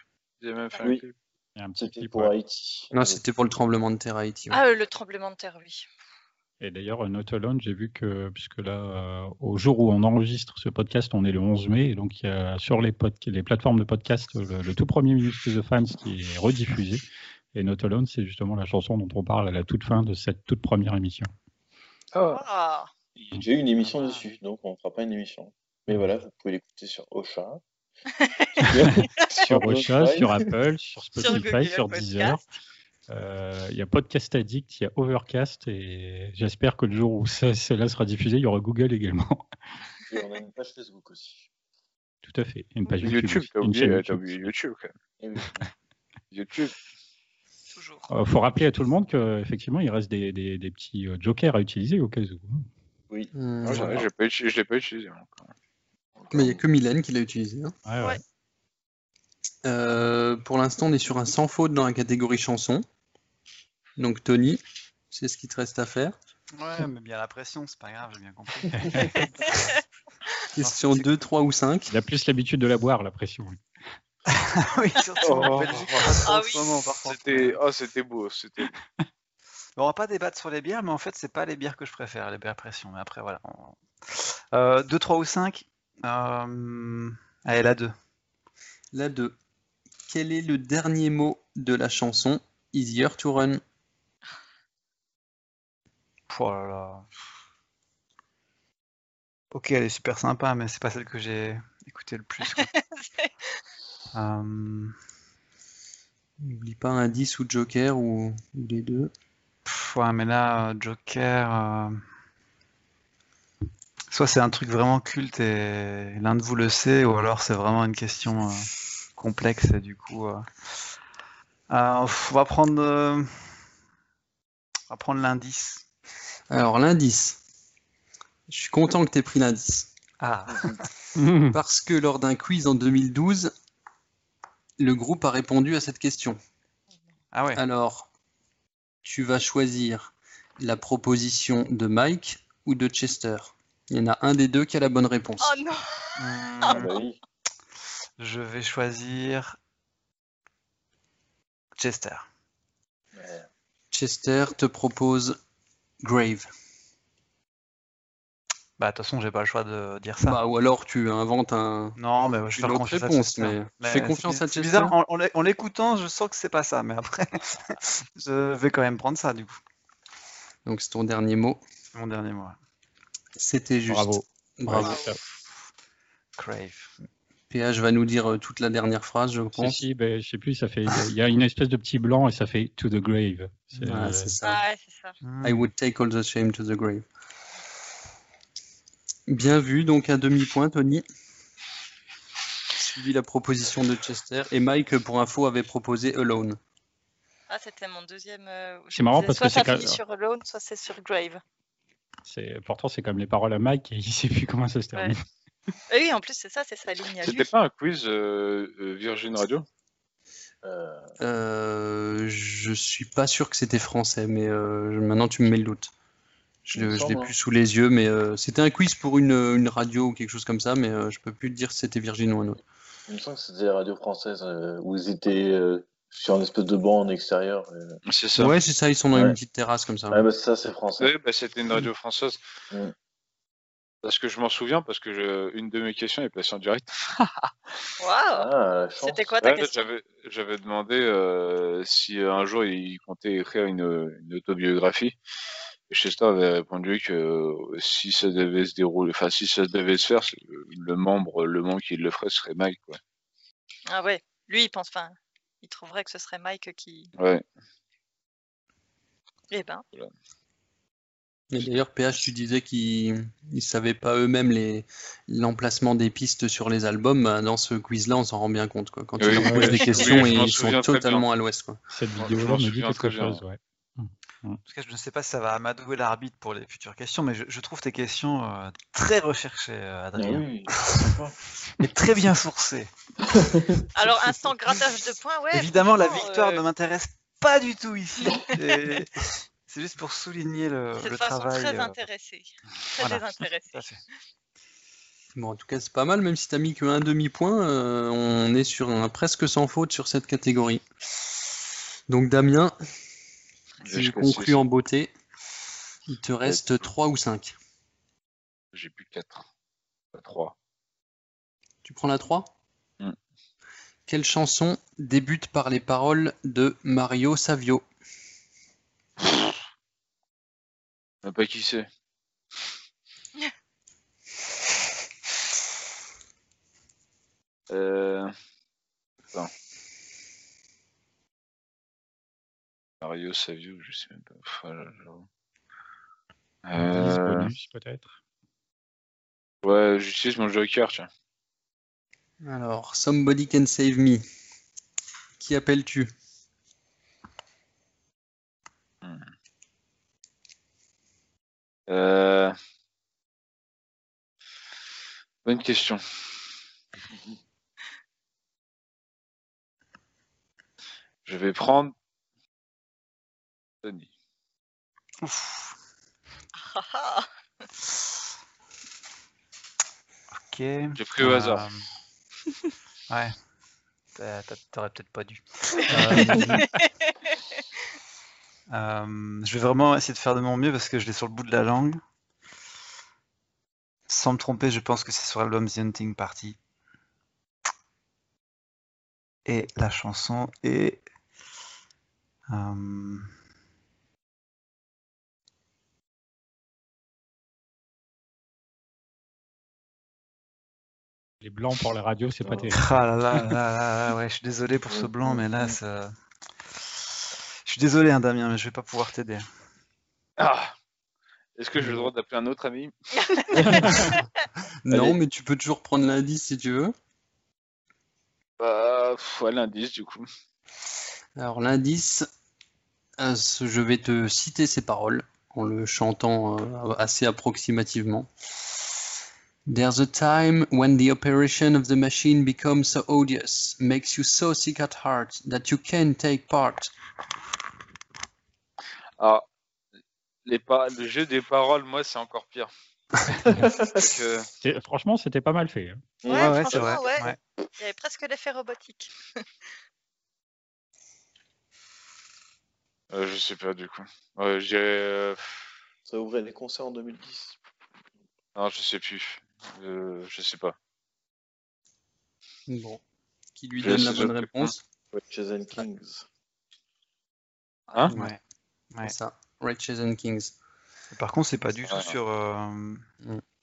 [SPEAKER 6] J'avais même fait un
[SPEAKER 4] Oui.
[SPEAKER 6] clip.
[SPEAKER 1] Il y a un petit
[SPEAKER 4] C'était
[SPEAKER 1] clip,
[SPEAKER 4] pour
[SPEAKER 1] ouais.
[SPEAKER 4] Haïti.
[SPEAKER 2] Non, c'était pour le tremblement de terre à Haïti. ouais.
[SPEAKER 5] Ah, euh, le tremblement de terre, oui.
[SPEAKER 1] Et d'ailleurs, euh, Not Alone, j'ai vu que, puisque là, euh, au jour où on enregistre ce podcast, on est le 11 mai, et donc il y a sur les, pod- les plateformes de podcast euh, le, le tout premier Minute to the Fans qui est rediffusé. Et Not Alone, c'est justement la chanson dont on parle à la toute fin de cette toute première émission.
[SPEAKER 6] Ah,
[SPEAKER 5] Ah,
[SPEAKER 4] J'ai eu une émission
[SPEAKER 5] Ah.
[SPEAKER 4] dessus, donc on ne fera pas une émission. Mais voilà, vous pouvez l'écouter sur Ocha.
[SPEAKER 1] Sur Ocha,
[SPEAKER 4] Spotify.
[SPEAKER 1] sur Apple, sur
[SPEAKER 5] sur Google
[SPEAKER 1] Spotify, sur, Deezer.
[SPEAKER 5] Podcast.
[SPEAKER 1] Euh, Il y a Podcast Addict, il y a Overcast, et j'espère que le jour où ça- celle-là sera diffusée, il y aura Google également. (laughs)
[SPEAKER 4] Et on a une page Facebook aussi.
[SPEAKER 1] Tout à fait. Une page YouTube.
[SPEAKER 6] YouTube, t'as
[SPEAKER 1] une
[SPEAKER 6] oublié,
[SPEAKER 1] chaîne
[SPEAKER 6] euh, t'as oublié YouTube quand même.
[SPEAKER 4] Et Eh oui.
[SPEAKER 6] YouTube.
[SPEAKER 5] Toujours.
[SPEAKER 1] Il Euh, faut rappeler à tout le monde qu'effectivement, il reste des, des- des petits euh, jokers à utiliser au cas où. hein.
[SPEAKER 4] Oui.
[SPEAKER 2] Hum,
[SPEAKER 6] Ah, j'en ai-
[SPEAKER 4] voilà.
[SPEAKER 6] j'ai pas uti- Je l'ai pas utilisé. hein. moi, encore.
[SPEAKER 2] (laughs) Mais il n'y a que Mylène qui l'a utilisé. hein.
[SPEAKER 1] Ouais,
[SPEAKER 5] Ouais.
[SPEAKER 2] Euh, pour l'instant, on est sur un sans faute dans la catégorie chanson. Donc, Tony, c'est ce qui te reste à faire.
[SPEAKER 3] Ouais, mais bien la pression, c'est pas grave, j'ai bien compris.
[SPEAKER 2] Question
[SPEAKER 3] c'est-
[SPEAKER 2] 2, 3 ou 5.
[SPEAKER 1] Il a plus l'habitude de la boire, la pression. hein. lui.
[SPEAKER 3] (laughs) oui, surtout en
[SPEAKER 6] Oh.
[SPEAKER 3] Belgique, on passe
[SPEAKER 5] Ah
[SPEAKER 3] en
[SPEAKER 5] oui.
[SPEAKER 3] ce moment, par contre.
[SPEAKER 6] C'était oh, c'était beau. C'était
[SPEAKER 3] Bon, on va pas débattre sur les bières, mais en fait, c'est pas les bières que je préfère, les bières pression. Mais après, voilà. on- Euh, deux, trois ou cinq euh... Allez, la deux.
[SPEAKER 2] La 2. Quel est le dernier mot de la chanson Easier to Run
[SPEAKER 3] Oh là là. Ok, elle est super sympa, mais c'est pas celle que j'ai écoutée le plus. quoi. Euh,
[SPEAKER 2] N'oublie pas un 10 ou Joker ou, ou les deux.
[SPEAKER 3] pff, ouais, mais là, euh, Joker. euh, Soit c'est un truc vraiment culte et l'un de vous le sait, ou alors c'est vraiment une question euh, complexe et du coup. euh, euh, pff, on va prendre. euh, On va prendre l'indice.
[SPEAKER 2] Alors, l'indice. Je suis content que tu aies pris l'indice.
[SPEAKER 3] Ah,
[SPEAKER 2] Parce que lors d'un quiz en 2012, le groupe a répondu à cette question.
[SPEAKER 3] ah ouais.
[SPEAKER 2] Alors, tu vas choisir la proposition de Mike ou de Chester. Il y en a un des deux qui a la bonne réponse.
[SPEAKER 5] Oh non
[SPEAKER 4] Ah
[SPEAKER 3] Hum.
[SPEAKER 4] bah oui.
[SPEAKER 3] Je vais choisir Chester.
[SPEAKER 4] Ouais.
[SPEAKER 2] Chester te propose Grave.
[SPEAKER 3] Bah, de toute façon, j'ai pas le choix de dire ça.
[SPEAKER 2] Bah, ou alors tu inventes un,
[SPEAKER 3] non, mais je
[SPEAKER 2] une
[SPEAKER 3] vais faire
[SPEAKER 2] autre
[SPEAKER 3] confiance à
[SPEAKER 2] réponse,
[SPEAKER 3] Chester.
[SPEAKER 2] mais fais
[SPEAKER 3] c'est
[SPEAKER 2] confiance
[SPEAKER 3] bi-
[SPEAKER 2] à
[SPEAKER 3] c'est
[SPEAKER 2] Chester.
[SPEAKER 3] bizarre, hein. en, en l'é- en l'écoutant, je sens que c'est pas ça, mais après, (laughs) je vais quand même prendre ça, du coup.
[SPEAKER 2] Donc c'est ton dernier mot.
[SPEAKER 3] C'est mon dernier mot. ouais.
[SPEAKER 2] C'était juste.
[SPEAKER 1] Bravo.
[SPEAKER 2] Bravo.
[SPEAKER 1] Ouais, c'est ça.
[SPEAKER 3] Crave.
[SPEAKER 2] PH va nous dire euh, toute la dernière phrase, je
[SPEAKER 1] Si,
[SPEAKER 2] pense.
[SPEAKER 1] si, ben, je sais plus, ça fait. Il y a une espèce de petit blanc et ça fait to the grave. C'est,
[SPEAKER 2] Ah,
[SPEAKER 1] euh,
[SPEAKER 2] c'est ça.
[SPEAKER 5] Ouais, c'est ça.
[SPEAKER 3] Hmm.
[SPEAKER 2] I would take all the shame to the grave. Bien vu, donc à demi-point, Tony. Suivi la proposition de Chester. Et Mike, pour info, avait proposé Alone.
[SPEAKER 5] Ah, c'était mon deuxième. euh, je
[SPEAKER 1] C'est marrant
[SPEAKER 5] disais,
[SPEAKER 1] parce que
[SPEAKER 5] soit
[SPEAKER 1] c'est
[SPEAKER 5] ça
[SPEAKER 1] quand-
[SPEAKER 5] finit sur Alone, soit c'est sur Grave.
[SPEAKER 1] c'est- pourtant, c'est comme les paroles à Mike et il sait plus comment ça se termine.
[SPEAKER 5] Et Ah oui, en plus, c'est ça, c'est sa ligne à lui.
[SPEAKER 6] c'était pas un quiz euh, euh, Virgin Radio
[SPEAKER 4] Euh,
[SPEAKER 2] Euh, je suis pas sûr que c'était français, mais euh, je- maintenant tu me mets le doute. Je
[SPEAKER 4] Il me
[SPEAKER 2] l'ai je
[SPEAKER 4] semble,
[SPEAKER 2] l'ai
[SPEAKER 4] hein.
[SPEAKER 2] plus sous les yeux, mais euh, c'était un quiz pour une, une radio ou quelque chose comme ça, mais euh, je peux plus te dire si c'était Virgin ou un autre.
[SPEAKER 4] il me semble que c'était la radio française euh, où ils étaient euh, sur une espèce de banc en extérieur. euh.
[SPEAKER 6] C'est ça.
[SPEAKER 2] Ouais, c'est ça, ils sont dans une
[SPEAKER 4] Ouais.
[SPEAKER 2] petite terrasse comme ça.
[SPEAKER 4] Ah bah ça c'est français.
[SPEAKER 6] Ouais, bah, c'était une radio française.
[SPEAKER 4] Mm.
[SPEAKER 6] Parce que je m'en souviens, parce que je- une de mes questions est passée en direct.
[SPEAKER 5] Waouh
[SPEAKER 4] Ah, la chance.
[SPEAKER 5] C'était quoi ta
[SPEAKER 6] Ouais,
[SPEAKER 5] question
[SPEAKER 6] J'avais j'avais demandé euh, si euh, un jour il comptait écrire une, une autobiographie. Et Chester avait répondu que euh, si ça devait se dérouler, enfin si ça devait se faire, c'est- le membre, le membre qui le ferait serait Mike. Quoi.
[SPEAKER 5] Ah ouais, lui, il pense. Enfin, il trouverait que ce serait Mike qui.
[SPEAKER 6] Ouais.
[SPEAKER 5] Eh (laughs) ben,
[SPEAKER 2] Et d'ailleurs, PH, tu disais qu'ils ne savaient pas eux-mêmes les- l'emplacement des pistes sur les albums. Bah, Dans ce quiz-là, on s'en rend bien compte. Quoi. Quand
[SPEAKER 6] Oui,
[SPEAKER 2] ils leur
[SPEAKER 1] oui,
[SPEAKER 2] posent
[SPEAKER 1] oui,
[SPEAKER 2] des
[SPEAKER 1] je-
[SPEAKER 2] questions,
[SPEAKER 6] oui, je m'en
[SPEAKER 2] ils sont
[SPEAKER 6] souviens très bien.
[SPEAKER 2] totalement à l'ouest. Quoi.
[SPEAKER 1] (laughs) Cette
[SPEAKER 6] Ouais,
[SPEAKER 1] vidéo-là
[SPEAKER 6] je m'en
[SPEAKER 1] me dit
[SPEAKER 6] souviens
[SPEAKER 1] quelque
[SPEAKER 6] très bien.
[SPEAKER 1] chose. Ouais.
[SPEAKER 3] En tout cas, je ne sais pas si ça va amadouer l'arbitre pour les futures questions, mais je, je trouve tes questions euh, très recherchées, euh,
[SPEAKER 4] Ah
[SPEAKER 3] Adrien.
[SPEAKER 4] oui, sympa.
[SPEAKER 3] Et très bien sourcées.
[SPEAKER 5] alors instant grattage de points, (laughs) ouais.
[SPEAKER 3] Évidemment, la
[SPEAKER 5] franchement,
[SPEAKER 3] victoire
[SPEAKER 5] euh,
[SPEAKER 3] ne m'intéresse pas du tout ici. (laughs) Et C'est juste pour souligner le,
[SPEAKER 5] C'est de
[SPEAKER 3] le
[SPEAKER 5] façon
[SPEAKER 3] travail.
[SPEAKER 5] très
[SPEAKER 3] euh,
[SPEAKER 5] intéressée. Très
[SPEAKER 3] voilà.
[SPEAKER 5] désintéressée.
[SPEAKER 3] tout (laughs) à fait.
[SPEAKER 2] Bon, en tout cas, c'est pas mal, même si t'as mis que un demi-point, euh, on est sur un presque sans faute sur cette catégorie. Donc Damien, tu
[SPEAKER 6] Jusqu'à
[SPEAKER 2] conclus
[SPEAKER 6] six.
[SPEAKER 2] en beauté. Il te reste 3 ou 5.
[SPEAKER 6] J'ai plus Euh, 4. 3.
[SPEAKER 2] Tu prends la 3
[SPEAKER 6] Mm.
[SPEAKER 2] Quelle chanson débute par les paroles de Mario Savio
[SPEAKER 6] Même pas qui c'est. Euh... Attends. Mario Savio, je sais même pas. Pff, ah, là, j'avoue. Euh...
[SPEAKER 1] Disponible, peut-être.
[SPEAKER 6] Ouais, j'utilise mon joker, tiens.
[SPEAKER 2] Alors, Somebody Can Save Me. Qui appelles-tu
[SPEAKER 6] Euh... Bonne question. Je vais prendre Tony.
[SPEAKER 3] Ouf.
[SPEAKER 5] Ah, ah.
[SPEAKER 3] Ok. J'ai
[SPEAKER 6] pris au hasard.
[SPEAKER 3] euh,
[SPEAKER 5] (laughs)
[SPEAKER 3] Ouais. T'a- t'a- T'aurais peut-être pas dû. Euh, euh, je vais vraiment essayer de faire de mon mieux parce que je l'ai sur le bout de la langue. Sans me tromper, je pense que c'est sur l'album The Hunting Party. Et la chanson est. euh,
[SPEAKER 1] Les blancs pour la radio, c'est pas terrible.
[SPEAKER 3] Ah là là là là là, ouais, je suis désolé pour ce blanc, mais là, ça... Je suis désolé, hein, Damien, mais je vais pas pouvoir t'aider.
[SPEAKER 6] Ah Est-ce que j'ai le droit d'appeler un autre ami
[SPEAKER 2] Non, mais tu peux toujours prendre l'indice si tu veux.
[SPEAKER 6] Bah, pff, ouais, l'indice du coup.
[SPEAKER 2] Alors, l'indice, euh, ce- je vais te citer ces paroles en le chantant euh, assez approximativement. There's a time when the operation of the machine becomes so odious, makes you so sick at heart that you can take part.
[SPEAKER 6] Ah, les pa- le jeu des paroles, moi, c'est encore pire. Parce que-
[SPEAKER 1] C'est- Franchement, c'était pas mal fait. hein.
[SPEAKER 5] Ouais, franchement, ouais. Il y avait presque l'effet robotique.
[SPEAKER 6] Euh, je sais pas du coup. Ouais, je dirais. euh,
[SPEAKER 4] Ça ouvrait les concerts en 2010.
[SPEAKER 6] Non, je sais plus. Euh, je sais pas.
[SPEAKER 2] Bon. Qui lui
[SPEAKER 6] Je
[SPEAKER 2] donne
[SPEAKER 6] sais,
[SPEAKER 2] la
[SPEAKER 6] je
[SPEAKER 2] bonne
[SPEAKER 6] sais.
[SPEAKER 2] réponse
[SPEAKER 4] Witches and (laughs) Kings.
[SPEAKER 6] Hein
[SPEAKER 2] Ouais.
[SPEAKER 3] Ouais.
[SPEAKER 2] C'est ça. Righteous and Kings
[SPEAKER 3] Par contre, c'est pas du tout
[SPEAKER 6] Ouais.
[SPEAKER 3] sur. euh,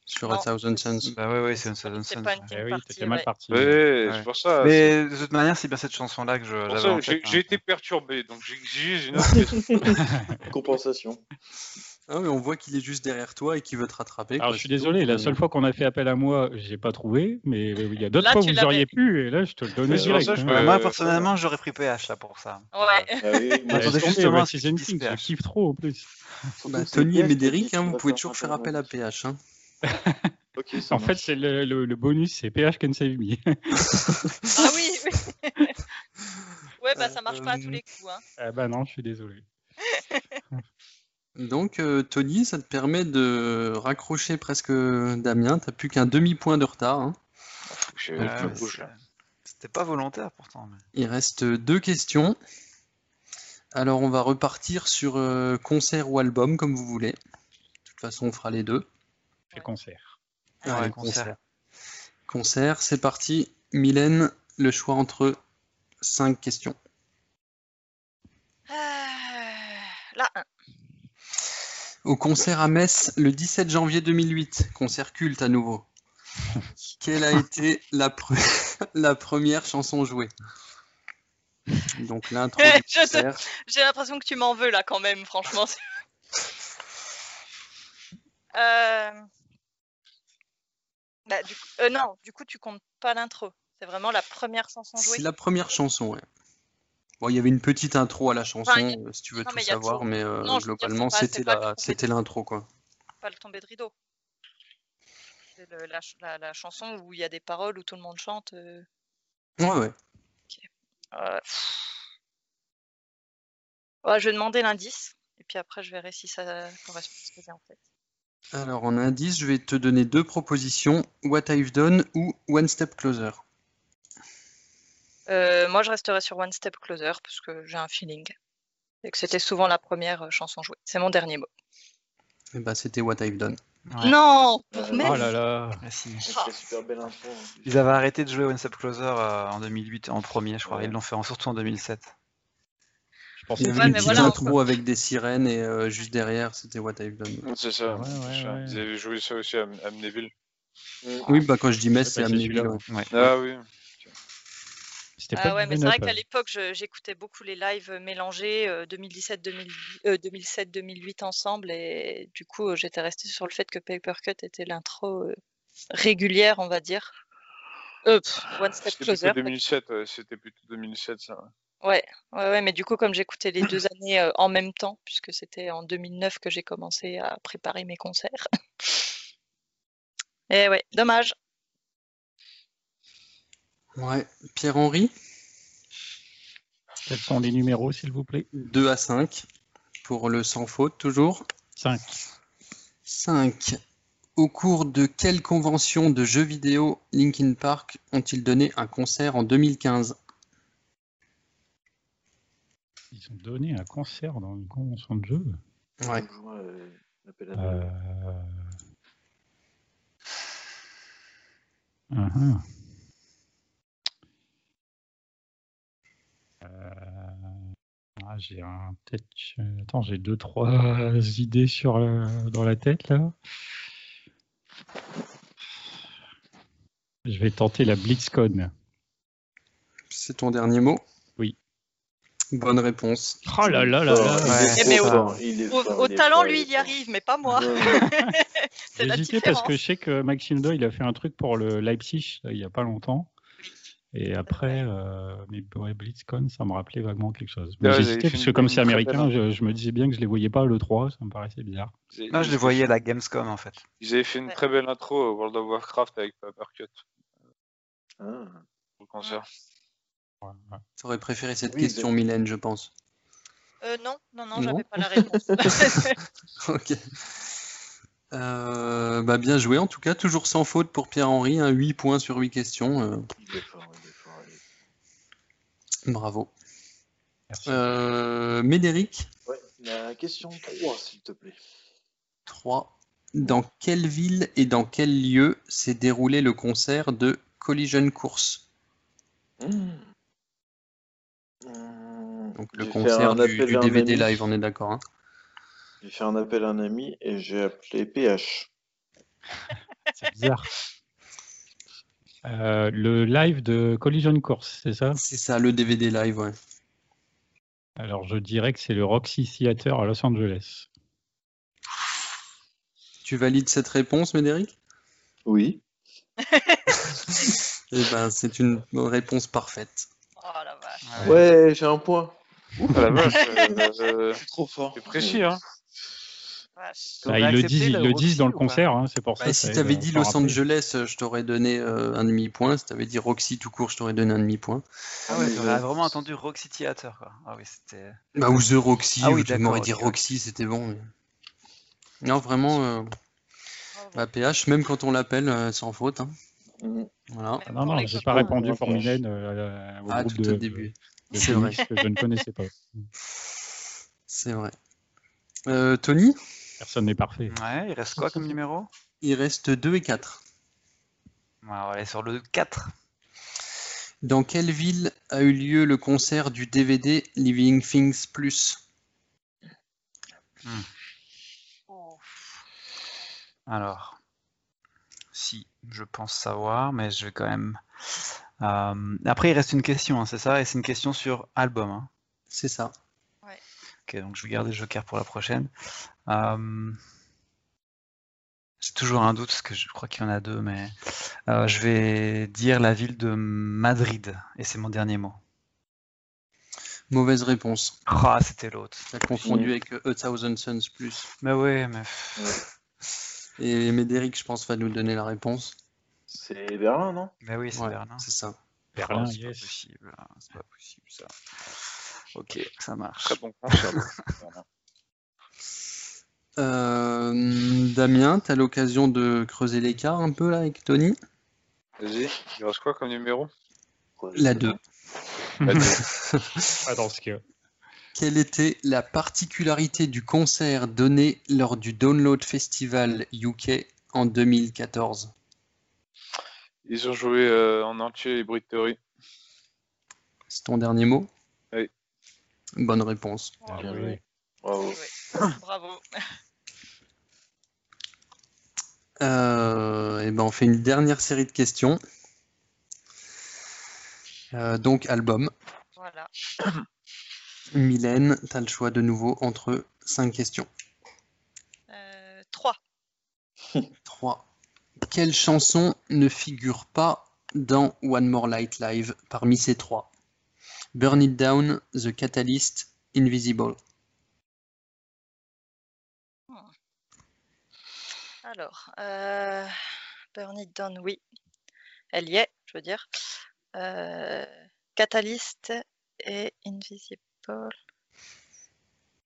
[SPEAKER 2] sur
[SPEAKER 4] Ah.
[SPEAKER 5] Non.
[SPEAKER 2] A Thousand Suns.
[SPEAKER 3] Bah ouais, ouais, c'est Hunter Thousand
[SPEAKER 5] C'est
[SPEAKER 3] Sons,
[SPEAKER 5] pas
[SPEAKER 3] ouais.
[SPEAKER 5] une
[SPEAKER 1] Eh
[SPEAKER 5] team
[SPEAKER 1] oui,
[SPEAKER 5] party.
[SPEAKER 1] t'étais mal
[SPEAKER 5] ouais.
[SPEAKER 1] parti.
[SPEAKER 6] Ouais,
[SPEAKER 3] Ouais.
[SPEAKER 6] c'est pour ça. Ah, c'est
[SPEAKER 3] Mais de toute manière, c'est bien cette chanson-là que je-
[SPEAKER 6] pour
[SPEAKER 3] j'avais
[SPEAKER 6] ça,
[SPEAKER 3] en
[SPEAKER 6] J'ai
[SPEAKER 3] tête.
[SPEAKER 6] j'ai
[SPEAKER 3] hein.
[SPEAKER 6] été perturbé, donc
[SPEAKER 3] (laughs)
[SPEAKER 6] j'exige une autre question.
[SPEAKER 4] Compensation.
[SPEAKER 2] Ah, mais on voit qu'il est juste derrière toi et qu'il veut te rattraper.
[SPEAKER 1] Alors,
[SPEAKER 2] quoi,
[SPEAKER 1] Ah, je suis
[SPEAKER 2] c'est tout. Bah,
[SPEAKER 1] désolé, la seule fois qu'on a fait appel à moi, j'ai pas trouvé, mais il y a d'autres
[SPEAKER 5] Là,
[SPEAKER 1] fois où
[SPEAKER 5] tu
[SPEAKER 1] vous
[SPEAKER 5] l'avais.
[SPEAKER 1] auriez pu, et là, je te le donnais
[SPEAKER 6] Mais c'est pour
[SPEAKER 1] direct.
[SPEAKER 6] ça que je
[SPEAKER 1] hein.
[SPEAKER 6] me-
[SPEAKER 3] Bah, moi,
[SPEAKER 6] Euh,
[SPEAKER 3] personnellement, j'aurais pris PH là pour ça. (laughs)
[SPEAKER 5] Ouais.
[SPEAKER 4] Ah oui,
[SPEAKER 1] Ouais,
[SPEAKER 4] moi,
[SPEAKER 3] Attendez,
[SPEAKER 1] laisse tomber,
[SPEAKER 3] justement,
[SPEAKER 1] What's His
[SPEAKER 3] c'est
[SPEAKER 1] and
[SPEAKER 3] qui se
[SPEAKER 1] Kings, je
[SPEAKER 3] perd.
[SPEAKER 1] kiffe trop en plus.
[SPEAKER 4] surtout,
[SPEAKER 2] Bah,
[SPEAKER 4] c'est
[SPEAKER 2] Tony et
[SPEAKER 4] PH qui
[SPEAKER 2] Médéric,
[SPEAKER 4] dit
[SPEAKER 2] hein,
[SPEAKER 4] qu'on
[SPEAKER 2] vous
[SPEAKER 4] va
[SPEAKER 2] pouvez
[SPEAKER 4] faire
[SPEAKER 2] toujours
[SPEAKER 4] un
[SPEAKER 2] faire
[SPEAKER 4] tournoi.
[SPEAKER 2] appel à PH. hein.
[SPEAKER 4] Ok, ça
[SPEAKER 1] En fait,
[SPEAKER 4] marche.
[SPEAKER 1] c'est le, le- le bonus, c'est PH Can Save Me. (laughs)
[SPEAKER 5] Ah oui, oui. (laughs) ouais, bah ça marche pas à tous
[SPEAKER 2] Euh,
[SPEAKER 5] les coups. Hein.
[SPEAKER 1] ah bah non, je suis désolé.
[SPEAKER 2] Donc, euh, Tony, ça te permet de raccrocher presque Damien. T'as plus qu'un demi-point de retard. hein.
[SPEAKER 6] Faut que je-
[SPEAKER 3] Ouais,
[SPEAKER 6] je me
[SPEAKER 3] mais
[SPEAKER 6] bouge,
[SPEAKER 3] Euh, c'est-
[SPEAKER 6] Euh, là.
[SPEAKER 3] C'était pas volontaire pourtant. mais-
[SPEAKER 2] Il reste deux questions. Alors, on va repartir sur euh, concert ou album, comme vous voulez. De toute façon, on fera les deux.
[SPEAKER 1] Fais concert.
[SPEAKER 3] Ouais,
[SPEAKER 5] hein.
[SPEAKER 2] Allez,
[SPEAKER 3] concert.
[SPEAKER 2] Concert, c'est parti. Mylène, le choix entre cinq questions.
[SPEAKER 5] Euh, Là, un.
[SPEAKER 2] Au concert à Metz, le 17 janvier 2008, concert culte à nouveau. Quelle
[SPEAKER 5] (laughs)
[SPEAKER 2] a été la, pre- (laughs) la première chanson jouée Donc l'intro du
[SPEAKER 5] (laughs) Je te-
[SPEAKER 2] concert.
[SPEAKER 5] j'ai l'impression que tu m'en veux là quand même, franchement. (laughs) Euh, bah, du coup- euh, non, du coup tu comptes pas l'intro. C'est vraiment la première chanson jouée.
[SPEAKER 2] C'est la première chanson, ouais. Bon, il y avait une petite intro à la chanson,
[SPEAKER 5] Enfin, il
[SPEAKER 2] euh, si tu veux
[SPEAKER 5] non,
[SPEAKER 2] tout
[SPEAKER 5] mais il y a
[SPEAKER 2] savoir,
[SPEAKER 5] tout.
[SPEAKER 2] mais euh,
[SPEAKER 5] Non, je veux dire,
[SPEAKER 2] globalement,
[SPEAKER 5] c'est pas-
[SPEAKER 2] c'était
[SPEAKER 5] c'est pas le
[SPEAKER 2] la-
[SPEAKER 5] trompé.
[SPEAKER 2] c'était l'intro, quoi.
[SPEAKER 5] pas le tombé de rideau. C'est le- la, ch- la- la chanson où il y a des paroles où tout le monde chante. euh.
[SPEAKER 2] Ouais, ouais.
[SPEAKER 5] Euh, Ouais, je vais demander l'indice, et puis après, je verrai si ça correspond à ce que j'ai en tête.
[SPEAKER 2] Alors, en indice, je vais te donner deux propositions What I've Done ou One Step Closer.
[SPEAKER 5] Euh, moi, je resterai sur One Step Closer, parce que j'ai un feeling. Et que c'était souvent la première euh, chanson jouée. C'est mon dernier mot.
[SPEAKER 2] Eh ben, c'était What I've Done.
[SPEAKER 3] Ouais.
[SPEAKER 5] Non
[SPEAKER 4] Euh,
[SPEAKER 5] Mais-
[SPEAKER 3] Oh là là Ah, si.
[SPEAKER 4] C'était super belle info. hein.
[SPEAKER 3] Ils avaient arrêté de jouer One Step Closer euh, en 2008, en premier, je crois.
[SPEAKER 4] Ouais.
[SPEAKER 3] Ils l'ont fait en, surtout en 2007.
[SPEAKER 1] Je pense
[SPEAKER 2] Il y
[SPEAKER 5] Ouais,
[SPEAKER 1] que
[SPEAKER 2] avait
[SPEAKER 5] mais
[SPEAKER 2] une
[SPEAKER 1] c'est-
[SPEAKER 2] petite
[SPEAKER 5] voilà,
[SPEAKER 2] intro avec des sirènes et euh, juste derrière, c'était What I've Done.
[SPEAKER 6] C'est ça.
[SPEAKER 1] Ouais, ouais,
[SPEAKER 6] c'est ça.
[SPEAKER 1] ouais.
[SPEAKER 6] Ils avaient joué ça aussi à Am- Amnéville.
[SPEAKER 4] Ah,
[SPEAKER 2] Oui, bah quand je dis Metz,
[SPEAKER 1] Ah, Je sais
[SPEAKER 2] c'est
[SPEAKER 1] pas si
[SPEAKER 2] Amnéville.
[SPEAKER 1] celui-là.
[SPEAKER 2] ouais.
[SPEAKER 3] Ouais.
[SPEAKER 6] Ah oui.
[SPEAKER 1] C'était
[SPEAKER 5] Ah
[SPEAKER 1] pas
[SPEAKER 5] ouais,
[SPEAKER 1] du
[SPEAKER 5] mais c'est
[SPEAKER 1] Venom,
[SPEAKER 5] vrai qu'à
[SPEAKER 1] euh.
[SPEAKER 5] l'époque, je- j'écoutais beaucoup les lives euh, mélangés, euh, 2017-2008 ensemble, et du coup, euh, j'étais restée sur le fait que Paper Cut était l'intro euh, régulière, on va dire. Euh, pff, One Step
[SPEAKER 6] C'était
[SPEAKER 5] Closer.
[SPEAKER 6] plutôt 2007. ouais, C'était plutôt 2007, ça. ouais.
[SPEAKER 5] Ouais, ouais, ouais, mais du coup, comme j'écoutais les deux années euh, en même temps, puisque c'était en 2009 que j'ai commencé à préparer mes concerts. Et ouais, dommage.
[SPEAKER 2] Ouais. Pierre-Henri,
[SPEAKER 1] Quels sont les numéros, s'il vous plaît
[SPEAKER 2] 2 à 5 pour le sans faute toujours.
[SPEAKER 1] 5.
[SPEAKER 2] 5. Au cours de quelle convention de jeux vidéo Linkin Park ont-ils donné un concert en 2015
[SPEAKER 1] Ils ont donné un concert dans une convention de jeu.
[SPEAKER 2] Ouais.
[SPEAKER 4] Je vois, euh, l'appel à
[SPEAKER 1] Euh,
[SPEAKER 4] Noël.
[SPEAKER 1] ah, ah. Euh, ah, j'ai un peut-être. je- Attends, j'ai deux trois (laughs) idées sur la- dans la tête là. Je vais tenter la BlitzCon.
[SPEAKER 2] C'est ton dernier mot
[SPEAKER 1] Oui.
[SPEAKER 2] Bonne réponse.
[SPEAKER 1] Oh là là là
[SPEAKER 4] Fort,
[SPEAKER 1] là.
[SPEAKER 3] Ouais.
[SPEAKER 4] il est
[SPEAKER 5] Eh mais
[SPEAKER 4] trop
[SPEAKER 5] au-
[SPEAKER 4] fort, il est
[SPEAKER 5] Au,
[SPEAKER 4] fort,
[SPEAKER 5] au
[SPEAKER 4] il est
[SPEAKER 5] talent,
[SPEAKER 4] fort,
[SPEAKER 5] lui, il
[SPEAKER 4] il
[SPEAKER 5] y
[SPEAKER 4] est
[SPEAKER 5] arrive, mais pas moi.
[SPEAKER 4] fort. Ouais, ouais.
[SPEAKER 5] (laughs) C'est la
[SPEAKER 1] J'hésitais parce que
[SPEAKER 5] différence.
[SPEAKER 1] je sais que Maxime Doyle il a fait un truc pour le Leipzig là, il n'y a pas longtemps. Et après, euh, mais ouais, BlitzCon, ça me rappelait vaguement quelque chose. Mais
[SPEAKER 6] Ouais, ils
[SPEAKER 1] J'hésitais
[SPEAKER 6] avaient
[SPEAKER 1] parce
[SPEAKER 6] fait
[SPEAKER 1] que
[SPEAKER 6] une-
[SPEAKER 1] comme
[SPEAKER 6] une
[SPEAKER 1] c'est
[SPEAKER 6] très belle
[SPEAKER 1] américain, je, je me disais bien que je les voyais pas le 3, ça me paraissait
[SPEAKER 5] (laughs)
[SPEAKER 1] bizarre.
[SPEAKER 6] Ils-
[SPEAKER 3] Non, je
[SPEAKER 6] ils-
[SPEAKER 3] les voyais à la Gamescom en fait.
[SPEAKER 6] Ils avaient fait une
[SPEAKER 5] Ouais.
[SPEAKER 6] très belle intro au World of Warcraft avec Paper Cut
[SPEAKER 4] Ah.
[SPEAKER 6] au concert.
[SPEAKER 1] Ouais, ouais.
[SPEAKER 2] T'aurais préféré cette
[SPEAKER 4] Oui,
[SPEAKER 2] question, Mylène, je pense.
[SPEAKER 5] Euh, non, non, non,
[SPEAKER 2] Non.
[SPEAKER 5] j'avais pas la réponse.
[SPEAKER 2] (laughs) Ok. Euh, bah bien joué en tout cas, toujours sans faute pour Pierre-Henri, hein, 8 points sur 8 questions, euh,
[SPEAKER 4] Il est fort, il est fort. il est-
[SPEAKER 2] bravo.
[SPEAKER 1] Merci.
[SPEAKER 2] Euh, Médéric,
[SPEAKER 4] Ouais, la question 3, s'il te plaît.
[SPEAKER 2] 3. Dans quelle ville et dans quel lieu s'est déroulé le concert de Collision Course
[SPEAKER 4] Hum,
[SPEAKER 2] Donc le
[SPEAKER 4] j'ai fait
[SPEAKER 2] concert
[SPEAKER 4] un
[SPEAKER 2] du,
[SPEAKER 4] appel
[SPEAKER 2] du
[SPEAKER 4] à un
[SPEAKER 2] DVD
[SPEAKER 4] ami.
[SPEAKER 2] live, on est d'accord. hein
[SPEAKER 4] J'ai fait un appel à un ami et j'ai appelé PH.
[SPEAKER 1] C'est bizarre. Euh, le live de Collision Course, c'est ça
[SPEAKER 2] C'est ça, le DVD live, ouais.
[SPEAKER 1] Alors je dirais que c'est le Roxy Theater à Los Angeles.
[SPEAKER 2] Tu valides cette réponse, Médéric
[SPEAKER 4] Oui.
[SPEAKER 2] Eh ben, c'est une réponse parfaite.
[SPEAKER 5] Oh la vache.
[SPEAKER 4] Ouais, j'ai un point.
[SPEAKER 6] Ah la vache,
[SPEAKER 5] (laughs)
[SPEAKER 6] euh, euh,
[SPEAKER 4] Je suis trop fort.
[SPEAKER 6] c'est précis hein.
[SPEAKER 5] vache.
[SPEAKER 3] Vous
[SPEAKER 1] Bah,
[SPEAKER 3] avez
[SPEAKER 1] ils le
[SPEAKER 3] accepté
[SPEAKER 1] disent, ils le
[SPEAKER 3] Roxy
[SPEAKER 1] disent dans le
[SPEAKER 3] ou pas
[SPEAKER 1] concert, hein, c'est pour ça.
[SPEAKER 2] Bah,
[SPEAKER 1] ça
[SPEAKER 2] si
[SPEAKER 1] aide
[SPEAKER 2] t'avais
[SPEAKER 1] à
[SPEAKER 2] dit
[SPEAKER 1] s'en
[SPEAKER 2] Los
[SPEAKER 1] rappeler.
[SPEAKER 2] Angeles, euh, je t'aurais donné euh, un demi-point. Si t'avais dit Roxy tout court, je t'aurais donné un demi-point.
[SPEAKER 3] Ah ouais, t'aurais vraiment entendu Roxy Theater quoi. Ah oui, c'était.
[SPEAKER 2] Bah, ou The Roxy,
[SPEAKER 3] Ah
[SPEAKER 2] ou
[SPEAKER 3] oui,
[SPEAKER 2] tu m'aurais
[SPEAKER 3] d'accord,
[SPEAKER 2] dit
[SPEAKER 3] ok,
[SPEAKER 2] Roxy, c'était bon. mais- Non, vraiment, euh,
[SPEAKER 5] Bravo.
[SPEAKER 2] bah, PH, même quand on l'appelle, euh, sans faute. hein.
[SPEAKER 4] Mm.
[SPEAKER 2] Voilà.
[SPEAKER 5] Même
[SPEAKER 1] Ah, Non,
[SPEAKER 5] pour
[SPEAKER 1] non,
[SPEAKER 5] les
[SPEAKER 1] j'ai
[SPEAKER 5] copains.
[SPEAKER 1] pas répondu pour
[SPEAKER 4] Ouais.
[SPEAKER 1] Mylène euh, au
[SPEAKER 2] Ah,
[SPEAKER 1] groupe
[SPEAKER 2] tout
[SPEAKER 1] de,
[SPEAKER 2] au début.
[SPEAKER 1] de
[SPEAKER 2] C'est vrai.
[SPEAKER 1] féministes que je ne connaissais
[SPEAKER 5] (laughs)
[SPEAKER 1] pas.
[SPEAKER 2] C'est vrai. Euh, Tony,
[SPEAKER 1] Personne n'est parfait.
[SPEAKER 3] Ouais, il reste quoi comme numéro
[SPEAKER 2] il reste 2 et 4.
[SPEAKER 3] Ouais, On va aller sur le 4.
[SPEAKER 2] Dans quelle ville a eu lieu le concert du DVD Living Things Plus
[SPEAKER 5] Oh.
[SPEAKER 3] Alors, si, je pense savoir, mais je vais quand même. Euh, Après, il reste une question, hein, c'est ça Et c'est une question sur album. hein.
[SPEAKER 2] C'est ça.
[SPEAKER 3] Ok, donc je vais garder le joker pour la prochaine. Euh, J'ai toujours un doute, parce que je crois qu'il y en a deux, mais euh, je vais dire la ville de Madrid, et c'est mon dernier mot.
[SPEAKER 2] Mauvaise réponse.
[SPEAKER 3] Ah, c'était l'autre.
[SPEAKER 2] T'as confondu avec euh, A Thousand Suns Plus.
[SPEAKER 3] Mais ouais, mais pff,
[SPEAKER 2] Et Médéric, je pense, va nous donner la réponse.
[SPEAKER 4] C'est Berlin, non
[SPEAKER 3] mais oui, c'est
[SPEAKER 2] Ouais,
[SPEAKER 3] Berlin.
[SPEAKER 2] C'est ça.
[SPEAKER 1] Berlin,
[SPEAKER 3] Oh, c'est pas
[SPEAKER 1] yes.
[SPEAKER 3] possible, hein, c'est pas possible ça. Ok, ça marche.
[SPEAKER 6] Très bon concert. Voilà.
[SPEAKER 2] Euh, Damien, tu as l'occasion de creuser l'écart un peu là avec Tony
[SPEAKER 6] Vas-y, il reste quoi comme numéro Bah,
[SPEAKER 2] La 2.
[SPEAKER 6] La deux.
[SPEAKER 1] Attends, Ah, ce que.
[SPEAKER 2] Quelle était la particularité du concert donné lors du Download Festival UK en 2014
[SPEAKER 6] Ils ont joué euh, en entier Hybrid Theory.
[SPEAKER 2] C'est ton dernier mot
[SPEAKER 6] Oui.
[SPEAKER 2] Bonne réponse.
[SPEAKER 1] Ah,
[SPEAKER 6] Bien
[SPEAKER 1] oui,
[SPEAKER 6] joué.
[SPEAKER 1] oui.
[SPEAKER 6] Bravo.
[SPEAKER 5] Bravo.
[SPEAKER 2] Euh, et ben on fait une dernière série de questions. Euh, donc album.
[SPEAKER 5] Voilà.
[SPEAKER 2] Mylène, tu as le choix de nouveau entre 5 questions.
[SPEAKER 5] Euh, 3.
[SPEAKER 2] 3. Quelle chanson ne figure pas dans One More Light Live parmi ces trois Burn It Down, The Catalyst, Invisible.
[SPEAKER 5] Alors, euh, Burn It Down, oui. Elle y est, je veux dire. Euh, Catalyst et Invisible.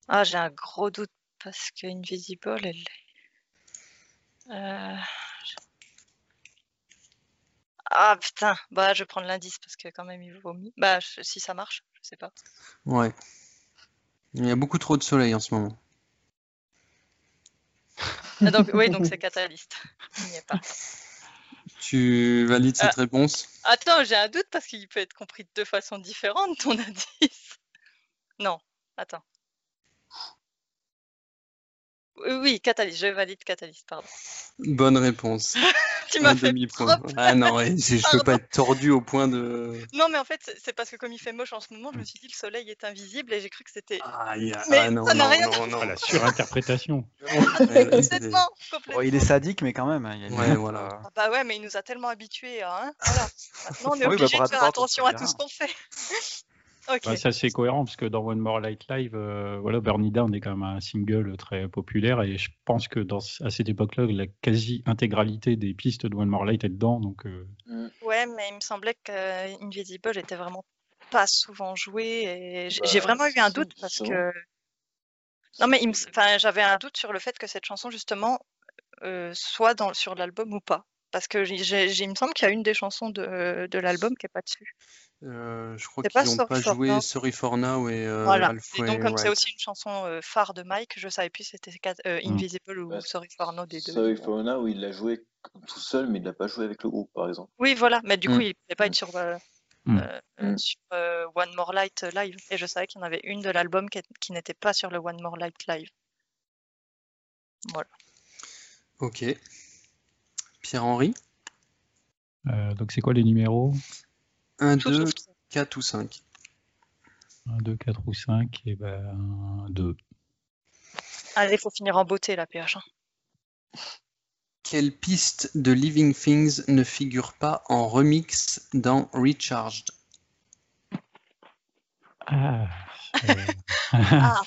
[SPEAKER 5] Ah, j'ai un gros doute parce que Invisible, elle est- Euh, je- Ah putain, bah je vais prendre l'indice parce que quand même il vomit. Bah je- si ça marche, je sais pas.
[SPEAKER 2] Ouais. Il y a beaucoup trop de soleil en ce moment.
[SPEAKER 5] Ah, donc oui, donc c'est Catalyst. Il n'y est pas.
[SPEAKER 2] Tu valides cette
[SPEAKER 5] Ah.
[SPEAKER 2] réponse
[SPEAKER 5] Attends, j'ai un doute parce qu'il peut être compris de deux façons différentes, ton (laughs) indice. Non, attends. Oui, oui, catalyse, je valide catalyse, pardon. (laughs)
[SPEAKER 2] Bonne réponse.
[SPEAKER 5] Tu
[SPEAKER 2] Un
[SPEAKER 5] m'as fait
[SPEAKER 2] demi-point.
[SPEAKER 5] trop-
[SPEAKER 2] Ah non, ouais, je je peux
[SPEAKER 5] Pardon.
[SPEAKER 2] pas être tordu au point de.
[SPEAKER 5] Non, mais en fait, c'est- c'est parce que comme il fait moche en ce moment, je me suis dit le soleil est invisible et j'ai cru que c'était
[SPEAKER 2] Ah, il y a-
[SPEAKER 5] Mais
[SPEAKER 2] ah, non,
[SPEAKER 5] ça n'a
[SPEAKER 2] non,
[SPEAKER 5] rien à
[SPEAKER 2] non, non.
[SPEAKER 1] Ah, la (laughs) surinterprétation.
[SPEAKER 3] Euh,
[SPEAKER 2] Ouais, ouais, c'est-
[SPEAKER 5] Ah, complètement, complètement.
[SPEAKER 3] Bon, Oh, il est sadique, mais quand même. hein, il y a
[SPEAKER 2] Ouais,
[SPEAKER 3] une (laughs) limite,
[SPEAKER 2] voilà.
[SPEAKER 3] euh,
[SPEAKER 5] Ah bah ouais, mais il nous a tellement habitués, hein. Voilà. Maintenant,
[SPEAKER 3] Ah
[SPEAKER 5] on est
[SPEAKER 3] oui, bah,
[SPEAKER 5] obligé de
[SPEAKER 3] Brad
[SPEAKER 5] faire
[SPEAKER 3] Pitt,
[SPEAKER 5] attention à
[SPEAKER 3] etc.
[SPEAKER 5] tout ce qu'on fait. (laughs) ok.
[SPEAKER 1] Bah, ça c'est cohérent parce que dans One More Light Live, euh, voilà, Burn It Down est quand même un single très populaire et je pense que dans, à cette époque-là, la quasi-intégralité des pistes de One More Light est dedans, donc euh,
[SPEAKER 5] Ouais, mais il me semblait que euh, Invisible était vraiment pas souvent joué et j-
[SPEAKER 4] Bah,
[SPEAKER 5] j'ai vraiment eu un
[SPEAKER 4] si,
[SPEAKER 5] doute parce
[SPEAKER 4] justement.
[SPEAKER 5] que non mais il me s- enfin j'avais un doute sur le fait que cette chanson justement euh, soit dans sur l'album ou pas parce que j'ai- j'ai- j'ai- il me semble qu'il y a une des chansons de, de l'album qui est pas dessus.
[SPEAKER 2] Euh, je crois
[SPEAKER 5] C'est
[SPEAKER 2] qu'ils
[SPEAKER 5] pas
[SPEAKER 2] n'ont
[SPEAKER 5] Sorry
[SPEAKER 2] pas
[SPEAKER 5] for
[SPEAKER 2] joué
[SPEAKER 5] Now.
[SPEAKER 2] Sorry for Now et euh,
[SPEAKER 5] voilà. Et
[SPEAKER 2] Halfway
[SPEAKER 5] donc comme c'est
[SPEAKER 2] Right.
[SPEAKER 5] aussi une chanson euh, phare de Mike, je savais plus si c'était ca- euh,
[SPEAKER 1] Mm.
[SPEAKER 5] Invisible ou
[SPEAKER 4] Bah,
[SPEAKER 5] Sorry for No des deux.
[SPEAKER 4] Sorry for Now, il l'a joué tout seul, mais il l'a pas joué avec le groupe, par exemple.
[SPEAKER 5] Oui, voilà. Mais du coup,
[SPEAKER 2] Mm.
[SPEAKER 5] il pouvait pas être sur, euh,
[SPEAKER 1] Mm.
[SPEAKER 5] euh, euh,
[SPEAKER 4] Mm.
[SPEAKER 5] sur euh, One More Light euh, Live. Et je savais qu'il y en avait une de l'album qui, est- qui n'était pas sur le One More Light Live.
[SPEAKER 2] Ok. Pierre-Henri
[SPEAKER 1] euh, donc c'est quoi les numéros
[SPEAKER 2] 1,
[SPEAKER 5] Tout
[SPEAKER 2] 2,
[SPEAKER 5] sauf ça.
[SPEAKER 2] 4 ou 5.
[SPEAKER 1] 1, 2, 4 ou 5 et ben 2.
[SPEAKER 5] Allez, Ah, faut finir en beauté, la PH. hein.
[SPEAKER 2] Quelle piste de Living Things ne figure pas en remix dans Recharged
[SPEAKER 1] Ah, euh,
[SPEAKER 5] Ah,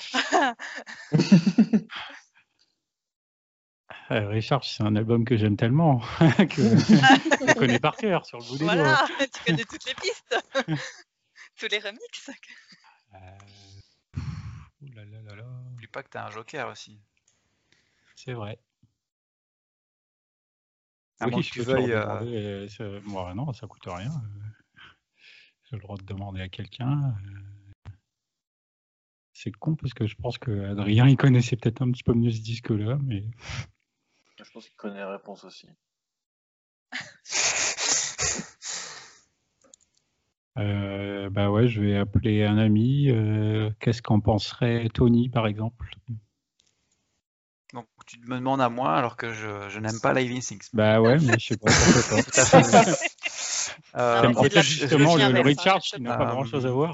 [SPEAKER 1] euh, Richard, c'est un album que j'aime tellement (laughs)
[SPEAKER 6] (laughs)
[SPEAKER 1] que je le connais par cœur sur le bout des doigts.
[SPEAKER 5] voilà, (laughs) tu connais toutes les pistes. Tous les remixes.
[SPEAKER 1] Euh, ouh là là là là,
[SPEAKER 3] N'oublie pas que t'as un joker aussi.
[SPEAKER 1] c'est vrai.
[SPEAKER 3] À moins que
[SPEAKER 1] je
[SPEAKER 3] tu
[SPEAKER 1] peux te
[SPEAKER 3] veuilles,
[SPEAKER 1] leur
[SPEAKER 3] euh,
[SPEAKER 1] demander, euh, ça- moi, non, ça coûte rien. euh, J'ai le droit de demander à quelqu'un. euh. C'est con parce que je pense que Adrien, il connaissait peut-être un petit peu mieux ce disque-là, mais
[SPEAKER 4] Je pense qu'il connaît la réponse aussi.
[SPEAKER 1] euh, bah ouais, je vais appeler un ami. euh, Qu'est-ce qu'en penserait Tony, par exemple
[SPEAKER 3] Donc tu me demandes à moi alors que je, je n'aime pas Living
[SPEAKER 1] (laughs)
[SPEAKER 3] Things.
[SPEAKER 1] Bah ouais, mais je sais pas. pourquoi pas.
[SPEAKER 3] (laughs) Tout à fait. Euh,
[SPEAKER 5] mais
[SPEAKER 1] Ça me
[SPEAKER 5] c'est
[SPEAKER 3] en
[SPEAKER 5] de
[SPEAKER 1] rappelle
[SPEAKER 3] fait,
[SPEAKER 5] la-
[SPEAKER 3] je- euh,
[SPEAKER 1] justement
[SPEAKER 5] je viens
[SPEAKER 1] le, le
[SPEAKER 5] avec ça,
[SPEAKER 1] Richard
[SPEAKER 5] je sais
[SPEAKER 1] qui n'a
[SPEAKER 3] pas.
[SPEAKER 1] pas grand-chose à voir.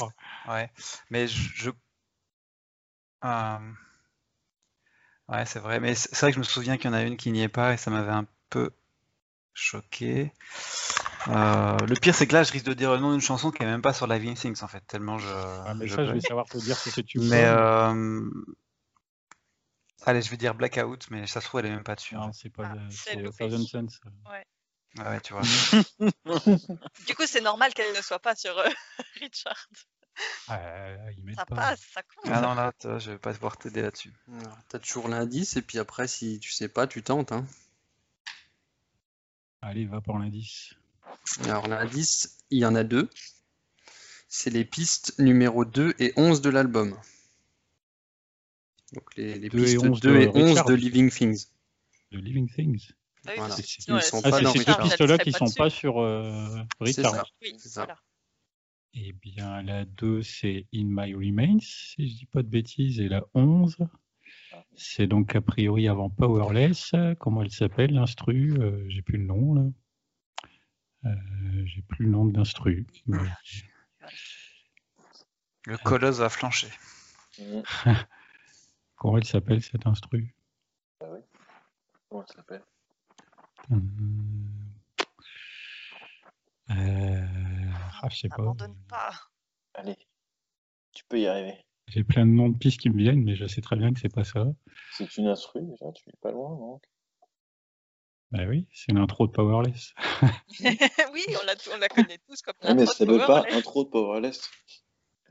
[SPEAKER 3] Ouais, mais je. je- Euh, Ouais, c'est vrai. Mais c'est c'est vrai que je me souviens qu'il y en a une qui n'y est pas et ça m'avait un peu choqué. Euh, le pire, c'est que là, je risque de dire le nom d'une chanson qui n'est même pas sur Living Things en fait, tellement je.
[SPEAKER 1] Ah, mais
[SPEAKER 3] je
[SPEAKER 1] ça, je
[SPEAKER 3] bug.
[SPEAKER 1] vais savoir te dire si c'est tu ou
[SPEAKER 3] Mais.
[SPEAKER 1] pas.
[SPEAKER 3] euh, Allez, je vais dire Blackout, mais ça se trouve, elle est même pas dessus. Ah en
[SPEAKER 1] Non, c'est pas
[SPEAKER 5] Ah, c'est
[SPEAKER 1] c'est
[SPEAKER 5] loupé.
[SPEAKER 1] Thousand Suns.
[SPEAKER 3] fait. Ouais, ouais, tu vois.
[SPEAKER 5] Du coup, c'est normal qu'elle ne soit pas sur euh, (laughs) Richard.
[SPEAKER 1] Euh, ils mettent
[SPEAKER 5] Ça
[SPEAKER 1] pas.
[SPEAKER 5] passe, ça compte.
[SPEAKER 3] Ah non, là, toi, je vais pas pouvoir t'aider là-dessus.
[SPEAKER 2] Alors, T'as toujours l'indice, et puis après, si tu sais pas, tu tentes. hein.
[SPEAKER 1] Allez, va pour l'indice.
[SPEAKER 2] Alors, l'indice, il y en a deux. C'est les pistes numéro 2 et 11 de l'album. Donc, les, les
[SPEAKER 1] Deux et
[SPEAKER 2] pistes
[SPEAKER 1] onze
[SPEAKER 2] 2
[SPEAKER 1] de
[SPEAKER 2] et 11
[SPEAKER 1] Richard.
[SPEAKER 2] de Living Things.
[SPEAKER 1] The Living Things.
[SPEAKER 5] Ah oui,
[SPEAKER 2] Voilà.
[SPEAKER 5] parce que
[SPEAKER 1] C'est-
[SPEAKER 5] sinon,
[SPEAKER 2] ils sont
[SPEAKER 5] si
[SPEAKER 2] Ah,
[SPEAKER 1] Ah,
[SPEAKER 2] pas
[SPEAKER 5] tu
[SPEAKER 1] c'est
[SPEAKER 2] dans
[SPEAKER 5] cherches,
[SPEAKER 1] ces
[SPEAKER 2] Richard,
[SPEAKER 5] elle
[SPEAKER 1] pistes-là
[SPEAKER 5] serait
[SPEAKER 1] qui sont
[SPEAKER 5] dessus.
[SPEAKER 1] pas sur euh,
[SPEAKER 2] C'est
[SPEAKER 1] Richard.
[SPEAKER 2] ça.
[SPEAKER 5] Oui,
[SPEAKER 2] C'est ça.
[SPEAKER 5] voilà.
[SPEAKER 1] Eh bien, la 2, c'est In My Remains, si je dis pas de bêtises, et la 11, c'est donc a priori avant Powerless. Euh, Comment elle s'appelle, l'instru Euh, J'ai plus le nom, là. Euh, J'ai plus le nom de l'instru. Mais-
[SPEAKER 3] Le colosse va flancher.
[SPEAKER 4] Mmh.
[SPEAKER 1] Comment elle s'appelle, cette instru
[SPEAKER 4] Comment ça s'appelle
[SPEAKER 1] Hum. Euh, ah, je sais pas.
[SPEAKER 5] Abandonne pas. (laughs)
[SPEAKER 4] Allez, tu peux y arriver.
[SPEAKER 1] J'ai plein de noms de pistes qui me viennent, mais je sais très bien que c'est pas ça.
[SPEAKER 4] C'est une instru déjà, tu es pas loin, non
[SPEAKER 1] Bah oui, c'est l'intro de Powerless. (laughs)
[SPEAKER 5] oui, on la, on la connaît tous comme hein,
[SPEAKER 4] Ah, mais
[SPEAKER 5] l'intro
[SPEAKER 4] ça
[SPEAKER 5] de
[SPEAKER 4] s'appelle pas
[SPEAKER 5] Powerless.
[SPEAKER 4] intro de Powerless.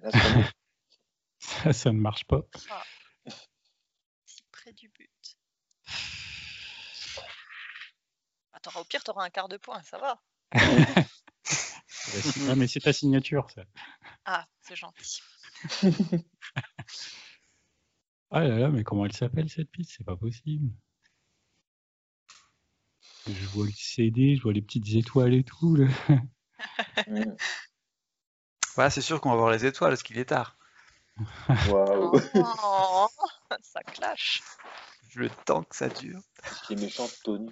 [SPEAKER 4] Là, c'est pas bon.
[SPEAKER 1] Ça, ça ne marche pas.
[SPEAKER 5] Si près du but. Attends, au pire, t'auras un quart de point, ça va.
[SPEAKER 1] Ah, mais c'est ta signature, ça.
[SPEAKER 5] Ah, c'est gentil.
[SPEAKER 1] Ah là là, mais comment elle s'appelle cette piste C'est pas possible. Je vois le CD, je vois les petites étoiles et tout. là.
[SPEAKER 4] Mmh.
[SPEAKER 3] Voilà, c'est sûr qu'on va voir les étoiles, parce qu'il est tard.
[SPEAKER 4] (laughs) Waouh,
[SPEAKER 5] Oh, (laughs) ça clash.
[SPEAKER 3] Le temps que ça dure.
[SPEAKER 4] ce qui est méchant, Tony.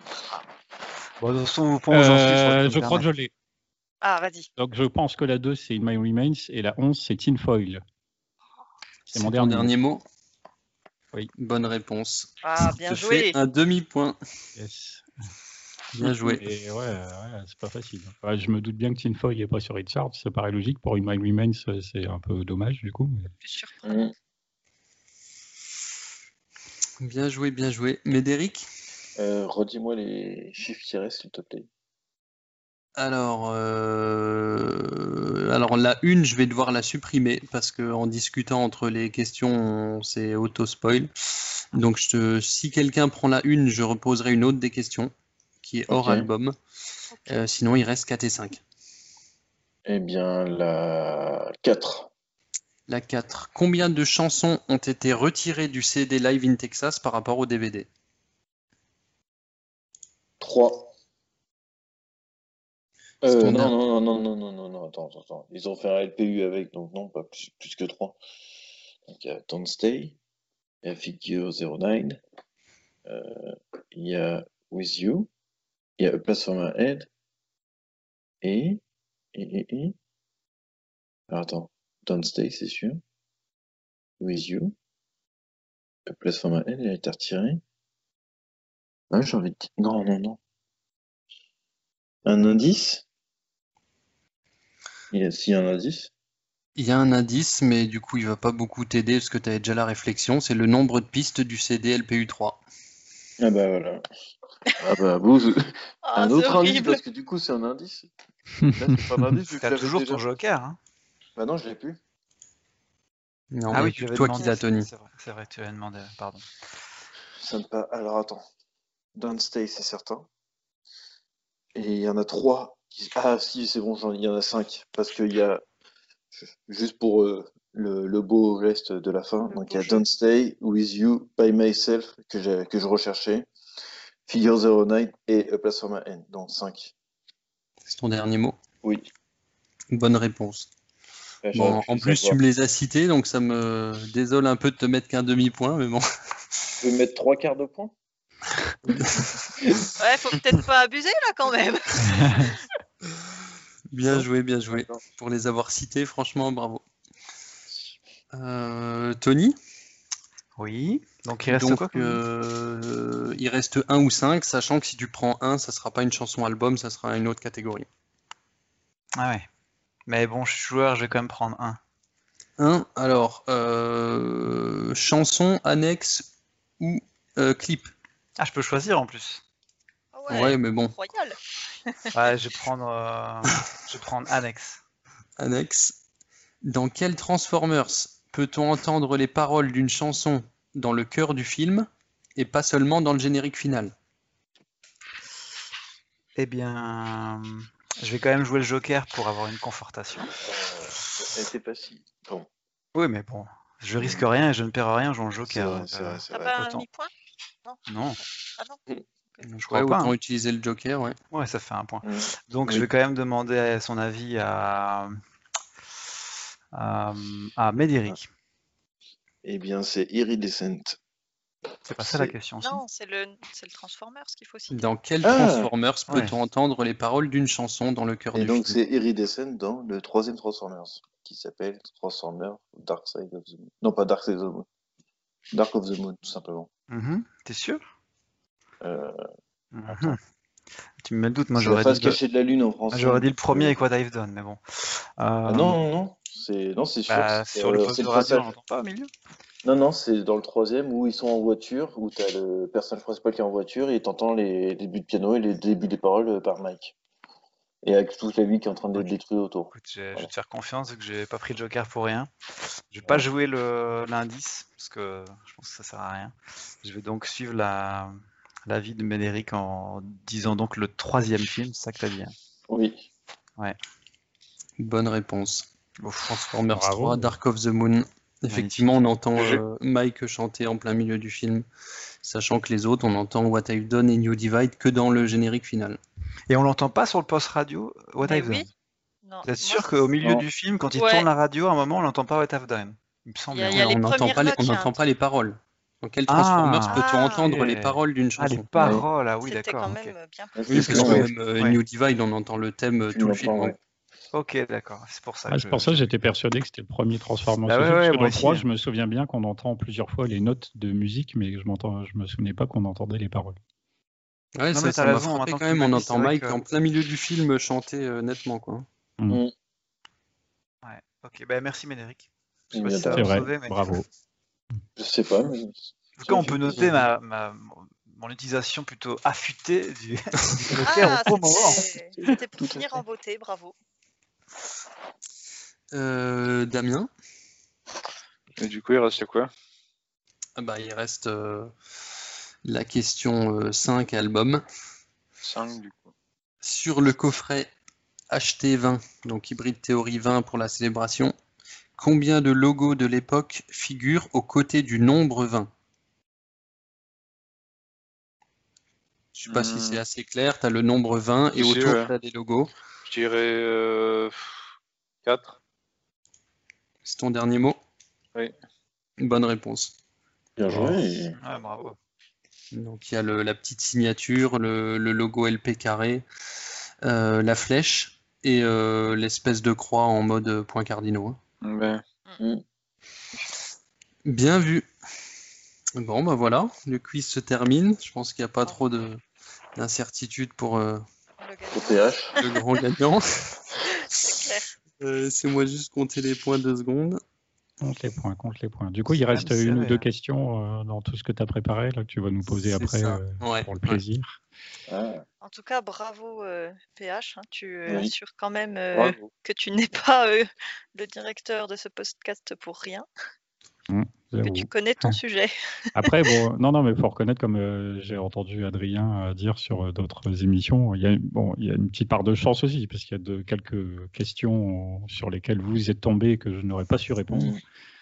[SPEAKER 3] Bon, de toute façon, vous pensez, j'en suis sur
[SPEAKER 1] Euh,
[SPEAKER 3] le
[SPEAKER 1] je crois que je l'ai.
[SPEAKER 5] Ah, vas-y.
[SPEAKER 1] Donc je pense que la 2 c'est In My Remains et la 11 c'est Tin Foil. C'est mon
[SPEAKER 2] Ton
[SPEAKER 1] dernier.
[SPEAKER 2] dernier mot
[SPEAKER 1] Oui.
[SPEAKER 2] Bonne réponse.
[SPEAKER 5] Ah,
[SPEAKER 2] Tu
[SPEAKER 5] bien
[SPEAKER 2] te
[SPEAKER 5] joué.
[SPEAKER 2] fais un demi-point.
[SPEAKER 1] Yes.
[SPEAKER 2] Bien joué.
[SPEAKER 1] Et ouais, ouais, c'est pas facile. Ouais, je me doute bien que Tin Foil n'est pas sur Richard, ça paraît logique. Pour In My Remains, euh, c'est un peu dommage du coup. mais-
[SPEAKER 5] Plus surprenant.
[SPEAKER 4] Mmh.
[SPEAKER 2] Bien joué, bien joué. Médéric
[SPEAKER 4] Euh, Redis-moi les chiffres qui restent, s'il te plaît.
[SPEAKER 2] alors, euh, alors, la une, je vais devoir la supprimer parce qu'en discutant entre les questions, on s'est auto-spoil. Donc, je te- si quelqu'un prend la une, je reposerai une autre des questions qui est hors
[SPEAKER 4] Ok.
[SPEAKER 2] album. Euh, sinon, il reste 4 et 5.
[SPEAKER 4] Eh bien, la 4.
[SPEAKER 2] La 4. Combien de chansons ont été retirées du CD Live in Texas par rapport au DVD
[SPEAKER 4] 3.
[SPEAKER 2] Parce
[SPEAKER 4] Euh,
[SPEAKER 2] qu'on a-
[SPEAKER 4] non, non, non, non, non, non, non, non, attends, attends, attends. Ils ont fait un LPU avec, donc non, pas plus, plus que 3. Donc il y a Don't Stay, il y a Figure 09, euh, il y a With You, il y a A Place for My Head, et, et, et, et. Alors, attends, Don't Stay, c'est sûr. With You, A Place for My Head, il a été retiré. Ah, j'ai envie de dire- Non, non, non. Un indice Il y a, s'il y a un indice
[SPEAKER 2] Il y a un indice, mais du coup, il va pas beaucoup t'aider parce que tu avais déjà la réflexion. C'est le nombre de pistes du CD LPU3.
[SPEAKER 4] Ah bah voilà. Ah bah vous,
[SPEAKER 5] Ah,
[SPEAKER 4] un
[SPEAKER 5] c'est
[SPEAKER 4] autre indice,
[SPEAKER 5] horrible.
[SPEAKER 4] parce que du coup c'est un indice. Là c'est pas un indice, vu que
[SPEAKER 3] T'as
[SPEAKER 4] j'avais
[SPEAKER 3] toujours
[SPEAKER 4] déjà-
[SPEAKER 3] ton joker, hein
[SPEAKER 4] Bah non, je l'ai plus.
[SPEAKER 2] Non, mais Ah toi
[SPEAKER 3] l'avais Ah demandé,
[SPEAKER 2] qui l'as,
[SPEAKER 3] c'est-
[SPEAKER 2] Tony.
[SPEAKER 3] C'est vrai, c'est vrai que tu l'avais demandé, pardon.
[SPEAKER 4] Ça me pas... Alors attends. Don't Stay, c'est certain. Et il y en a trois. qui- Ah si, c'est bon, j'en- il y en a cinq. Parce qu'il y a, juste pour euh, le, le beau geste de la fin, donc
[SPEAKER 5] Le beau
[SPEAKER 4] il y a
[SPEAKER 5] jeu.
[SPEAKER 4] Don't Stay, With You, By Myself, que, j'ai- que je recherchais, Figure 09 et A Place for My Hand, donc cinq.
[SPEAKER 2] C'est ton dernier mot.
[SPEAKER 4] Oui.
[SPEAKER 2] Bonne réponse.
[SPEAKER 4] Ouais,
[SPEAKER 2] Bon,
[SPEAKER 4] j'aurais pu
[SPEAKER 2] en
[SPEAKER 4] le
[SPEAKER 2] plus, tu
[SPEAKER 4] savoir.
[SPEAKER 2] me les as cités, donc ça me désole un peu de te mettre qu'un demi-point, mais bon. (laughs)
[SPEAKER 4] Je peux mettre trois quarts de point
[SPEAKER 5] Ouais, faut peut-être pas abuser là quand même.
[SPEAKER 2] Bien joué, bien joué.
[SPEAKER 4] D'accord.
[SPEAKER 2] Pour les avoir cités, franchement, bravo. Euh, Tony
[SPEAKER 3] Oui. Donc il reste
[SPEAKER 2] Donc,
[SPEAKER 3] quoi comme-
[SPEAKER 2] euh, il reste un ou cinq, sachant que si tu prends un, ça sera pas une chanson album, ça sera une autre catégorie.
[SPEAKER 3] Ah ouais. Mais bon, je suis joueur, je vais quand même prendre un.
[SPEAKER 2] Un, alors, euh, chanson, annexe ou euh, clip.
[SPEAKER 3] Ah, je peux choisir en plus.
[SPEAKER 5] Ah
[SPEAKER 2] Ouais.
[SPEAKER 5] Ouais,
[SPEAKER 2] mais bon,
[SPEAKER 5] royal.
[SPEAKER 3] Ouais, je vais prendre, euh, je vais prendre Annex.
[SPEAKER 2] annexe. Dans quel Transformers peut-on entendre les paroles d'une chanson dans le cœur du film et pas seulement dans le générique final
[SPEAKER 3] Eh bien, je vais quand même jouer le Joker pour avoir une confortation.
[SPEAKER 4] Euh, Elle était pas si. Bon.
[SPEAKER 3] Oui, mais bon, je risque rien et je ne perds rien en jouant le
[SPEAKER 4] C'est
[SPEAKER 3] Joker.
[SPEAKER 4] vrai, c'est
[SPEAKER 3] Euh,
[SPEAKER 4] vrai, c'est
[SPEAKER 7] Ah
[SPEAKER 4] vrai.
[SPEAKER 7] bah, un
[SPEAKER 3] autant.
[SPEAKER 7] demi-point
[SPEAKER 3] Non,
[SPEAKER 7] Ah non
[SPEAKER 3] je
[SPEAKER 2] Ouais,
[SPEAKER 3] crois pas. hein.
[SPEAKER 2] autant utiliser le Joker, ouais.
[SPEAKER 3] Ouais, ça fait un point.
[SPEAKER 4] Mm.
[SPEAKER 3] Donc,
[SPEAKER 4] Oui.
[SPEAKER 3] je vais quand même demander son avis à, à, à Médéric.
[SPEAKER 4] Eh bien, c'est Iridescent.
[SPEAKER 3] C'est pas ça la question aussi.
[SPEAKER 7] Non, c'est le, c'est le Transformers qu'il faut citer.
[SPEAKER 2] Dans quel
[SPEAKER 4] Ah
[SPEAKER 2] Transformers peut-on entendre les paroles d'une chanson dans le cœur
[SPEAKER 4] Et
[SPEAKER 2] du
[SPEAKER 4] donc,
[SPEAKER 2] film
[SPEAKER 4] c'est Iridescent dans le troisième Transformers, qui s'appelle Transformers Dark Side of the Moon. Non, pas Dark Side of the Moon. Dark of the Moon, tout simplement.
[SPEAKER 3] Mhm, T'es sûr
[SPEAKER 4] Euh,
[SPEAKER 3] Mhm. Tu me mets le doute, moi
[SPEAKER 4] c'est la
[SPEAKER 3] j'aurais
[SPEAKER 4] face
[SPEAKER 3] dit, le- Ah,
[SPEAKER 4] cachée de la Lune en français.
[SPEAKER 3] j'aurais dit le premier avec What I've Done, mais bon. Euh,
[SPEAKER 4] Ah, non, non, non. C'est non, c'est sûr.
[SPEAKER 3] Bah,
[SPEAKER 4] c'est,
[SPEAKER 3] sur le
[SPEAKER 4] euh,
[SPEAKER 3] poste
[SPEAKER 4] c'est
[SPEAKER 3] de
[SPEAKER 4] le
[SPEAKER 3] radio, on
[SPEAKER 4] passage.
[SPEAKER 3] l'entend pas au milieu.
[SPEAKER 4] Non, non, c'est dans le troisième où ils sont en voiture, où t'as le personnage principal qui est en voiture et t'entends les débuts de piano et les débuts des paroles euh, par Mike. Et avec toute la vie qui est en train de le détruire autour.
[SPEAKER 3] Écoute, je, je vais
[SPEAKER 4] Voilà.
[SPEAKER 3] te faire confiance vu que j'ai pas pris le Joker pour rien. Je vais pas jouer le- l'indice parce que je pense que ça sert à rien. Je vais donc suivre la l'avis de Médéric en disant donc le troisième film, c'est ça que t'as dit. hein.
[SPEAKER 4] Oui.
[SPEAKER 2] Bonne réponse.
[SPEAKER 3] Bon,
[SPEAKER 2] Transformers
[SPEAKER 1] Bravo.
[SPEAKER 2] 3, Dark of the Moon. Effectivement, on entend
[SPEAKER 6] Je-
[SPEAKER 2] euh, Mike chanter en plein milieu du film, sachant que les autres, on entend What I've Done et New Divide que dans le générique final.
[SPEAKER 3] Et on l'entend pas sur le poste radio What
[SPEAKER 7] Mais
[SPEAKER 3] I've
[SPEAKER 7] oui.
[SPEAKER 3] Done.
[SPEAKER 7] Non,
[SPEAKER 3] Vous êtes
[SPEAKER 7] moi,
[SPEAKER 3] sûr qu'au milieu
[SPEAKER 4] Non.
[SPEAKER 3] du film, quand il
[SPEAKER 7] Ouais.
[SPEAKER 3] tourne la radio, à un moment on n'entend pas What I've Done Il me semble.
[SPEAKER 7] Il y a-
[SPEAKER 3] hein.
[SPEAKER 7] il y a les
[SPEAKER 2] on n'entend
[SPEAKER 7] premières
[SPEAKER 2] pas, les-
[SPEAKER 7] notes,
[SPEAKER 2] on
[SPEAKER 7] il y a un
[SPEAKER 2] n'entend pas
[SPEAKER 7] truc.
[SPEAKER 2] les paroles. Dans quel
[SPEAKER 3] Ah.
[SPEAKER 2] Transformers peut-on
[SPEAKER 7] Ah,
[SPEAKER 2] entendre
[SPEAKER 3] ok.
[SPEAKER 2] les paroles d'une
[SPEAKER 3] Ah, les
[SPEAKER 2] chanson
[SPEAKER 3] paroles, ah oui,
[SPEAKER 7] C'était
[SPEAKER 3] d'accord.
[SPEAKER 7] quand
[SPEAKER 3] ok.
[SPEAKER 7] même bien plus.
[SPEAKER 2] Oui,
[SPEAKER 4] Est-ce
[SPEAKER 2] parce que
[SPEAKER 4] non,
[SPEAKER 2] même euh,
[SPEAKER 3] Ouais.
[SPEAKER 2] New Divide, on entend le thème euh,
[SPEAKER 4] tu
[SPEAKER 2] tout le
[SPEAKER 4] l'entends,
[SPEAKER 2] film.
[SPEAKER 4] ouais.
[SPEAKER 2] hein.
[SPEAKER 3] Ok, d'accord. C'est pour ça
[SPEAKER 1] Ah,
[SPEAKER 3] que.
[SPEAKER 1] c'est pour ça que j'étais persuadé que c'était le premier Transformers.
[SPEAKER 3] Ah ouais,
[SPEAKER 1] Parce que
[SPEAKER 3] ouais,
[SPEAKER 1] dans
[SPEAKER 3] moi
[SPEAKER 1] le 3,
[SPEAKER 3] aussi.
[SPEAKER 1] je me souviens bien qu'on entend plusieurs fois les notes de musique, mais je m'entends, je me souvenais pas qu'on entendait les paroles.
[SPEAKER 2] hein. Ouais,
[SPEAKER 3] Non,
[SPEAKER 2] ça,
[SPEAKER 3] mais
[SPEAKER 2] ça
[SPEAKER 3] t'as
[SPEAKER 2] m'a
[SPEAKER 3] raison,
[SPEAKER 2] frappé
[SPEAKER 3] maintenant
[SPEAKER 2] quand
[SPEAKER 3] que tu
[SPEAKER 2] même.
[SPEAKER 3] me
[SPEAKER 2] On
[SPEAKER 3] dis,
[SPEAKER 2] entend
[SPEAKER 3] c'est vrai
[SPEAKER 2] Mike
[SPEAKER 3] que-
[SPEAKER 2] en plein milieu du film chanter euh, nettement. Quoi.
[SPEAKER 3] Ouais. Ok, bah, merci Médéric. Je sais
[SPEAKER 4] Il
[SPEAKER 3] pas
[SPEAKER 4] y a
[SPEAKER 3] si ça
[SPEAKER 4] pas-
[SPEAKER 1] C'est
[SPEAKER 3] va me
[SPEAKER 1] vrai.
[SPEAKER 3] sauver, mais- (laughs)
[SPEAKER 1] Bravo.
[SPEAKER 4] Je sais pas. mais-
[SPEAKER 3] En tout cas, on
[SPEAKER 4] Je-
[SPEAKER 3] peut
[SPEAKER 4] je-
[SPEAKER 3] noter ma, ma- mon utilisation plutôt affûtée du, (laughs) du Joker
[SPEAKER 7] Ah,
[SPEAKER 3] au bon moment.
[SPEAKER 7] c'était c'était pour finir en beauté, bravo.
[SPEAKER 2] Euh, Damien
[SPEAKER 6] Et du coup, il reste quoi
[SPEAKER 2] Ah bah, Il reste euh, la question 5 album.
[SPEAKER 6] 5 du coup.
[SPEAKER 2] Sur le coffret HT20, donc Hybrid Theory 20 pour la célébration, combien de logos de l'époque figurent aux côtés du nombre 20 Je sais pas si
[SPEAKER 6] Hmm.
[SPEAKER 2] c'est assez clair, tu as le nombre 20 et
[SPEAKER 6] Si,
[SPEAKER 2] autour
[SPEAKER 6] ouais.
[SPEAKER 2] tu as des logos.
[SPEAKER 6] Je euh, dirais 4.
[SPEAKER 2] C'est ton dernier mot
[SPEAKER 6] Oui.
[SPEAKER 2] Bonne réponse.
[SPEAKER 4] Bien joué.
[SPEAKER 3] Ouais, bravo.
[SPEAKER 2] Donc il y a le- la petite signature, le, le logo LP carré, euh, la flèche et euh, l'espèce de croix en mode point cardinaux. hein.
[SPEAKER 6] Ben,
[SPEAKER 2] Bien vu. Bon, bah voilà, le quiz se termine. Je pense qu'il n'y a pas trop de d'incertitude pour euh,
[SPEAKER 7] Le gars,
[SPEAKER 4] Au PH.
[SPEAKER 2] le grand (laughs) gagnant.
[SPEAKER 7] c'est clair.
[SPEAKER 2] Euh, C'est moi juste compter les points deux secondes.
[SPEAKER 1] Compte les points, compte les points. Du coup, il
[SPEAKER 3] C'est
[SPEAKER 1] reste
[SPEAKER 3] quand même
[SPEAKER 1] une ou
[SPEAKER 3] serré,
[SPEAKER 1] deux
[SPEAKER 3] hein.
[SPEAKER 1] questions euh, dans tout ce que tu as préparé, là, que tu vas nous poser
[SPEAKER 2] C'est
[SPEAKER 1] après
[SPEAKER 2] ça.
[SPEAKER 1] euh,
[SPEAKER 2] Ouais.
[SPEAKER 1] pour le plaisir.
[SPEAKER 4] Ah,
[SPEAKER 7] En tout cas, bravo euh, PH, hein, tu euh,
[SPEAKER 4] Oui.
[SPEAKER 7] assures quand même euh,
[SPEAKER 4] bravo.
[SPEAKER 7] que tu n'es (laughs) pas euh, le directeur de ce podcast pour rien, que
[SPEAKER 1] Zéro.
[SPEAKER 7] tu connais
[SPEAKER 4] (laughs)
[SPEAKER 7] ton sujet.
[SPEAKER 1] Après, bon, non, non, mais faut reconnaître, comme euh, j'ai entendu Adrien euh, dire sur euh, d'autres émissions, il y a, bon, il y a une petite part de chance aussi, parce qu'il y a de, quelques questions sur lesquelles vous êtes tombés et que je n'aurais pas su répondre.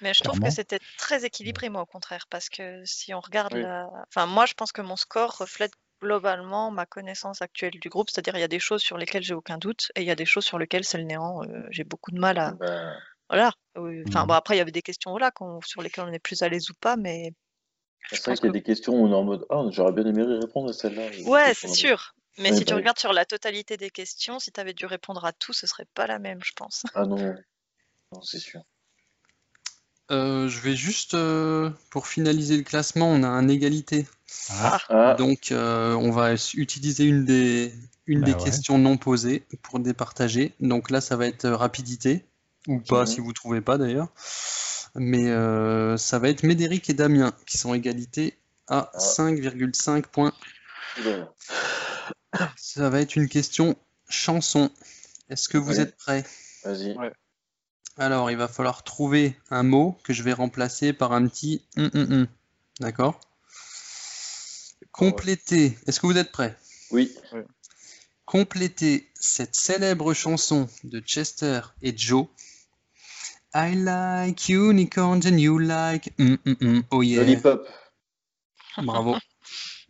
[SPEAKER 7] Mais je trouve
[SPEAKER 1] Clairement.
[SPEAKER 7] que c'était très équilibré, moi, au contraire, parce que si on regarde
[SPEAKER 6] Oui.
[SPEAKER 7] la... Enfin, moi, je pense que mon score reflète globalement ma connaissance actuelle du groupe, c'est-à-dire il y a des choses sur lesquelles j'ai aucun doute, et il y a des choses sur lesquelles c'est le néant, euh, j'ai beaucoup de mal à...
[SPEAKER 4] Ben,
[SPEAKER 7] Voilà. euh, Enfin,
[SPEAKER 4] Mmh.
[SPEAKER 1] Mhm.
[SPEAKER 7] bon, après, il y avait des questions voilà, qu'on- sur lesquelles on est plus à l'aise ou pas, mais je
[SPEAKER 4] c'est vrai
[SPEAKER 7] pense
[SPEAKER 4] qu'il y
[SPEAKER 7] que...
[SPEAKER 4] a des questions où on est en mode Ah, j'aurais bien aimé répondre à celle-là.
[SPEAKER 7] Ouais, c'est sûr. Mais
[SPEAKER 4] Ouais,
[SPEAKER 7] si tu
[SPEAKER 4] bah oui.
[SPEAKER 7] regardes sur la totalité des questions, si tu avais dû répondre à tout, ce serait pas la même, je
[SPEAKER 4] (laughs)
[SPEAKER 7] pense.
[SPEAKER 4] Ah non. Non, c'est sûr.
[SPEAKER 2] Euh, je vais juste, euh, pour finaliser le classement, on a un égalité.
[SPEAKER 1] Ah,
[SPEAKER 4] Ah,
[SPEAKER 2] Donc euh, on va s- utiliser une des, une
[SPEAKER 1] Bah
[SPEAKER 2] des
[SPEAKER 1] ouais.
[SPEAKER 2] questions non posées pour départager. Donc là, ça va être euh, rapidité, ou pas
[SPEAKER 4] Mhm.
[SPEAKER 2] si vous trouvez pas d'ailleurs. Mais euh, ça va être Médéric et Damien qui sont égalité à
[SPEAKER 4] Ah.
[SPEAKER 2] 5,5 points.
[SPEAKER 4] ben,
[SPEAKER 2] Ça va être une question chanson. Est-ce que vous
[SPEAKER 4] Ouais.
[SPEAKER 2] êtes prêts?
[SPEAKER 4] vas-y.
[SPEAKER 6] Ouais.
[SPEAKER 2] Alors, il va falloir trouver un mot que je vais remplacer par un petit hum, hum, hum. D'accord Compléter. Est-ce que vous êtes prêts
[SPEAKER 4] Oui.
[SPEAKER 2] Compléter cette célèbre chanson de Chester et Joe. I like unicorns and you like. hum, hum, hum. Oh yeah.
[SPEAKER 4] Lollipop.
[SPEAKER 2] (laughs) Bravo.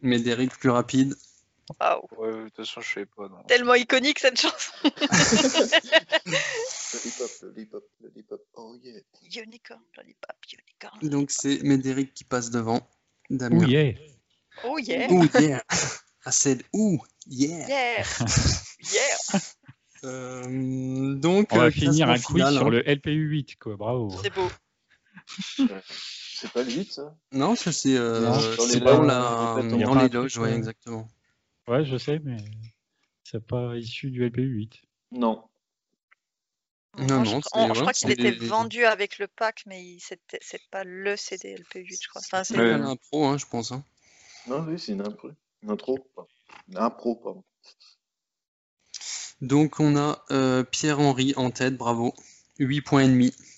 [SPEAKER 2] Mais Derrick plus rapide.
[SPEAKER 7] Waouh.
[SPEAKER 6] Ouais, de toute façon, je sais pas. Non.
[SPEAKER 7] Tellement iconique cette chanson.
[SPEAKER 4] Lollipop, lollipop, lollipop. Oh yeah.
[SPEAKER 7] unicorn, lollipop, unicorn.
[SPEAKER 2] Donc c'est Médéric qui passe devant. Damien.
[SPEAKER 1] Ouh, yeah.
[SPEAKER 7] Oh yeah.
[SPEAKER 2] Ouh, yeah. (laughs) I said ouh, yeah.
[SPEAKER 7] Yeah. Yeah.
[SPEAKER 2] Euh, donc
[SPEAKER 1] On va
[SPEAKER 2] euh,
[SPEAKER 1] finir
[SPEAKER 2] classement
[SPEAKER 1] un quiz
[SPEAKER 2] final,
[SPEAKER 1] sur
[SPEAKER 2] hein.
[SPEAKER 1] le LPU8, quoi. Bravo.
[SPEAKER 7] C'est beau.
[SPEAKER 4] C'est pas le 8, ça
[SPEAKER 2] Non, ça c'est euh,
[SPEAKER 1] Non,
[SPEAKER 4] dans les
[SPEAKER 2] c'est dans,
[SPEAKER 4] loges,
[SPEAKER 2] la-
[SPEAKER 4] peut-être,
[SPEAKER 1] on
[SPEAKER 2] dans
[SPEAKER 1] va
[SPEAKER 2] les
[SPEAKER 1] pas-
[SPEAKER 2] loges, ouais, exactement.
[SPEAKER 1] Ouais, je sais, mais c'est pas issu du LPU8.
[SPEAKER 4] Non.
[SPEAKER 2] Non,
[SPEAKER 7] Moi, je
[SPEAKER 2] non,
[SPEAKER 7] cro-
[SPEAKER 2] c'est-
[SPEAKER 7] on- je
[SPEAKER 2] ouais,
[SPEAKER 7] crois qu'il
[SPEAKER 2] c'est
[SPEAKER 7] était
[SPEAKER 2] les-
[SPEAKER 7] vendu avec le pack, mais il- c'était- c'est pas le CD LP8, je crois. Enfin, c'est-
[SPEAKER 2] C'est
[SPEAKER 6] Ouais.
[SPEAKER 2] pas l'impro, hein, je pense. hein.
[SPEAKER 4] Non, oui, c'est une impro. Une intro. pardon. Une impro, pardon.
[SPEAKER 2] Donc on a euh, Pierre-Henri en tête, bravo. 8 points et demi.
[SPEAKER 1] Merci,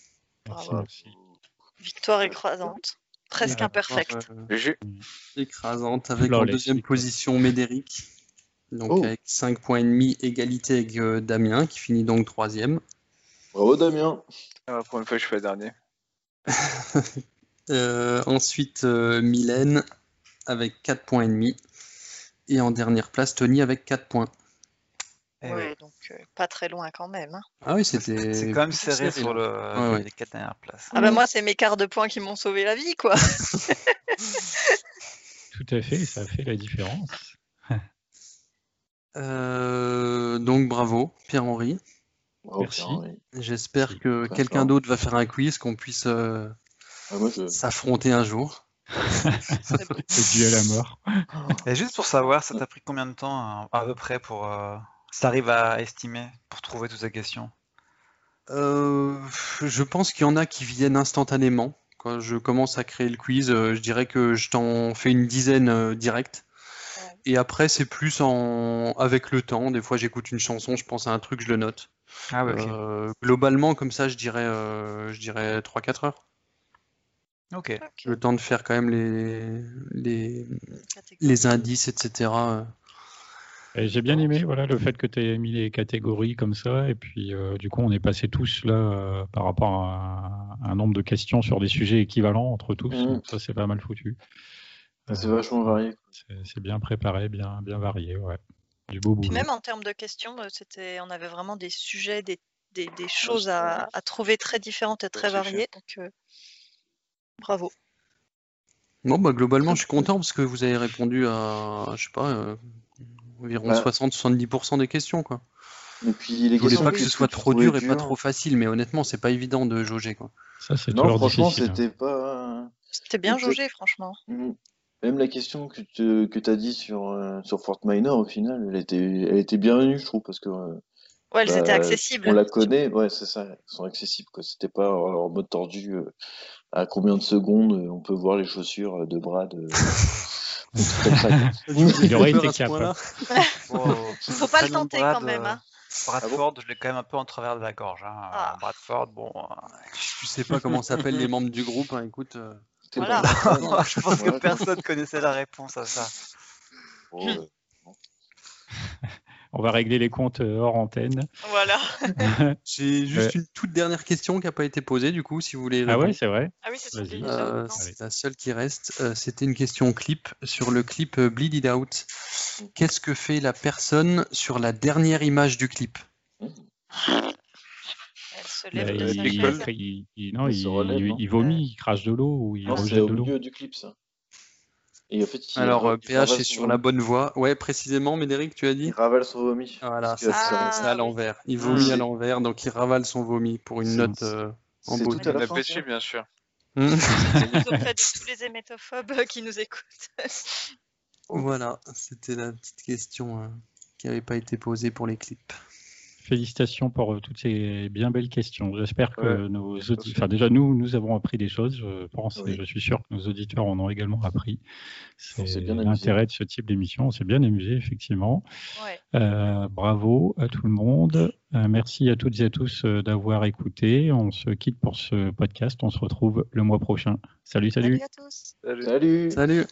[SPEAKER 2] Ah,
[SPEAKER 7] Bravo.
[SPEAKER 1] merci.
[SPEAKER 7] victoire écrasante. Presque
[SPEAKER 1] Ouais.
[SPEAKER 7] imperfecte.
[SPEAKER 2] Euh,
[SPEAKER 6] GG.
[SPEAKER 2] écrasante avec en
[SPEAKER 1] Flawless,
[SPEAKER 2] deuxième
[SPEAKER 1] quoi.
[SPEAKER 2] position Médéric. Donc
[SPEAKER 4] Oh.
[SPEAKER 2] avec 5 points et demi, égalité avec euh, Damien qui finit donc troisième.
[SPEAKER 4] Bravo, Damien.
[SPEAKER 6] Ah, pour une fois, je fais dernier.
[SPEAKER 2] Euh, ensuite euh, Mylène avec 4 points et demi. Et en dernière place, Tony avec 4 points.
[SPEAKER 3] Eh
[SPEAKER 7] Ouais,
[SPEAKER 3] oui.
[SPEAKER 7] Donc, euh, pas très loin quand même. hein.
[SPEAKER 2] Ah oui,
[SPEAKER 3] C'est
[SPEAKER 2] c'était...
[SPEAKER 3] c'est quand même serré
[SPEAKER 2] serré,
[SPEAKER 3] sur le,
[SPEAKER 2] Ouais, ouais.
[SPEAKER 3] les quatre dernières places.
[SPEAKER 7] Ah ben moi, c'est mes quarts de points qui m'ont sauvé la vie, quoi.
[SPEAKER 1] Tout à fait, ça fait la différence.
[SPEAKER 2] Euh, donc bravo Pierre-Henri.
[SPEAKER 4] Bravo,
[SPEAKER 1] Merci.
[SPEAKER 4] Pierre-Henri.
[SPEAKER 2] J'espère que
[SPEAKER 4] D'accord.
[SPEAKER 2] quelqu'un d'autre va faire un quiz, qu'on puisse euh,
[SPEAKER 4] Ah, moi,
[SPEAKER 2] (laughs)
[SPEAKER 4] je...
[SPEAKER 2] s'affronter un jour.
[SPEAKER 1] Le duel à mort.
[SPEAKER 4] Ah,
[SPEAKER 3] Et juste pour savoir, ça t'a pris combien de temps à, à peu près pour. euh, si t'arrives à estimer pour trouver toutes ces questions
[SPEAKER 2] Euh, je pense qu'il y en a qui viennent instantanément. Quand je commence à créer le quiz, euh, je dirais que je t'en fais une dizaine euh, direct.
[SPEAKER 7] Ouais.
[SPEAKER 2] Et après, c'est plus en... avec le temps. Des fois, j'écoute une chanson, je pense à un truc, je le note.
[SPEAKER 3] Ah ouais, ok.
[SPEAKER 2] Euh, globalement, comme ça, je dirais, euh, je dirais 3-4 heures.
[SPEAKER 3] Euh, Ok.
[SPEAKER 2] Le temps de faire quand même les, les,
[SPEAKER 7] Catégorie.
[SPEAKER 2] les indices, etc. euh.
[SPEAKER 1] Et J'ai bien aimé voilà, le fait que tu aies mis les catégories comme ça. Et puis, euh, du coup, on est passé tous là euh, par rapport à un, un nombre de questions sur des sujets équivalents entre tous.
[SPEAKER 4] Mhm.
[SPEAKER 1] Donc, ça, c'est pas mal foutu. Euh,
[SPEAKER 4] C'est vachement varié.
[SPEAKER 1] c'est- c'est bien préparé, bien, bien varié. Ouais. Du beau
[SPEAKER 4] Mmh
[SPEAKER 7] Puis
[SPEAKER 1] boulot.
[SPEAKER 7] même en termes de questions, euh, c'était, on avait vraiment des sujets, des, des,
[SPEAKER 4] Ah,
[SPEAKER 7] des choses à, à trouver très différentes et très
[SPEAKER 4] c'est
[SPEAKER 7] variées. Donc, euh, bravo.
[SPEAKER 2] Bon, bah, globalement, je suis content parce que vous avez répondu à, je sais pas, euh, environ
[SPEAKER 4] Bah.
[SPEAKER 2] 60-70% des questions, quoi.
[SPEAKER 4] Et puis, les
[SPEAKER 2] Je voulais
[SPEAKER 4] questions
[SPEAKER 2] pas que
[SPEAKER 4] qu'est-ce
[SPEAKER 2] ce soit
[SPEAKER 4] tu
[SPEAKER 2] trop
[SPEAKER 4] trouvais
[SPEAKER 2] dur et pas
[SPEAKER 4] dures
[SPEAKER 2] trop facile, mais honnêtement, c'est pas évident de jauger, quoi.
[SPEAKER 1] Ça, c'est
[SPEAKER 4] Non,
[SPEAKER 1] toujours
[SPEAKER 4] franchement,
[SPEAKER 2] hein.
[SPEAKER 1] difficile. hein.
[SPEAKER 4] c'était pas. hein.
[SPEAKER 7] C'était bien
[SPEAKER 4] Exact.
[SPEAKER 7] jaugé, franchement.
[SPEAKER 4] Mm. Même la question que tu que as dit sur, euh, sur Fort Minor, au final, elle était, elle était bienvenue, je trouve, parce que euh,
[SPEAKER 7] Ouais, elles
[SPEAKER 4] Bah,
[SPEAKER 7] étaient accessibles.
[SPEAKER 4] on la connaît, ouais, c'est ça, elles sont accessibles, quoi. C'était pas euh, en mode tordu, euh, à combien de secondes euh, on peut voir les chaussures euh, de bras de. des trucs comme ça, quoi.
[SPEAKER 1] Il aurait été
[SPEAKER 2] À ce
[SPEAKER 1] capable.
[SPEAKER 2] point-là.
[SPEAKER 7] (laughs)
[SPEAKER 2] (laughs)
[SPEAKER 3] (laughs)
[SPEAKER 7] Faut pas le tenter quand même. hein.
[SPEAKER 3] euh, Bradford, je l'ai quand même un peu en travers de la gorge. hein.
[SPEAKER 7] Ah.
[SPEAKER 3] Bradford, bon. euh,
[SPEAKER 7] (laughs)
[SPEAKER 3] (laughs)
[SPEAKER 2] Tu sais pas comment s'appellent les membres du groupe, hein, écoute. euh,
[SPEAKER 4] C'était
[SPEAKER 7] Voilà.
[SPEAKER 4] dans le temps,
[SPEAKER 3] (laughs) je pense
[SPEAKER 4] Ouais,
[SPEAKER 3] que personne connaissait la réponse à ça.
[SPEAKER 4] bon, euh,
[SPEAKER 1] On va régler les comptes euh, hors antenne.
[SPEAKER 7] Voilà.
[SPEAKER 2] J'ai juste
[SPEAKER 1] Ouais.
[SPEAKER 2] une toute dernière question qui a pas été posée, du coup, si vous voulez.
[SPEAKER 1] Ah ouais,
[SPEAKER 2] répondre.
[SPEAKER 1] c'est vrai.
[SPEAKER 7] Ah oui, c'est
[SPEAKER 1] Vas-y.
[SPEAKER 7] celui
[SPEAKER 2] Euh,
[SPEAKER 1] Allez.
[SPEAKER 2] c'est la seule qui reste. Euh, C'était une question clip sur le clip euh, Bleed It Out. Qu'est-ce que fait la personne sur la dernière image du clip
[SPEAKER 7] Elle se
[SPEAKER 1] Bah,
[SPEAKER 7] lève
[SPEAKER 1] il,
[SPEAKER 7] de sa
[SPEAKER 1] il-
[SPEAKER 7] chaise.
[SPEAKER 1] il- il- non,
[SPEAKER 4] Il se
[SPEAKER 1] il-
[SPEAKER 4] relève,
[SPEAKER 1] il-
[SPEAKER 4] hein.
[SPEAKER 1] il vomit, il crache de l'eau ou il
[SPEAKER 4] non, c'est
[SPEAKER 1] rejette
[SPEAKER 4] au
[SPEAKER 1] de l'eau.
[SPEAKER 4] milieu du clip, ça. Et en fait, il
[SPEAKER 2] Alors,
[SPEAKER 4] ra-
[SPEAKER 2] euh,
[SPEAKER 4] il ravale
[SPEAKER 2] PH est
[SPEAKER 4] son
[SPEAKER 2] sur la
[SPEAKER 4] vomi.
[SPEAKER 2] bonne voie. Ouais, précisément, Médéric, tu as dit
[SPEAKER 4] Il ravale son vomi.
[SPEAKER 2] Voilà,
[SPEAKER 4] Parce que
[SPEAKER 2] c'est
[SPEAKER 7] Ah,
[SPEAKER 2] c'est à l'envers. Il
[SPEAKER 3] Ah,
[SPEAKER 2] vomit
[SPEAKER 4] oui.
[SPEAKER 2] à l'envers, donc il ravale son vomi pour une
[SPEAKER 4] C'est-
[SPEAKER 2] note euh, en
[SPEAKER 4] c'est
[SPEAKER 2] beauté.
[SPEAKER 4] tout à la
[SPEAKER 6] La
[SPEAKER 4] fin.
[SPEAKER 6] Pepsi,
[SPEAKER 4] ça.
[SPEAKER 6] bien sûr.
[SPEAKER 2] Hmm.
[SPEAKER 4] (laughs)
[SPEAKER 7] Nous auprès de tous les hémétophobes euh, qui nous écoutent. (laughs)
[SPEAKER 2] Voilà, c'était la petite question euh, qui n'avait pas été posée pour les clips.
[SPEAKER 1] Félicitations pour euh, toutes ces bien belles questions. J'espère que nos
[SPEAKER 6] fait.
[SPEAKER 1] auditeurs, enfin, déjà nous, nous avons appris des choses, je pense,
[SPEAKER 4] Oui.
[SPEAKER 1] et je suis sûr que nos auditeurs en ont également appris.
[SPEAKER 4] On s'est
[SPEAKER 1] C'est
[SPEAKER 4] bien amusé.
[SPEAKER 1] l'intérêt de ce type d'émission. On s'est bien amusé, effectivement.
[SPEAKER 7] Ouais.
[SPEAKER 1] Euh, bravo à tout le monde. Euh, merci à toutes et à tous euh, d'avoir écouté. On se quitte pour ce podcast. On se retrouve le mois prochain. Salut, salut.
[SPEAKER 7] Salut à tous.
[SPEAKER 4] Salut.
[SPEAKER 2] Salut